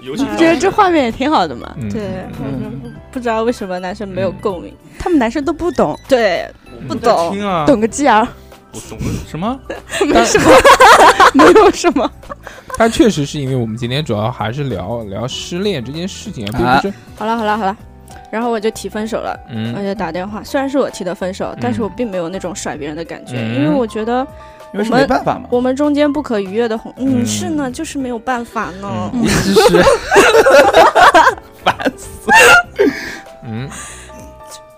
Speaker 4: 尤
Speaker 5: 其
Speaker 6: 你不觉得这画面也挺好的吗？
Speaker 1: 嗯
Speaker 5: 对，
Speaker 3: 嗯
Speaker 5: 不知道为什么男生没有
Speaker 1: 嗯
Speaker 5: 共鸣。
Speaker 8: 他们男生都不懂，
Speaker 5: 对，不懂
Speaker 4: 听啊，
Speaker 6: 懂个鸡 儿，
Speaker 4: 我懂个什么？
Speaker 6: 没有什么，
Speaker 1: 但确实是因为我们今天主要还是聊聊失恋这件事情，并不是
Speaker 5: 好了好了好了，然后我就提分手了，我
Speaker 1: 嗯
Speaker 5: 就打电话。虽然是我提的分手，但是
Speaker 1: 嗯
Speaker 5: 我并没有那种甩别人的感觉，
Speaker 1: 嗯
Speaker 5: 因为我觉得
Speaker 3: 因为是没办法嘛。
Speaker 5: 我们中间不可逾越的红。嗯，
Speaker 1: 嗯
Speaker 5: 是呢，就是没有办法呢。
Speaker 1: 嗯
Speaker 3: 你 继续，
Speaker 1: 嗯，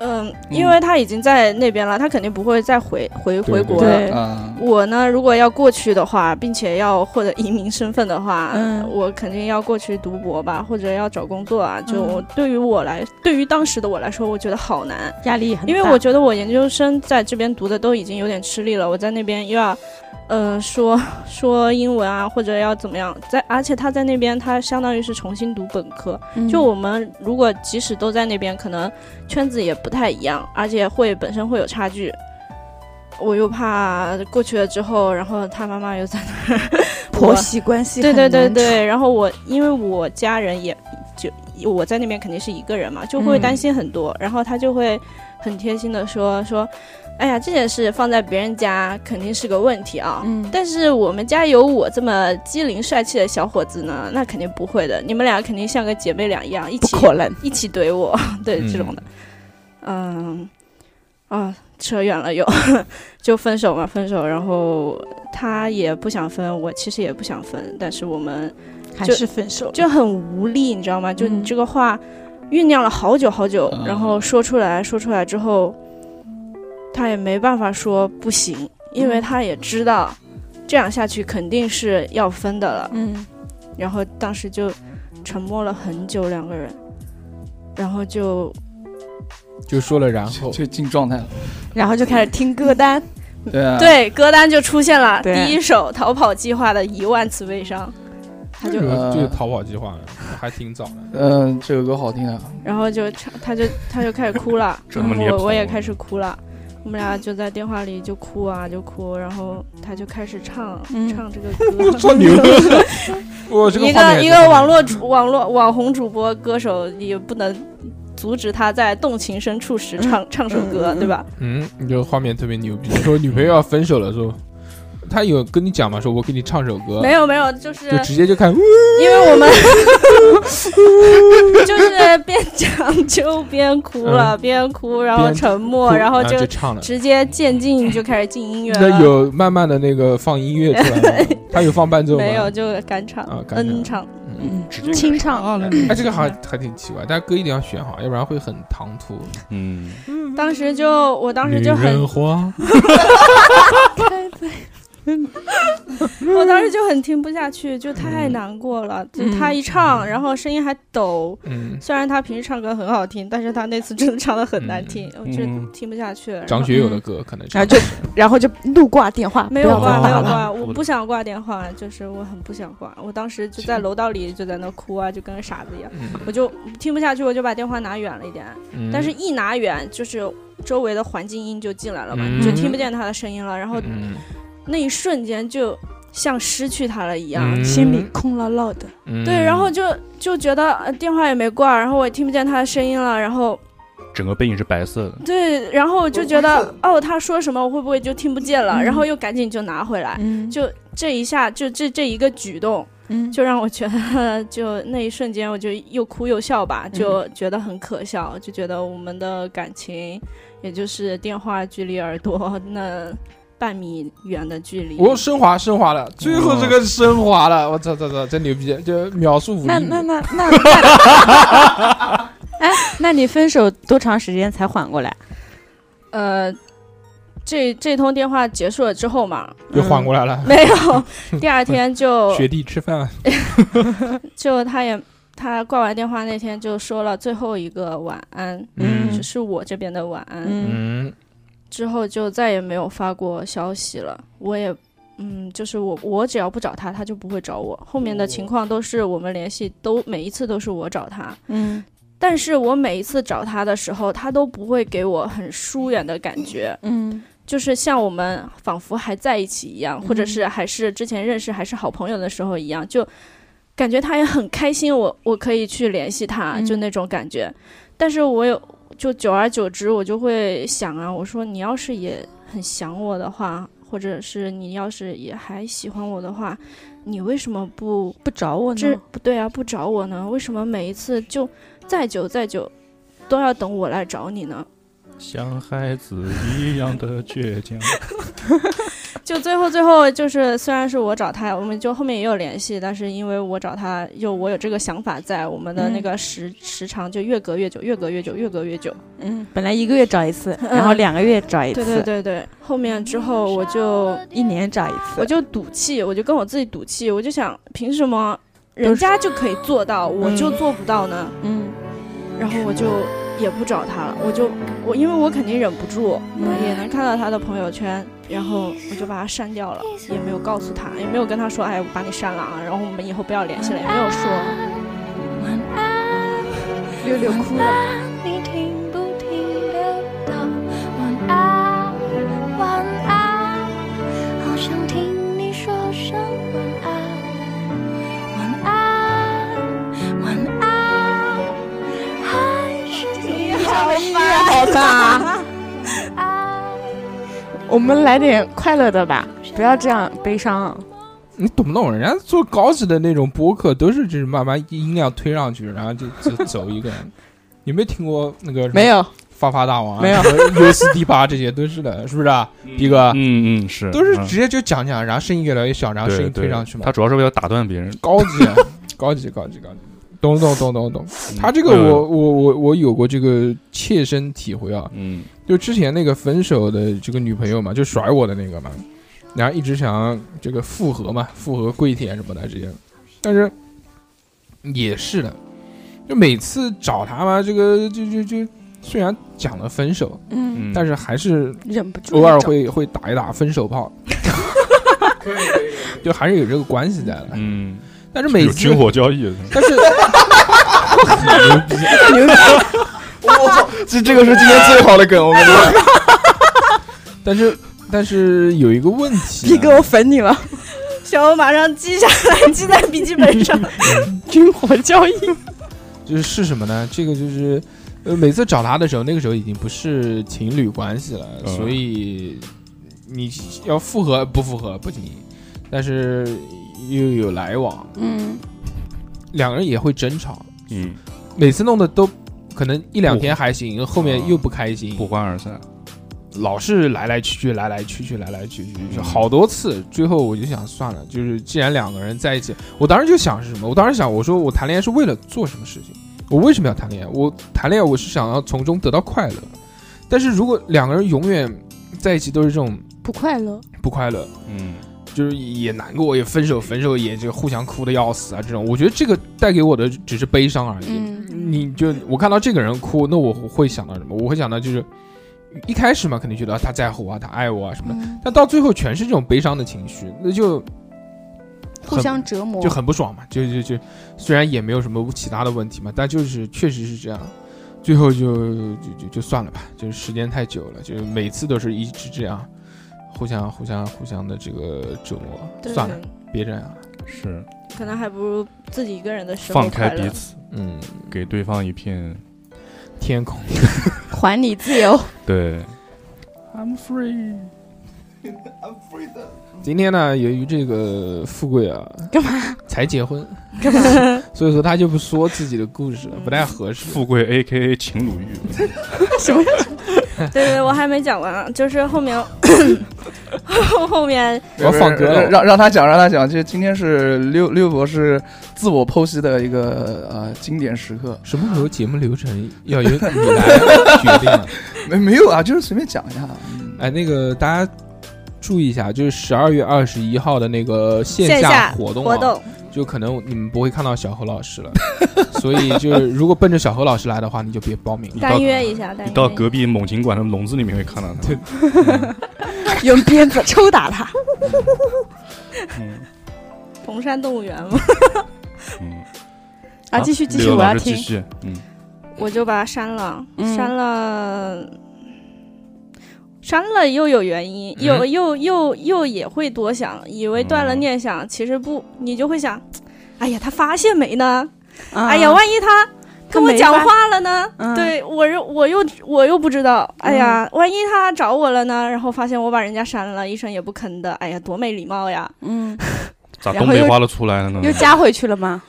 Speaker 5: 嗯，因为他已经在那边了，他肯定不会再回回
Speaker 1: 对
Speaker 5: 回国
Speaker 1: 对
Speaker 5: 了。
Speaker 6: 对
Speaker 3: 嗯，
Speaker 5: 我呢，如果要过去的话，并且要获得移民身份的话，
Speaker 8: 嗯
Speaker 5: 我肯定要过去读博吧，或者要找工作啊。就
Speaker 8: 嗯
Speaker 5: 我对于我来，对于当时的我来说，我觉得好难，
Speaker 6: 压力很大，
Speaker 5: 因为我觉得我研究生在这边读的都已经有点吃力了，我在那边又要，呃，说说英文啊，或者要怎么样，在而且他在那边，他相当于是重新读本科，
Speaker 6: 嗯
Speaker 5: 就我们如果即使都在那边，可能圈子也不太一样，而且会本身会有差距。我又怕过去了之后，然后他妈妈又在那儿
Speaker 8: 婆
Speaker 5: 我
Speaker 8: 媳关系
Speaker 5: 对对对
Speaker 8: 很难处，
Speaker 5: 对，然后我因为我家人也就我在那边肯定是一个人嘛，就会
Speaker 6: 嗯
Speaker 5: 担心很多，然后他就会很贴心的说说，哎呀，这件事放在别人家肯定是个问题啊，
Speaker 6: 嗯，
Speaker 5: 但是我们家有我这么机灵帅气的小伙子呢，那肯定不会的。你们俩肯定像个姐妹俩一样，一
Speaker 8: 不
Speaker 5: 起
Speaker 8: 可能。
Speaker 5: 一起怼我， 对
Speaker 1: 嗯
Speaker 5: 这种的，嗯，啊，扯远了又， 就分手嘛，分手。然后他也不想分，我其实也不想分，但是我们
Speaker 8: 还
Speaker 5: 就是
Speaker 8: 分手，
Speaker 5: 就很无力，你知道吗？就你
Speaker 6: 嗯
Speaker 5: 这个话酝酿了好久好久，
Speaker 3: 嗯
Speaker 5: 然后说出来，说出来之后，他也没办法说不行，因为他也知道这样下去肯定是要分的了。
Speaker 6: 嗯
Speaker 5: 然后当时就沉默了很久，两个人，然后就
Speaker 1: 就说了然后
Speaker 3: 就，就进状态了。
Speaker 8: 然后就开始听歌单，
Speaker 5: 嗯
Speaker 3: 对啊，
Speaker 5: 对歌单就出现了
Speaker 8: 对
Speaker 5: 第一首《逃跑计划》的一万次悲伤，他就
Speaker 1: 那时候
Speaker 3: 呃
Speaker 1: 就逃跑计划了，还挺早 的。
Speaker 3: 嗯，这首歌好听啊，
Speaker 5: 然后就唱，他就他就开始哭 了，
Speaker 4: 这
Speaker 5: 然
Speaker 4: 他妈
Speaker 5: 后
Speaker 4: 脸
Speaker 5: 我我也
Speaker 4: 谱
Speaker 5: 开始哭了，我们俩就在电话里就哭啊就哭，然后他就开始唱、
Speaker 6: 嗯
Speaker 5: 唱这 个歌。
Speaker 1: 说牛， 我这
Speaker 5: 一
Speaker 1: 画面
Speaker 5: 个
Speaker 1: 也
Speaker 5: 一
Speaker 1: 太
Speaker 5: 个
Speaker 1: 好
Speaker 5: 网
Speaker 1: 了
Speaker 5: 络主网络网红主播歌手也不能阻止他在动情深处时唱、唱首歌，对吧？
Speaker 1: 嗯，你这个画面特别牛逼。说女朋友要分手了，说他有跟你讲吗？说我给你唱首歌，
Speaker 5: 没有没有，就是
Speaker 1: 就直接就看，呜
Speaker 5: 因 为我们就是边讲就边哭了，边哭然
Speaker 1: 嗯
Speaker 5: 后
Speaker 1: 边啊
Speaker 5: 沉默，然后就
Speaker 1: 就唱了。
Speaker 5: 直接渐进就开始进音乐了。
Speaker 1: 那有慢慢的那个放音乐出来吗？他有放伴奏吗？
Speaker 5: 没有，就赶场
Speaker 1: 啊，赶
Speaker 5: 嗯场，
Speaker 1: 嗯。
Speaker 6: 嗯
Speaker 4: 直接
Speaker 6: 清唱，
Speaker 5: 嗯
Speaker 1: 哎，这个好像还挺奇怪，但歌一定要选好，要不然会很唐突。
Speaker 4: 嗯，
Speaker 5: 当时就我当时就
Speaker 1: 女
Speaker 5: 很
Speaker 1: 人，花，
Speaker 5: 我当时就很听不下去，就太难过了。就他一唱，然后声音还抖，
Speaker 1: 嗯，
Speaker 5: 虽然他平时唱歌很好听，但是他那次真的唱的很难听，我就
Speaker 4: 嗯
Speaker 5: 听不下去了。
Speaker 1: 张
Speaker 5: 然后
Speaker 1: 学友的歌可能
Speaker 8: 然
Speaker 1: 是
Speaker 5: 嗯啊
Speaker 8: 后就然后就怒挂电话，
Speaker 5: 没
Speaker 8: 不
Speaker 5: 有
Speaker 8: 要
Speaker 5: 挂，
Speaker 8: 再
Speaker 5: 没
Speaker 8: 打了。
Speaker 5: 有 挂，我不想挂电话，就是我很不想挂。我当时就在楼道里就在那哭啊，就跟个傻子一样，我就听不下去，我就把电话拿远了一点。
Speaker 1: 嗯
Speaker 5: 但是，一拿远，就是周围的环境音就进来了嘛，
Speaker 1: 嗯
Speaker 5: 你就听不见他的声音了。然后
Speaker 1: 嗯
Speaker 5: 那一瞬间就像失去他了一样，
Speaker 1: 嗯
Speaker 8: 心里空落落的，
Speaker 1: 嗯
Speaker 5: 对，然后就就觉得呃电话也没挂，然后我也听不见他的声音了，然后
Speaker 4: 整个背影是白色的，
Speaker 5: 对，然后我就觉得哦，他说什么我会不会就听不见了？然后又赶紧就拿回来，
Speaker 6: 嗯
Speaker 5: 就这一下，就这这一个举动，
Speaker 6: 嗯
Speaker 5: 就让我觉得， 就那一瞬间，我就又哭又笑吧，就
Speaker 1: 嗯
Speaker 5: 觉得很可笑，就觉得我们的感情，也就是电话距离耳朵那半米远的距离。
Speaker 1: 我升华升华了，最后这个升华
Speaker 5: 嗯
Speaker 1: 了，我操操操，真牛逼！就秒速五厘
Speaker 6: 那
Speaker 1: 米
Speaker 6: 那那那那，哎，那你分手多长时间才缓过来？
Speaker 5: 呃，这这通电话结束了之后嘛，
Speaker 1: 又缓过来了。
Speaker 5: 嗯没 有，第二天就
Speaker 1: 学弟吃饭，
Speaker 5: 就他也他挂完电话那天就说了最后一个晚安，
Speaker 1: 嗯
Speaker 5: 只是我这边的晚安，
Speaker 6: 嗯
Speaker 1: 嗯，
Speaker 5: 之后就再也没有发过消息了。我也，嗯，就是我我只要不找他，他就不会找我。后面的情况都是我们联系，都每一次都是我找他，
Speaker 6: 嗯
Speaker 5: 但是我每一次找他的时候，他都不会给我很疏远的感觉，
Speaker 6: 嗯
Speaker 5: 就是像我们仿佛还在一起一样，或者
Speaker 6: 嗯
Speaker 5: 是还是之前认识还是好朋友的时候一样，就感觉他也很开心，我我可以去联系他，
Speaker 6: 嗯
Speaker 5: 就那种感觉。但是我有，就久而久之，我就会想啊，我说你要是也很想我的话，或者是你要是也还喜欢我的话，你为什么不
Speaker 6: 不找我
Speaker 5: 这
Speaker 6: 呢？
Speaker 5: 不对啊，不找我呢？为什么每一次就再久再久都要等我来找你呢？
Speaker 4: 像孩子一样的倔强。
Speaker 5: 就最后最后就是，虽然是我找他，我们就后面也有联系，但是因为我找他，就我有这个想法在，我们的那个时、时长就越隔越久，越隔越久，越隔越久。
Speaker 6: 嗯，本来一个月找一次，然后两个月找一次，
Speaker 5: 嗯对对对对，后面之后我 就
Speaker 6: 一年找一次。
Speaker 5: 我就赌气，我就跟我自己赌气，我就想凭什么人家就可以做到，我就做不到呢？
Speaker 6: 嗯，
Speaker 5: 然后我就也不找他了，我就我因为我肯定忍不住，
Speaker 6: 嗯
Speaker 5: 也能看到他的朋友圈，然后我就把他删掉了，也没有告诉他，也没有跟他说，哎，我把你删了啊，然后我们以后不要联系了，也没有说。
Speaker 4: 嗯
Speaker 2: 晚安，
Speaker 8: 六六哭
Speaker 2: 晚
Speaker 8: 了，
Speaker 2: 安，你听不听得到？晚安，晚安，好想听你说声晚安，晚安，晚安，还是你好烦，
Speaker 6: 好吧，
Speaker 2: 晚安。
Speaker 6: 我们来点快乐的吧，不要这样悲伤。啊
Speaker 1: 你懂不懂？人家做高级的那种播客都是就是慢慢音量推上去，然后就就走一个 人。有没有听过那个什么
Speaker 6: 没有，
Speaker 1: 发发大王啊、
Speaker 6: 没有
Speaker 1: 什么 U 四 D 八这些都是 的，是不是啊？逼哥
Speaker 4: 嗯嗯是，
Speaker 1: 都是
Speaker 4: 嗯
Speaker 1: 直接就讲讲，然后声音越来越小，然后声
Speaker 4: 对
Speaker 1: 音推
Speaker 4: 对
Speaker 1: 上去嘛
Speaker 4: 他。主要是为了打断别人。
Speaker 1: 高级，啊 高级，高级，高级，懂懂懂懂懂。他这个
Speaker 4: 嗯
Speaker 1: 我我我我有过这个切身体会啊，
Speaker 4: 嗯
Speaker 1: 就之前那个分手的这个女朋友嘛，就甩我的那个嘛，然后一直想这个复合嘛，复合跪舔什么的这些，但是也是的，就每次找他嘛，这个就就就虽然讲了分手，
Speaker 6: 嗯，
Speaker 4: 嗯，
Speaker 1: 但是还是
Speaker 6: 忍不住
Speaker 1: 偶尔会会打一打分手炮， 就还是有这个关系在的。
Speaker 4: 嗯，
Speaker 1: 但是每
Speaker 4: 有
Speaker 1: 次
Speaker 4: 军火交易，
Speaker 1: 但是
Speaker 3: 这这个是今天最好的梗，我跟你说。
Speaker 1: 但是但是有一个问题、啊，
Speaker 6: 皮哥，我粉你了，
Speaker 5: 小欧马上记下来，记在笔记 本上。
Speaker 6: 军火交易。
Speaker 1: 就是是什么呢？这个就是，呃，每次找他的时候，那个时候已经不是情侣关系了，
Speaker 4: 嗯
Speaker 1: 所以你要复合不复合不行，但是又有来往，
Speaker 6: 嗯，
Speaker 1: 两个人也会争吵，
Speaker 4: 嗯，
Speaker 1: 每次弄的都可能一两天还行，后面又不开心，
Speaker 4: 不欢而散。
Speaker 1: 老是来来去去，来来去去，来来去去，就
Speaker 4: 嗯
Speaker 1: 好多次。最后我就想算了，就是既然两个人在一起，我当时就想是什么？我当时想，我说我谈恋爱是为了做什么事情？我为什么要谈恋爱？我谈恋爱我是想要从中得到快乐。但是如果两个人永远在一起都是这种
Speaker 8: 不快乐，
Speaker 1: 不快乐，
Speaker 4: 嗯，
Speaker 1: 就是也难过，也分手，分手也就互相哭的要死啊，这种，我觉得这个带给我的只是悲伤而已。
Speaker 6: 嗯
Speaker 1: 你就我看到这个人哭，那我会想到什么？我会想到就是一开始嘛，肯定觉得啊他在乎啊，他爱我啊什么
Speaker 8: 嗯
Speaker 1: 的，
Speaker 6: 嗯
Speaker 1: 但到最后全是这种悲伤的情绪，那就
Speaker 8: 互相折磨
Speaker 1: 就，很不爽嘛，就就就虽然也没有什么其他的问题嘛，但就是确实是这样。最后就就就就算了吧，就是时间太久了，就是每次都是一直这样，互相互相互相的这个折磨，算了，别这样了。
Speaker 4: 是
Speaker 5: 可能还不如自己一个人的时候
Speaker 4: 放开
Speaker 5: 快乐
Speaker 4: 彼此，
Speaker 1: 嗯，
Speaker 4: 给对方一片
Speaker 1: 天空。
Speaker 6: 还你自 由。
Speaker 4: 对。
Speaker 1: 今天呢，由于这个富贵啊，干嘛才结婚，
Speaker 6: 干嘛？
Speaker 1: 所以说他就不说自己的故事了，不太合适。
Speaker 4: 富贵 A K A 秦鲁豫，
Speaker 5: 对对，我还没讲完啊，就是 后面 后面
Speaker 1: 我要放歌
Speaker 3: 让
Speaker 1: 了，
Speaker 3: 让让他讲，让他讲。其实今天是六六博士自我剖析的一个呃经典时刻。
Speaker 1: 什么时候节目流程要由你来决定啊？
Speaker 3: 没没有啊，就是随便讲一下。
Speaker 1: 哎，那个大家注意一下，就是十二月二十一号的那个线
Speaker 5: 线
Speaker 1: 下
Speaker 5: 下
Speaker 1: 活动、啊，
Speaker 5: 活动，
Speaker 1: 就可能你们不会看到小何老师了， 所以就是如果奔着小何老师来的话，你就别报名了。
Speaker 5: 单约一下，单约
Speaker 4: 你
Speaker 5: 一
Speaker 4: 到
Speaker 5: 下。
Speaker 4: 隔壁猛禽馆的笼子里面会看到他。
Speaker 1: 对
Speaker 6: 用鞭子抽打他。
Speaker 4: 嗯
Speaker 5: 红山动物园嘛，
Speaker 4: 嗯，
Speaker 6: 啊，继续继续，
Speaker 4: 刘
Speaker 6: 我
Speaker 4: 老
Speaker 6: 要
Speaker 4: 师
Speaker 6: 听
Speaker 4: 继。续。嗯，
Speaker 5: 我就把它删了，
Speaker 6: 嗯
Speaker 5: 删了，删了又有原因，
Speaker 1: 嗯
Speaker 5: 又又又又也会多想，以为断
Speaker 6: 哦
Speaker 5: 了
Speaker 4: 嗯
Speaker 5: 念想，其实不，你就会想，哎呀，他发现没呢？
Speaker 6: 啊
Speaker 5: 哎呀，万一他
Speaker 6: 他
Speaker 5: 跟我
Speaker 6: 没
Speaker 5: 讲
Speaker 6: 发
Speaker 5: 话了呢？
Speaker 6: 嗯
Speaker 5: 对我又我又我又不知道，哎呀，万一他找我了呢？然后发现我把人家删了，一声也不吭的，哎呀，多没礼貌呀！
Speaker 6: 嗯，
Speaker 4: 咋
Speaker 6: 然后
Speaker 4: 东北
Speaker 6: 又
Speaker 4: 话都出来了呢？
Speaker 6: 又加回去了吗？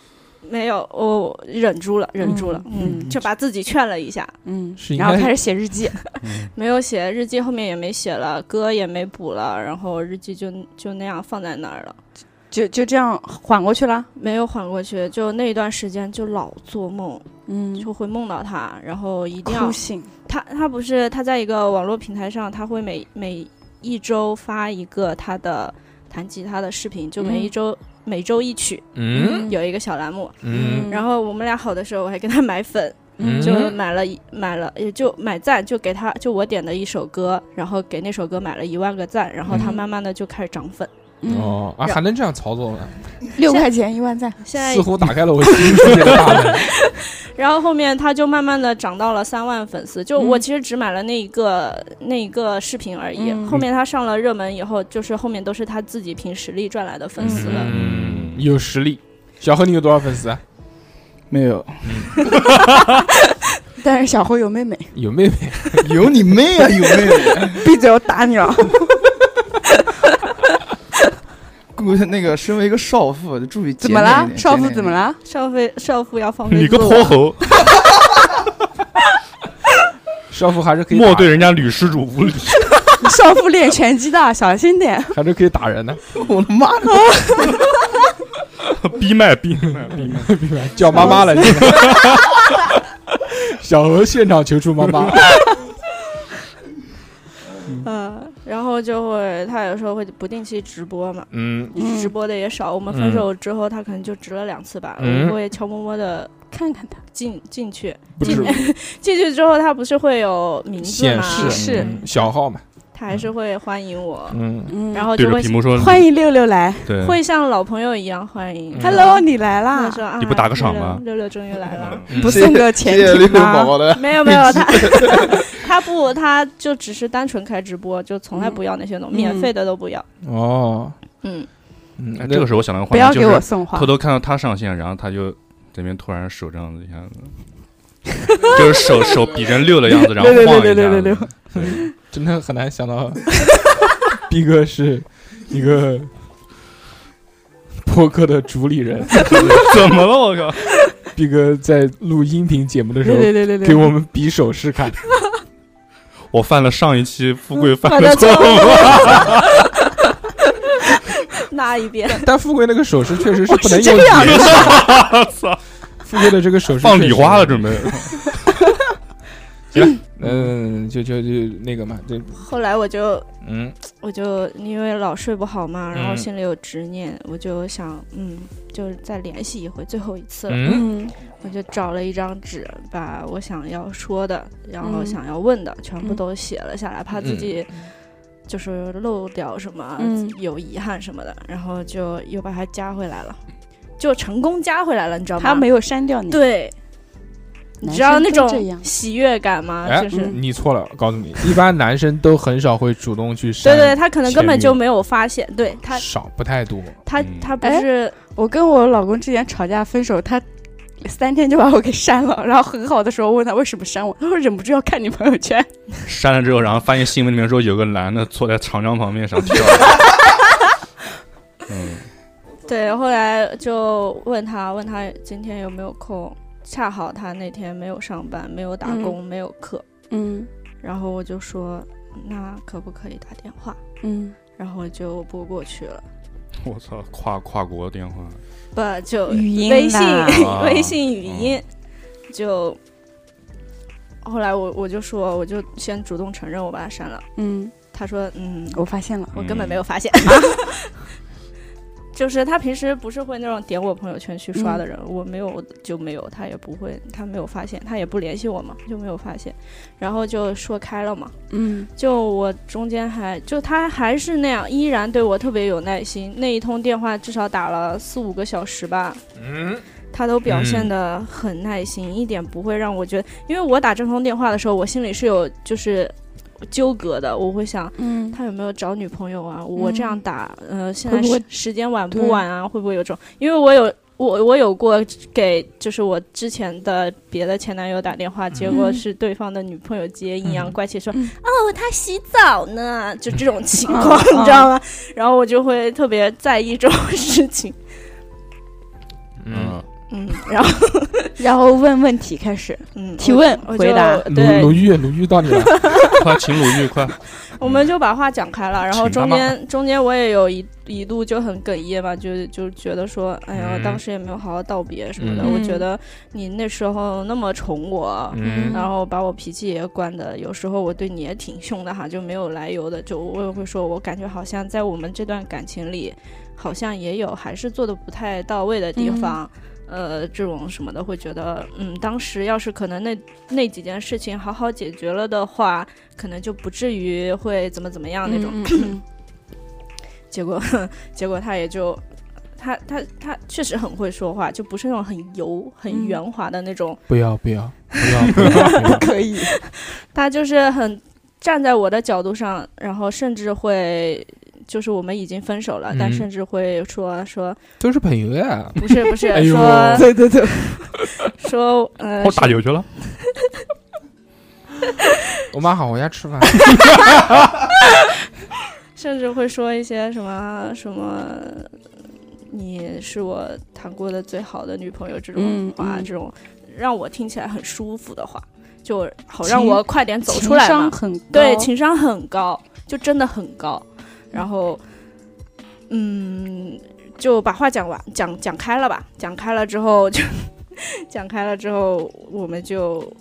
Speaker 5: 没有，我忍住了，忍住了，
Speaker 6: 嗯
Speaker 5: 嗯，
Speaker 6: 嗯
Speaker 5: 就把自己劝了一下，
Speaker 6: 嗯
Speaker 1: 是，应
Speaker 6: 然后
Speaker 1: 该
Speaker 6: 开始写日记，
Speaker 5: 没有写日记，后面也没写了，歌也没补了，然后日记就就那样放在那儿了，
Speaker 6: 就就这样缓过去了。
Speaker 5: 没有缓过去。就那一段时间就老做梦，
Speaker 6: 嗯
Speaker 5: 就会梦到他，然后一定要
Speaker 6: 哭醒。
Speaker 5: 他他不是他在一个网络平台上，他会每每一周发一个他的弹吉他的视频，就每
Speaker 6: 嗯
Speaker 5: 一周、每周一曲，
Speaker 1: 嗯
Speaker 5: 有一个小栏目。
Speaker 1: 嗯
Speaker 5: 然后我们俩好的时候，我还给他买粉，
Speaker 1: 嗯
Speaker 5: 就买了一买了，也就买赞，就给他就我点的一首歌，然后给那首歌买了一万个赞，然后他
Speaker 6: 嗯
Speaker 5: 慢慢的就开始涨粉，
Speaker 6: 嗯
Speaker 1: 哦啊，还能这样操作吗？
Speaker 8: 六块钱一万赞，
Speaker 5: 现在
Speaker 1: 似乎打开了我新世界的大门。
Speaker 5: 然后后面他就慢慢的涨到了三万粉丝，就
Speaker 6: 嗯
Speaker 5: 我其实只买了那一个、那一个视频而已。
Speaker 6: 嗯
Speaker 5: 后面他上了热门以后，就是后面都是他自己凭实力赚来的粉丝了。
Speaker 1: 嗯，有实力。小何，你有多少粉丝啊？
Speaker 3: 没有，
Speaker 6: 但是小侯有妹妹，
Speaker 1: 有妹妹，
Speaker 3: 有你妹啊，有妹妹！
Speaker 6: 闭嘴，我打你了。
Speaker 3: 估计那个身为一个少妇，就注意
Speaker 6: 怎么啦？少妇怎么？啦？
Speaker 5: 少妇少妇要放 飞
Speaker 4: 你个
Speaker 5: 自我
Speaker 4: 泼猴，
Speaker 1: 少妇还是可以打
Speaker 4: 莫对人家吕施主无礼。
Speaker 6: 少妇练拳击的，小心点。
Speaker 1: 还是可以打人 的，
Speaker 3: 我的 妈！
Speaker 4: 逼麦逼麦逼
Speaker 1: 嗯
Speaker 4: 麦，
Speaker 1: 叫妈妈了。现在小何现场求助妈妈。
Speaker 5: 嗯，然后就会他有时候会不定期直播嘛，
Speaker 1: 嗯
Speaker 6: 嗯
Speaker 5: 直播的也少。我们分手之后，他可能就直了两次吧，
Speaker 1: 嗯
Speaker 5: 我会悄摸摸的
Speaker 6: 看看他，
Speaker 5: 进进去，
Speaker 1: 不止
Speaker 5: 进去之后他不是会有名字
Speaker 1: 显
Speaker 5: 吗？
Speaker 1: 示
Speaker 6: 是
Speaker 1: 嗯小号嘛，
Speaker 5: 他还是会欢迎我，
Speaker 1: 嗯，
Speaker 6: 嗯，
Speaker 5: 然后
Speaker 4: 对
Speaker 5: 就
Speaker 4: 着
Speaker 5: 会
Speaker 4: 屏幕说，
Speaker 6: 欢迎六六来
Speaker 4: 对，
Speaker 5: 会像老朋友一样欢迎。
Speaker 1: 嗯
Speaker 6: ，Hello，你来啦
Speaker 5: 他，说啊，
Speaker 4: 你不打个赏吗
Speaker 5: 六六六终于来 了，
Speaker 6: 不送个钱
Speaker 3: 谢谢六
Speaker 6: 品
Speaker 3: 六宝
Speaker 6: 吗？
Speaker 3: 宝的，
Speaker 5: 没有没有，他 他不，他就只是单纯开直播，就从来不要那些东
Speaker 6: 嗯
Speaker 5: 西，免费的都不要。
Speaker 1: 哦，
Speaker 5: 嗯，
Speaker 1: 嗯，
Speaker 4: 哎这个时候我想到个
Speaker 6: 不
Speaker 4: 画
Speaker 6: 要
Speaker 4: 面，就
Speaker 6: 给我
Speaker 4: 是
Speaker 6: 送花
Speaker 4: 偷。偷看到他上线，然后他就这边突然手这样子一下子，就是手手比人溜的样子，然后
Speaker 6: 溜溜
Speaker 4: 晃一下
Speaker 6: 溜溜溜溜
Speaker 4: 子
Speaker 6: 溜，
Speaker 4: 对
Speaker 1: 真的很难想到逼哥是一个 播客的主理人。
Speaker 4: 怎么了？我靠！
Speaker 1: 逼哥在录音频节目的时
Speaker 6: 六
Speaker 1: 候
Speaker 6: 六六六六，
Speaker 1: 给我们比手势看，
Speaker 4: 我犯了上一期富贵
Speaker 5: 嗯
Speaker 4: 犯
Speaker 6: 犯
Speaker 4: 的
Speaker 6: 的
Speaker 4: 错
Speaker 6: 错
Speaker 4: 误，
Speaker 5: 那一边
Speaker 1: 但富贵那个手势确实是
Speaker 6: 我
Speaker 1: 不
Speaker 6: 是
Speaker 1: 能
Speaker 6: 这
Speaker 1: 用
Speaker 6: 样
Speaker 1: 语
Speaker 6: 的
Speaker 1: 言。
Speaker 4: 操！
Speaker 1: 富贵的这个手势
Speaker 4: 放
Speaker 1: 确
Speaker 4: 礼
Speaker 1: 实
Speaker 4: 花了，准 备。
Speaker 1: 嗯，就就就那个嘛，就
Speaker 5: 后来我就
Speaker 1: 嗯，
Speaker 5: 我就因为老睡不好嘛，然后
Speaker 1: 嗯
Speaker 5: 心里有执念，我就想，嗯，就是再联系一回，最后一次了。
Speaker 1: 嗯
Speaker 6: 嗯
Speaker 5: 我就找了一张纸，把我想要说的，然后
Speaker 6: 嗯
Speaker 5: 想要问的，全部
Speaker 6: 嗯
Speaker 5: 都写了下来，怕自
Speaker 1: 嗯
Speaker 5: 己就是漏掉什么，
Speaker 6: 嗯
Speaker 5: 有遗憾什么的，然后就又把它加回来了，就成功加回来了，你知道吗？
Speaker 6: 他没有删掉你，
Speaker 5: 对，你
Speaker 6: 男
Speaker 5: 知道
Speaker 6: 生
Speaker 5: 那
Speaker 6: 都
Speaker 5: 种
Speaker 6: 这样
Speaker 5: 喜悦感
Speaker 6: 啊
Speaker 5: 吗？
Speaker 1: 哎
Speaker 5: 就是。
Speaker 1: 你错了，告诉你，一般男生都很少会主动去
Speaker 5: 对
Speaker 1: 删，
Speaker 5: 对，他可能根本
Speaker 1: 前
Speaker 5: 就
Speaker 1: 女
Speaker 5: 没有发现，对他，
Speaker 1: 少不太多，
Speaker 5: 他
Speaker 4: 嗯
Speaker 5: 他不
Speaker 6: 哎
Speaker 5: 是
Speaker 6: 我跟我老公之前吵架分手，他三天就把我给删了，然后很好的时候问他为什么删我，他说忍不住要看你朋友圈，
Speaker 4: 删了之后，然后发现新闻里面说有个男的坐在长江旁边想跳。嗯，
Speaker 5: 对，后来就问他，问他今天有没有空，恰好他那天没有上班，没有打工，没有课，
Speaker 6: 嗯
Speaker 5: 然后我就说，那可不可以打电话？
Speaker 6: 嗯，
Speaker 5: 然后就拨过去了，
Speaker 4: 我操，跨跨国电话，
Speaker 5: 不就
Speaker 6: 语音啊
Speaker 5: 微信、
Speaker 6: 呐
Speaker 5: 微信语音，就后来我我就说，我就先主动承认我把他删了，
Speaker 6: 嗯，
Speaker 5: 他说，嗯，
Speaker 6: 我发现了，
Speaker 5: 我根本没有发现。 就是他平时不是会那种点我朋友圈去刷的人，我没有就没有，他也不会，他没有发现，他也不联系我嘛，就没有发现，然后就说开了嘛。
Speaker 6: 嗯
Speaker 5: 就我中间还就他还是那样，依然对我特别有耐心。那一通电话至少打了四五个小时吧，
Speaker 1: 嗯，
Speaker 5: 他都表现的很耐心，一点不会让我觉得，因为我打这通电话的时候，我心里是有就是纠葛的，我会想，
Speaker 6: 嗯，
Speaker 5: 他有没有找女朋友啊？我这样打，呃，现在
Speaker 6: 会不会
Speaker 5: 时时间晚
Speaker 6: 对
Speaker 5: 不晚啊？会不会有这种？因为我有我我有过给就是我之前的别的前男友打电话，结果是对方的女朋友接，阴阳怪气说：“
Speaker 6: 嗯
Speaker 5: 哦，他洗澡呢。”就这种情
Speaker 6: 嗯
Speaker 5: 况，
Speaker 6: 嗯
Speaker 5: 你知道吗？然后我就会特别在意这种事情。
Speaker 1: 嗯，
Speaker 5: 嗯，然后
Speaker 6: 然后问问题开始
Speaker 5: 嗯，
Speaker 6: 提问
Speaker 5: 我就
Speaker 6: 回答
Speaker 1: 鲁
Speaker 5: 对
Speaker 1: 鲁，豫，鲁豫到你了，
Speaker 4: 快请鲁豫快，
Speaker 5: 我们就把话讲开了，然后
Speaker 4: 嗯请他
Speaker 5: 中
Speaker 4: 妈
Speaker 5: 间中间我也有一一度就很哽咽嘛，就就觉得说，哎呀，
Speaker 4: 嗯
Speaker 5: 当时也没有好好道别什么的。
Speaker 1: 嗯
Speaker 5: 我觉得你那时候那么宠我，
Speaker 1: 嗯
Speaker 5: 然后把我脾气也惯的，有时候我对你也挺凶的哈，就没有来由的，就我也会说，我感觉好像在我们这段感情里，好像也有还是做的不太到位的地方。呃，这种什么的，会觉得，嗯，当时要是可能那那几件事情好好解决了的话，可能就不至于会怎么怎么样那种。
Speaker 6: 种。
Speaker 5: 结果， 结果他也就，他他他确实很会说话，就不是那种很油、很
Speaker 6: 嗯
Speaker 5: 圆滑的那种，
Speaker 1: 不要不要不要不要不要
Speaker 6: 可以，
Speaker 5: 他就是很站在我的角度上，然后甚至会。就是我们已经分手了，
Speaker 1: 嗯
Speaker 5: 但甚至会说说
Speaker 1: 都是朋友呀，
Speaker 5: 不是不是、
Speaker 1: 哎呦
Speaker 5: 说
Speaker 6: 对对对，
Speaker 5: 说呃
Speaker 4: 我哦打球去了。
Speaker 1: 我妈喊我家吃饭，
Speaker 5: 甚至会说一些什么什么，你是我谈过的最好的女朋友这种
Speaker 6: 嗯
Speaker 5: 话，
Speaker 6: 嗯
Speaker 5: 这种让我听起来很舒服的话，就好
Speaker 6: 情
Speaker 5: 让我快点走出来
Speaker 6: 情商
Speaker 5: 嘛。
Speaker 6: 很高
Speaker 5: 对，情商很高，就真的很高。然后，嗯，就把话讲完，讲讲开了吧。讲开了之后就 讲开了之后，我们就。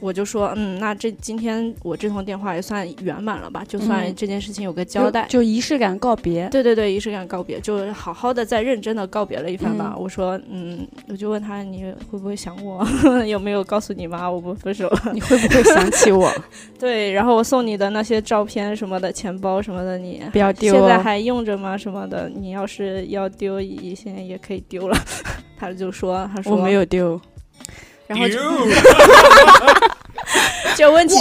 Speaker 5: 我就说，嗯，那这今天我这通电话也算圆满了吧，就算
Speaker 6: 嗯
Speaker 5: 这件事情有个
Speaker 6: 就
Speaker 5: 交代。
Speaker 6: 就仪式感告别。
Speaker 5: 对对对，仪式感告别，就好好的再认真的告别了一番吧。
Speaker 6: 嗯
Speaker 5: 我说，嗯，我就问他你会不会想我， 有没有告诉你妈我们分手了？
Speaker 6: 你会不会想起 我？
Speaker 5: 对，然后我送你的那些照片什么的，钱包什么的，你
Speaker 6: 不要丢
Speaker 5: 现在
Speaker 6: 哦。
Speaker 5: 还用着吗？什么的，你要是要丢，也现在也可以丢了。 他就说，他说
Speaker 6: 我没，有丢，
Speaker 5: 然后就 就问 起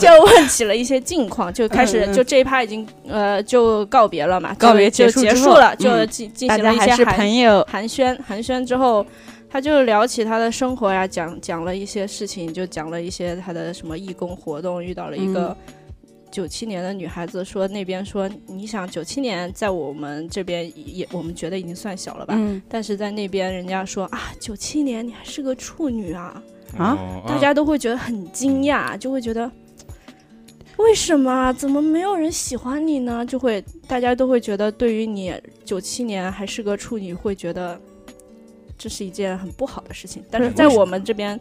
Speaker 5: 就问起了一些近况，就开始
Speaker 6: 嗯嗯
Speaker 5: 就这一趴已经呃就告别了嘛，
Speaker 6: 告别
Speaker 5: 就就
Speaker 6: 结束
Speaker 5: 结
Speaker 6: 之
Speaker 5: 束
Speaker 6: 后
Speaker 5: 了，就
Speaker 6: 嗯
Speaker 5: 进进
Speaker 6: 大
Speaker 5: 行
Speaker 6: 家
Speaker 5: 了一
Speaker 6: 还
Speaker 5: 些
Speaker 6: 是
Speaker 5: 寒
Speaker 6: 朋友。
Speaker 5: 寒暄寒暄之后，他就聊起他的生活呀，讲讲了一些事情，就讲了一些他的什么义工活动，遇到了一个九七年的女孩子，说那边说你想九七年在我们这边也我们觉得已经算小了吧，
Speaker 6: 嗯，
Speaker 5: 但是在那边人家说啊九七年你还是个处女啊，
Speaker 6: 啊
Speaker 4: 哦，
Speaker 5: 大家都会觉得很惊
Speaker 6: 嗯
Speaker 5: 讶，就会觉得。为什么啊？怎么没有人喜欢你呢？就会大家都会觉得，对于你九七年还是个处女，会觉得这是一件很不好的事情。但是
Speaker 4: 嗯
Speaker 5: 在我们这边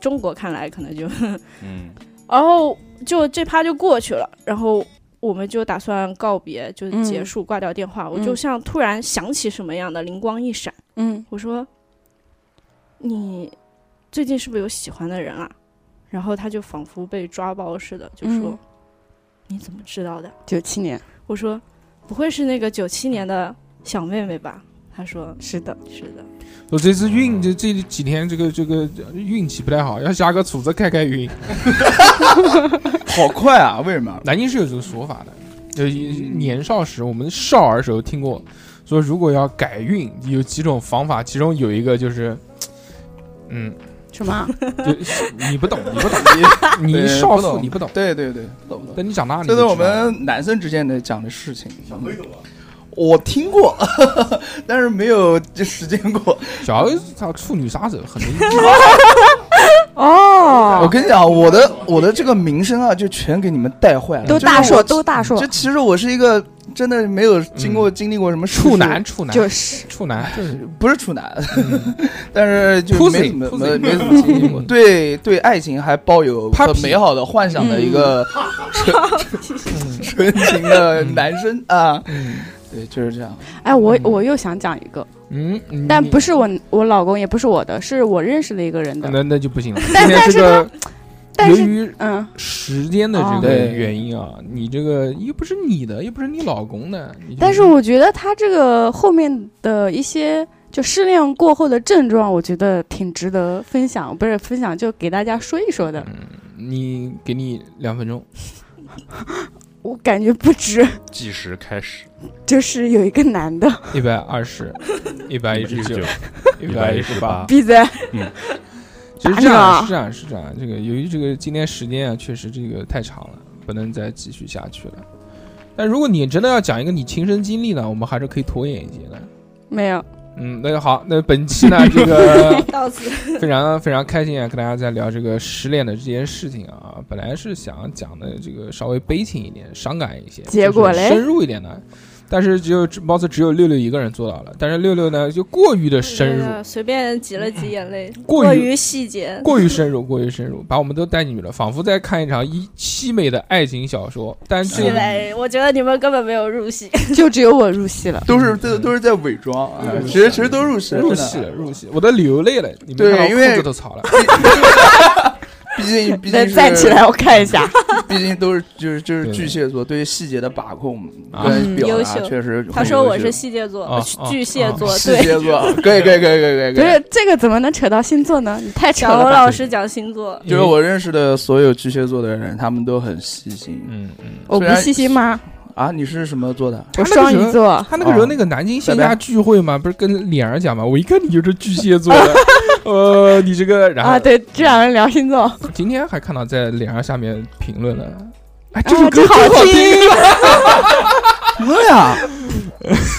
Speaker 5: 中国看来，可能就，
Speaker 4: 嗯，
Speaker 5: 然后就这趴就过去了，然后我们就打算告别，就
Speaker 6: 嗯
Speaker 5: 结束，挂掉电话。我就
Speaker 6: 嗯
Speaker 5: 像突然想起什么样的灵光一闪，
Speaker 6: 嗯，
Speaker 5: 我说：“你最近是不是有喜欢的人啊？”然后他就仿佛被抓包似的，就说：“
Speaker 6: 嗯
Speaker 5: 你怎么知道的
Speaker 6: 九七年，？”
Speaker 5: 我说：“不会是那个九七年的小妹妹吧？”他说
Speaker 6: 是的，：“
Speaker 5: 是的。
Speaker 1: 我这次运这这几天这个这个运气不太好，要下个组织开开运。
Speaker 3: 好快啊！为什么？
Speaker 1: 南京是有这个说法的，就年少时我们少儿时候听过，说如果要改运有几种方法，其中有一个就是，嗯，
Speaker 6: 什 么？
Speaker 1: 就是你 不懂，你不懂，你
Speaker 3: 对
Speaker 1: 少
Speaker 3: 不
Speaker 1: 妇
Speaker 3: 懂
Speaker 1: 你不懂，
Speaker 3: 对对对，懂懂。
Speaker 1: 等你长大你就是
Speaker 3: 这
Speaker 1: 知道
Speaker 3: 我
Speaker 1: 了
Speaker 3: 们男生之间的讲的事情。我听过， 但是没有实践过。
Speaker 1: 小孩子操处女杀手很 容易，
Speaker 6: 哦啊
Speaker 3: 我跟你讲，我的我的这个名声啊，就全给你们带坏了。
Speaker 6: 都
Speaker 3: 就是
Speaker 6: 大
Speaker 3: 我
Speaker 6: 硕，都大硕
Speaker 3: 就，其实我是一个真的没有经过经历过什么事
Speaker 1: 处男，处男
Speaker 6: 就是
Speaker 1: 处男 就是
Speaker 3: 不是处男，
Speaker 1: 嗯
Speaker 3: 但是就没
Speaker 1: Pussy，
Speaker 3: 怎么
Speaker 1: pussy
Speaker 3: 没没怎么经历过，对对，爱情还抱有
Speaker 1: Puppy 嗯
Speaker 3: 很美好的幻想的一个纯 纯情的男生啊，
Speaker 1: 嗯
Speaker 3: 对，就是这样。
Speaker 6: 哎，我
Speaker 1: 嗯
Speaker 6: 我又想讲一个，
Speaker 1: 嗯，嗯
Speaker 6: 但不
Speaker 1: 你
Speaker 6: 是我我老公，也不是我的，是我认识的一个人的，
Speaker 1: 那那就不行了，今
Speaker 6: 但
Speaker 1: 天
Speaker 6: 但是
Speaker 1: 这个
Speaker 6: 嗯但
Speaker 1: 由
Speaker 6: 是
Speaker 1: 于
Speaker 6: 嗯，
Speaker 1: 时间的这
Speaker 6: 哦
Speaker 1: 个
Speaker 3: 对
Speaker 1: 原因啊，你这个又不是你的，又不是你老公的，你就
Speaker 6: 但是我觉得他这个后面的一些就失恋过后的症状，我觉得挺值得分享，不是分享就给大家说一说的。
Speaker 1: 你给你两分 钟，
Speaker 6: 我感觉不值，
Speaker 4: 计时开始，
Speaker 6: 就是有一个男的，
Speaker 1: 一百二十，一百一十九， 一百一十八。
Speaker 6: 闭嘴，
Speaker 1: 其实这
Speaker 6: 打你
Speaker 1: 样
Speaker 6: 了
Speaker 1: 是这样是这样，这个由于这个今天时间啊，确实这个太长了，不能再继续下去了。但如果你真的要讲一个你亲身经历呢，我们还是可以拖延一些的。
Speaker 6: 没有，
Speaker 1: 嗯，那就好，那本期呢，这个
Speaker 5: 到此
Speaker 1: 非常非常开心啊，跟大家在聊这个失恋的这件事情啊。本来是想讲的这个稍微悲情一点、伤感一些，
Speaker 6: 结果
Speaker 1: 就是
Speaker 6: 嘞
Speaker 1: 深入一点的。但是只有貌似只有六六一个人做到了，但是六六呢就过于的呃深入，
Speaker 5: 随便挤了挤眼泪，
Speaker 1: 过于
Speaker 5: 过于细节，
Speaker 1: 过于深入，过于深入，把我们都带进去了，仿佛在看一场一凄美的爱情小说。但这
Speaker 5: 起
Speaker 1: 个
Speaker 5: 来，哎我觉得你们根本没有入戏。
Speaker 6: 就只有我入戏了。
Speaker 3: 都是都都是在伪装，啊
Speaker 1: 嗯
Speaker 3: 其实其实都入戏了
Speaker 1: 入
Speaker 3: 真的
Speaker 1: 戏了，入戏，我都流泪了，你们
Speaker 3: 对
Speaker 1: 看
Speaker 3: 因
Speaker 1: 到
Speaker 3: 为
Speaker 1: 裤子都潮了。
Speaker 3: 毕 竟毕竟
Speaker 6: 能
Speaker 3: 是
Speaker 6: 站起来，我看一下。
Speaker 3: 毕竟都是就是就是
Speaker 1: 对
Speaker 3: 巨蟹座对于细节的把控
Speaker 1: 啊
Speaker 3: 跟表
Speaker 5: 嗯优
Speaker 3: 达
Speaker 5: 秀
Speaker 3: 确实很
Speaker 5: 他说我
Speaker 3: 优
Speaker 5: 是
Speaker 3: 秀
Speaker 5: 蟹座，
Speaker 1: 啊
Speaker 5: 呃巨蟹座，
Speaker 3: 细
Speaker 5: 对。
Speaker 3: 节 座，可以可以可以可以可以
Speaker 6: 不
Speaker 3: 可以
Speaker 6: 是。这个怎么能扯到星座呢？你太扯
Speaker 5: 小
Speaker 6: 了
Speaker 5: 欧
Speaker 6: 吧！
Speaker 5: 老师讲星座，
Speaker 3: 就是我认识的所有巨蟹座的人，他们都很细心
Speaker 1: 嗯嗯，
Speaker 6: 我不细心吗？
Speaker 3: 啊。你是什么座的？
Speaker 1: 他
Speaker 6: 我
Speaker 1: 那个
Speaker 6: 双
Speaker 1: 人
Speaker 6: 鱼座，
Speaker 1: 他那个时候那个南京线下聚会
Speaker 6: 哦
Speaker 1: 嘛，不是跟脸儿讲嘛，我一看你就是巨蟹座 的，呃，你这个，然后
Speaker 6: 啊，对，这两人聊星座，
Speaker 1: 今天还看到在脸儿下面评论了，哎，这首
Speaker 6: 啊
Speaker 1: 歌
Speaker 6: 真好
Speaker 1: 真好听，
Speaker 3: 什么呀？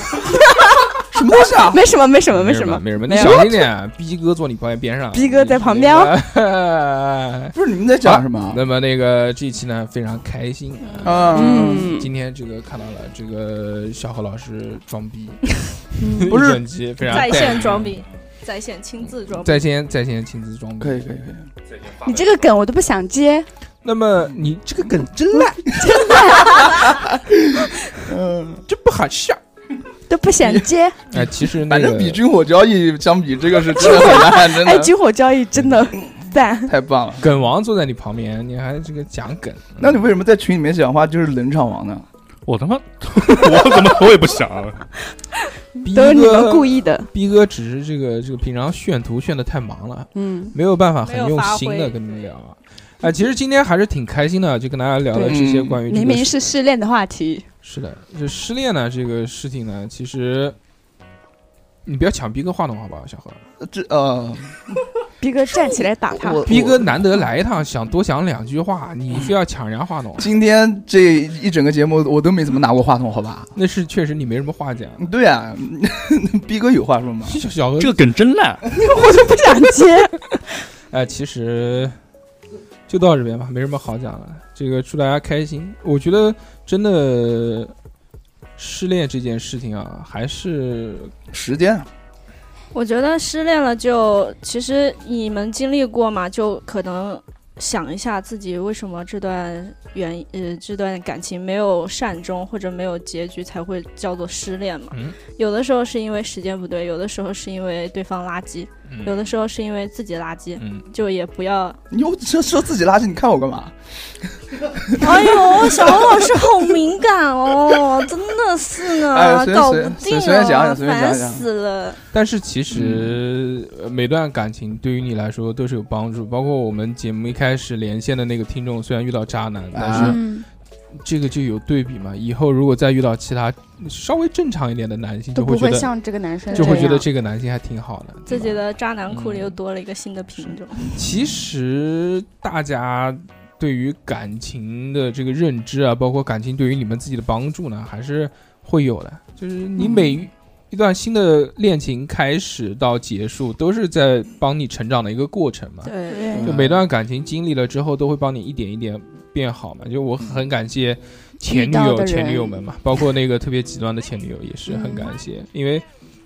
Speaker 3: 什么东西啊？
Speaker 6: 没什么，没什么，没什么。
Speaker 1: 没什么，你
Speaker 6: 没有
Speaker 1: 小心点逼哥坐你旁边边上
Speaker 6: 逼哥在旁边哦
Speaker 1: 哦。
Speaker 3: 不是你们在讲什 么
Speaker 1: 那么那个这一期呢非常开心啊，
Speaker 3: 啊？
Speaker 6: 嗯，
Speaker 1: 今天这个看到了这个小何老师装逼，
Speaker 6: 嗯
Speaker 3: 不是
Speaker 1: 整集非常
Speaker 5: 在
Speaker 1: 带
Speaker 5: 线
Speaker 1: 劲
Speaker 5: 装逼，在线亲自装逼。
Speaker 1: 在线在线亲自装逼
Speaker 3: 可以可以可以，
Speaker 6: 你这个梗我都不想接，
Speaker 1: 那么你这个梗真烂，
Speaker 3: 嗯，
Speaker 1: 真不好笑。
Speaker 6: 都不 想接。
Speaker 1: 哎，其实那
Speaker 3: 反
Speaker 1: 个
Speaker 3: 正比军火交易相比，这个是真的很烂， 真
Speaker 6: 哎，
Speaker 3: 的
Speaker 6: 军火交易真 的赞。
Speaker 3: 太棒了。
Speaker 1: 梗王坐在你旁边，你还这个讲梗，
Speaker 3: 那你为什么在群里面讲话就是冷场王呢？
Speaker 4: 我他妈， 我怎么我也不想啊，
Speaker 5: 嗯
Speaker 1: 逼
Speaker 6: 都是你们
Speaker 1: 哥
Speaker 6: 故意的，
Speaker 1: 逼哥只是这个这个平常炫图炫的太忙了，
Speaker 6: 嗯，
Speaker 1: 没有办法很
Speaker 5: 没有
Speaker 1: 用
Speaker 5: 发
Speaker 1: 心
Speaker 5: 挥
Speaker 1: 的跟你们聊啊。哎，其实今天还是挺开心的，就跟大家聊了这些
Speaker 3: 嗯
Speaker 1: 关于这
Speaker 6: 明
Speaker 1: 个
Speaker 6: 明是失恋的话题，
Speaker 1: 是的，这失恋呢这个事情呢，其实嗯你不要抢逼哥话筒好不好，小何？
Speaker 3: 这呃，
Speaker 6: 逼哥站起来打 他，
Speaker 3: 我
Speaker 1: 逼哥难得来一趟，想多讲两句话，你非要抢人家话筒，
Speaker 3: 今天这一整个节目我都没怎么拿过话筒，好吧？
Speaker 1: 那是确实你没什么话讲。
Speaker 3: 对啊， 逼哥有话说吗？
Speaker 1: 小小何
Speaker 4: 这个梗真烂。啊
Speaker 6: 我就不想接。
Speaker 1: 哎，其实就到这边吧，没什么好讲了。这个祝大家开心。我觉得真的失恋这件事情啊，还是
Speaker 3: 时间啊
Speaker 5: 我觉得失恋了就，其实你们经历过嘛，就可能想一下自己为什么这段原呃这段感情没有善终或者没有结局才会叫做失恋嘛。
Speaker 1: 嗯
Speaker 5: 有的时候是因为时间不对，有的时候是因为对方垃圾，
Speaker 3: 嗯
Speaker 5: 有的时候是因为自己垃圾，
Speaker 1: 嗯，
Speaker 5: 就也 不要。
Speaker 3: 你又说说自己垃圾，你看我干嘛？
Speaker 5: 哎呦，小王老师好敏感哦， 真的是呢，
Speaker 3: 哎随便
Speaker 5: 搞
Speaker 3: 随
Speaker 5: 不定
Speaker 3: 随随便讲
Speaker 5: 啊，
Speaker 3: 讲随便讲嗯
Speaker 5: 烦
Speaker 3: 讲
Speaker 5: 死了。
Speaker 1: 但是其实、
Speaker 6: 嗯
Speaker 1: 呃每段感情对于你来说都是有帮助，包括我们节目一开始连线的那个听众，虽然遇到渣男，但
Speaker 3: 啊
Speaker 1: 是
Speaker 6: 嗯，
Speaker 1: 这个就有对比嘛。以后如果再遇到其他稍微正常一点的男性，
Speaker 6: 都
Speaker 1: 就
Speaker 6: 不
Speaker 1: 觉
Speaker 6: 会
Speaker 1: 得
Speaker 6: 像这个男生
Speaker 1: 就会觉
Speaker 6: 这
Speaker 1: 得
Speaker 6: 样
Speaker 1: 这个男性还挺好的，
Speaker 5: 自己
Speaker 1: 对吧
Speaker 5: 的渣男库里
Speaker 1: 嗯
Speaker 5: 又多了一个新的品种。
Speaker 1: 其实大家对于感情的这个认知啊，包括感情对于你们自己的帮助呢，还是会有的。就是你
Speaker 6: 嗯
Speaker 1: 每一段新的恋情开始到结束，都是在帮你成长的一个过程嘛。
Speaker 5: 对，
Speaker 6: 对
Speaker 1: 就每段感情经历了之后，都会帮你一点一点变好嘛。就我很感谢前女
Speaker 6: 遇到
Speaker 1: 友、
Speaker 6: 的人
Speaker 1: 前女友们嘛，包括那个特别极端的前女友也是很感谢，
Speaker 6: 嗯
Speaker 1: 因为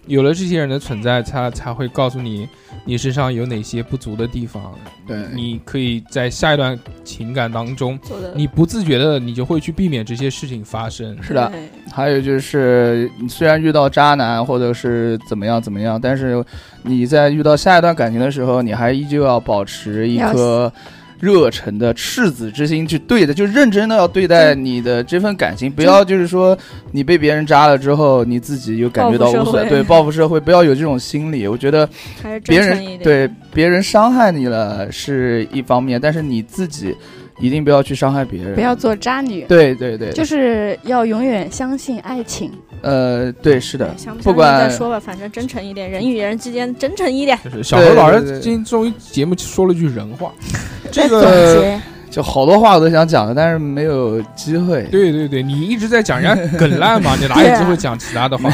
Speaker 1: 有了这些人的存在，他才会告诉你你身上有哪些不足的地方，
Speaker 3: 对
Speaker 1: 你可以在下一段情感当中，
Speaker 5: 做的
Speaker 1: 你不自觉的你就会去避免这些事情发 生。
Speaker 3: 是的，
Speaker 5: 对
Speaker 3: 还有就是，你虽然遇到渣男或者是怎么样怎么样，但是你在遇到下一段感情的时候，你还依旧要保持一颗热忱的赤子之心去对待，就认真的要对待你的这份感情，不要就是说你被别人渣了之后，你自己又感觉到
Speaker 5: 报复社
Speaker 3: 无所
Speaker 5: 会
Speaker 3: 对报复社会，不要有这种心理。我觉得
Speaker 5: 还是真
Speaker 3: 别
Speaker 5: 诚一
Speaker 3: 人
Speaker 5: 点。哎
Speaker 3: 对别人伤害你了是一方面，但是你自己一定不要去伤害别人，
Speaker 6: 不要做渣女，
Speaker 3: 对对对，
Speaker 6: 就是要永远相信爱情。
Speaker 3: 呃对是的
Speaker 5: 哎，想不
Speaker 3: 不
Speaker 5: 想再
Speaker 3: 管。
Speaker 5: 说吧，反正真诚一点，人与人之间真诚一点。
Speaker 1: 就是小何老
Speaker 3: 对对
Speaker 1: 师
Speaker 3: 对
Speaker 1: 今天终于节目说了句人话，
Speaker 3: 这
Speaker 1: 呃
Speaker 6: 总
Speaker 3: 个
Speaker 6: 结
Speaker 3: 就好多话我都想讲的，但是没有机会。
Speaker 1: 对对对，你一直在讲人家梗烂嘛，你哪有机会讲其他的话？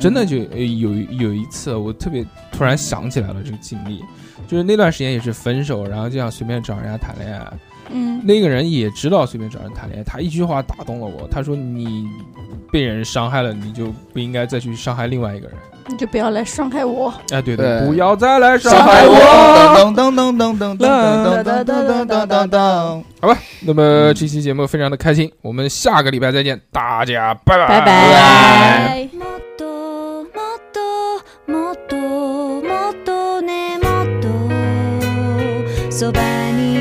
Speaker 1: 真的就呃有一有一次，我特别突然想起来了这个经历，就是那段时间也是分手，然后就想随便找人家谈恋爱。
Speaker 6: 嗯，
Speaker 1: 那个人也知道随便找人谈恋爱，他一句话打动了我，他说你被人伤害了，你就不应该再去伤害另外一个人。
Speaker 6: 你就不要来伤害我。
Speaker 1: 哎，对
Speaker 3: 对
Speaker 1: 不要再来伤
Speaker 3: 上
Speaker 1: 害
Speaker 3: 海
Speaker 1: 我。
Speaker 3: 我，噔噔噔噔噔噔噔噔噔噔噔噔。
Speaker 1: 那么这期节目非常的开心，我们下个礼拜再见，大家拜拜
Speaker 6: 拜拜
Speaker 5: 「もっともっともっともっとねもっと」「そばに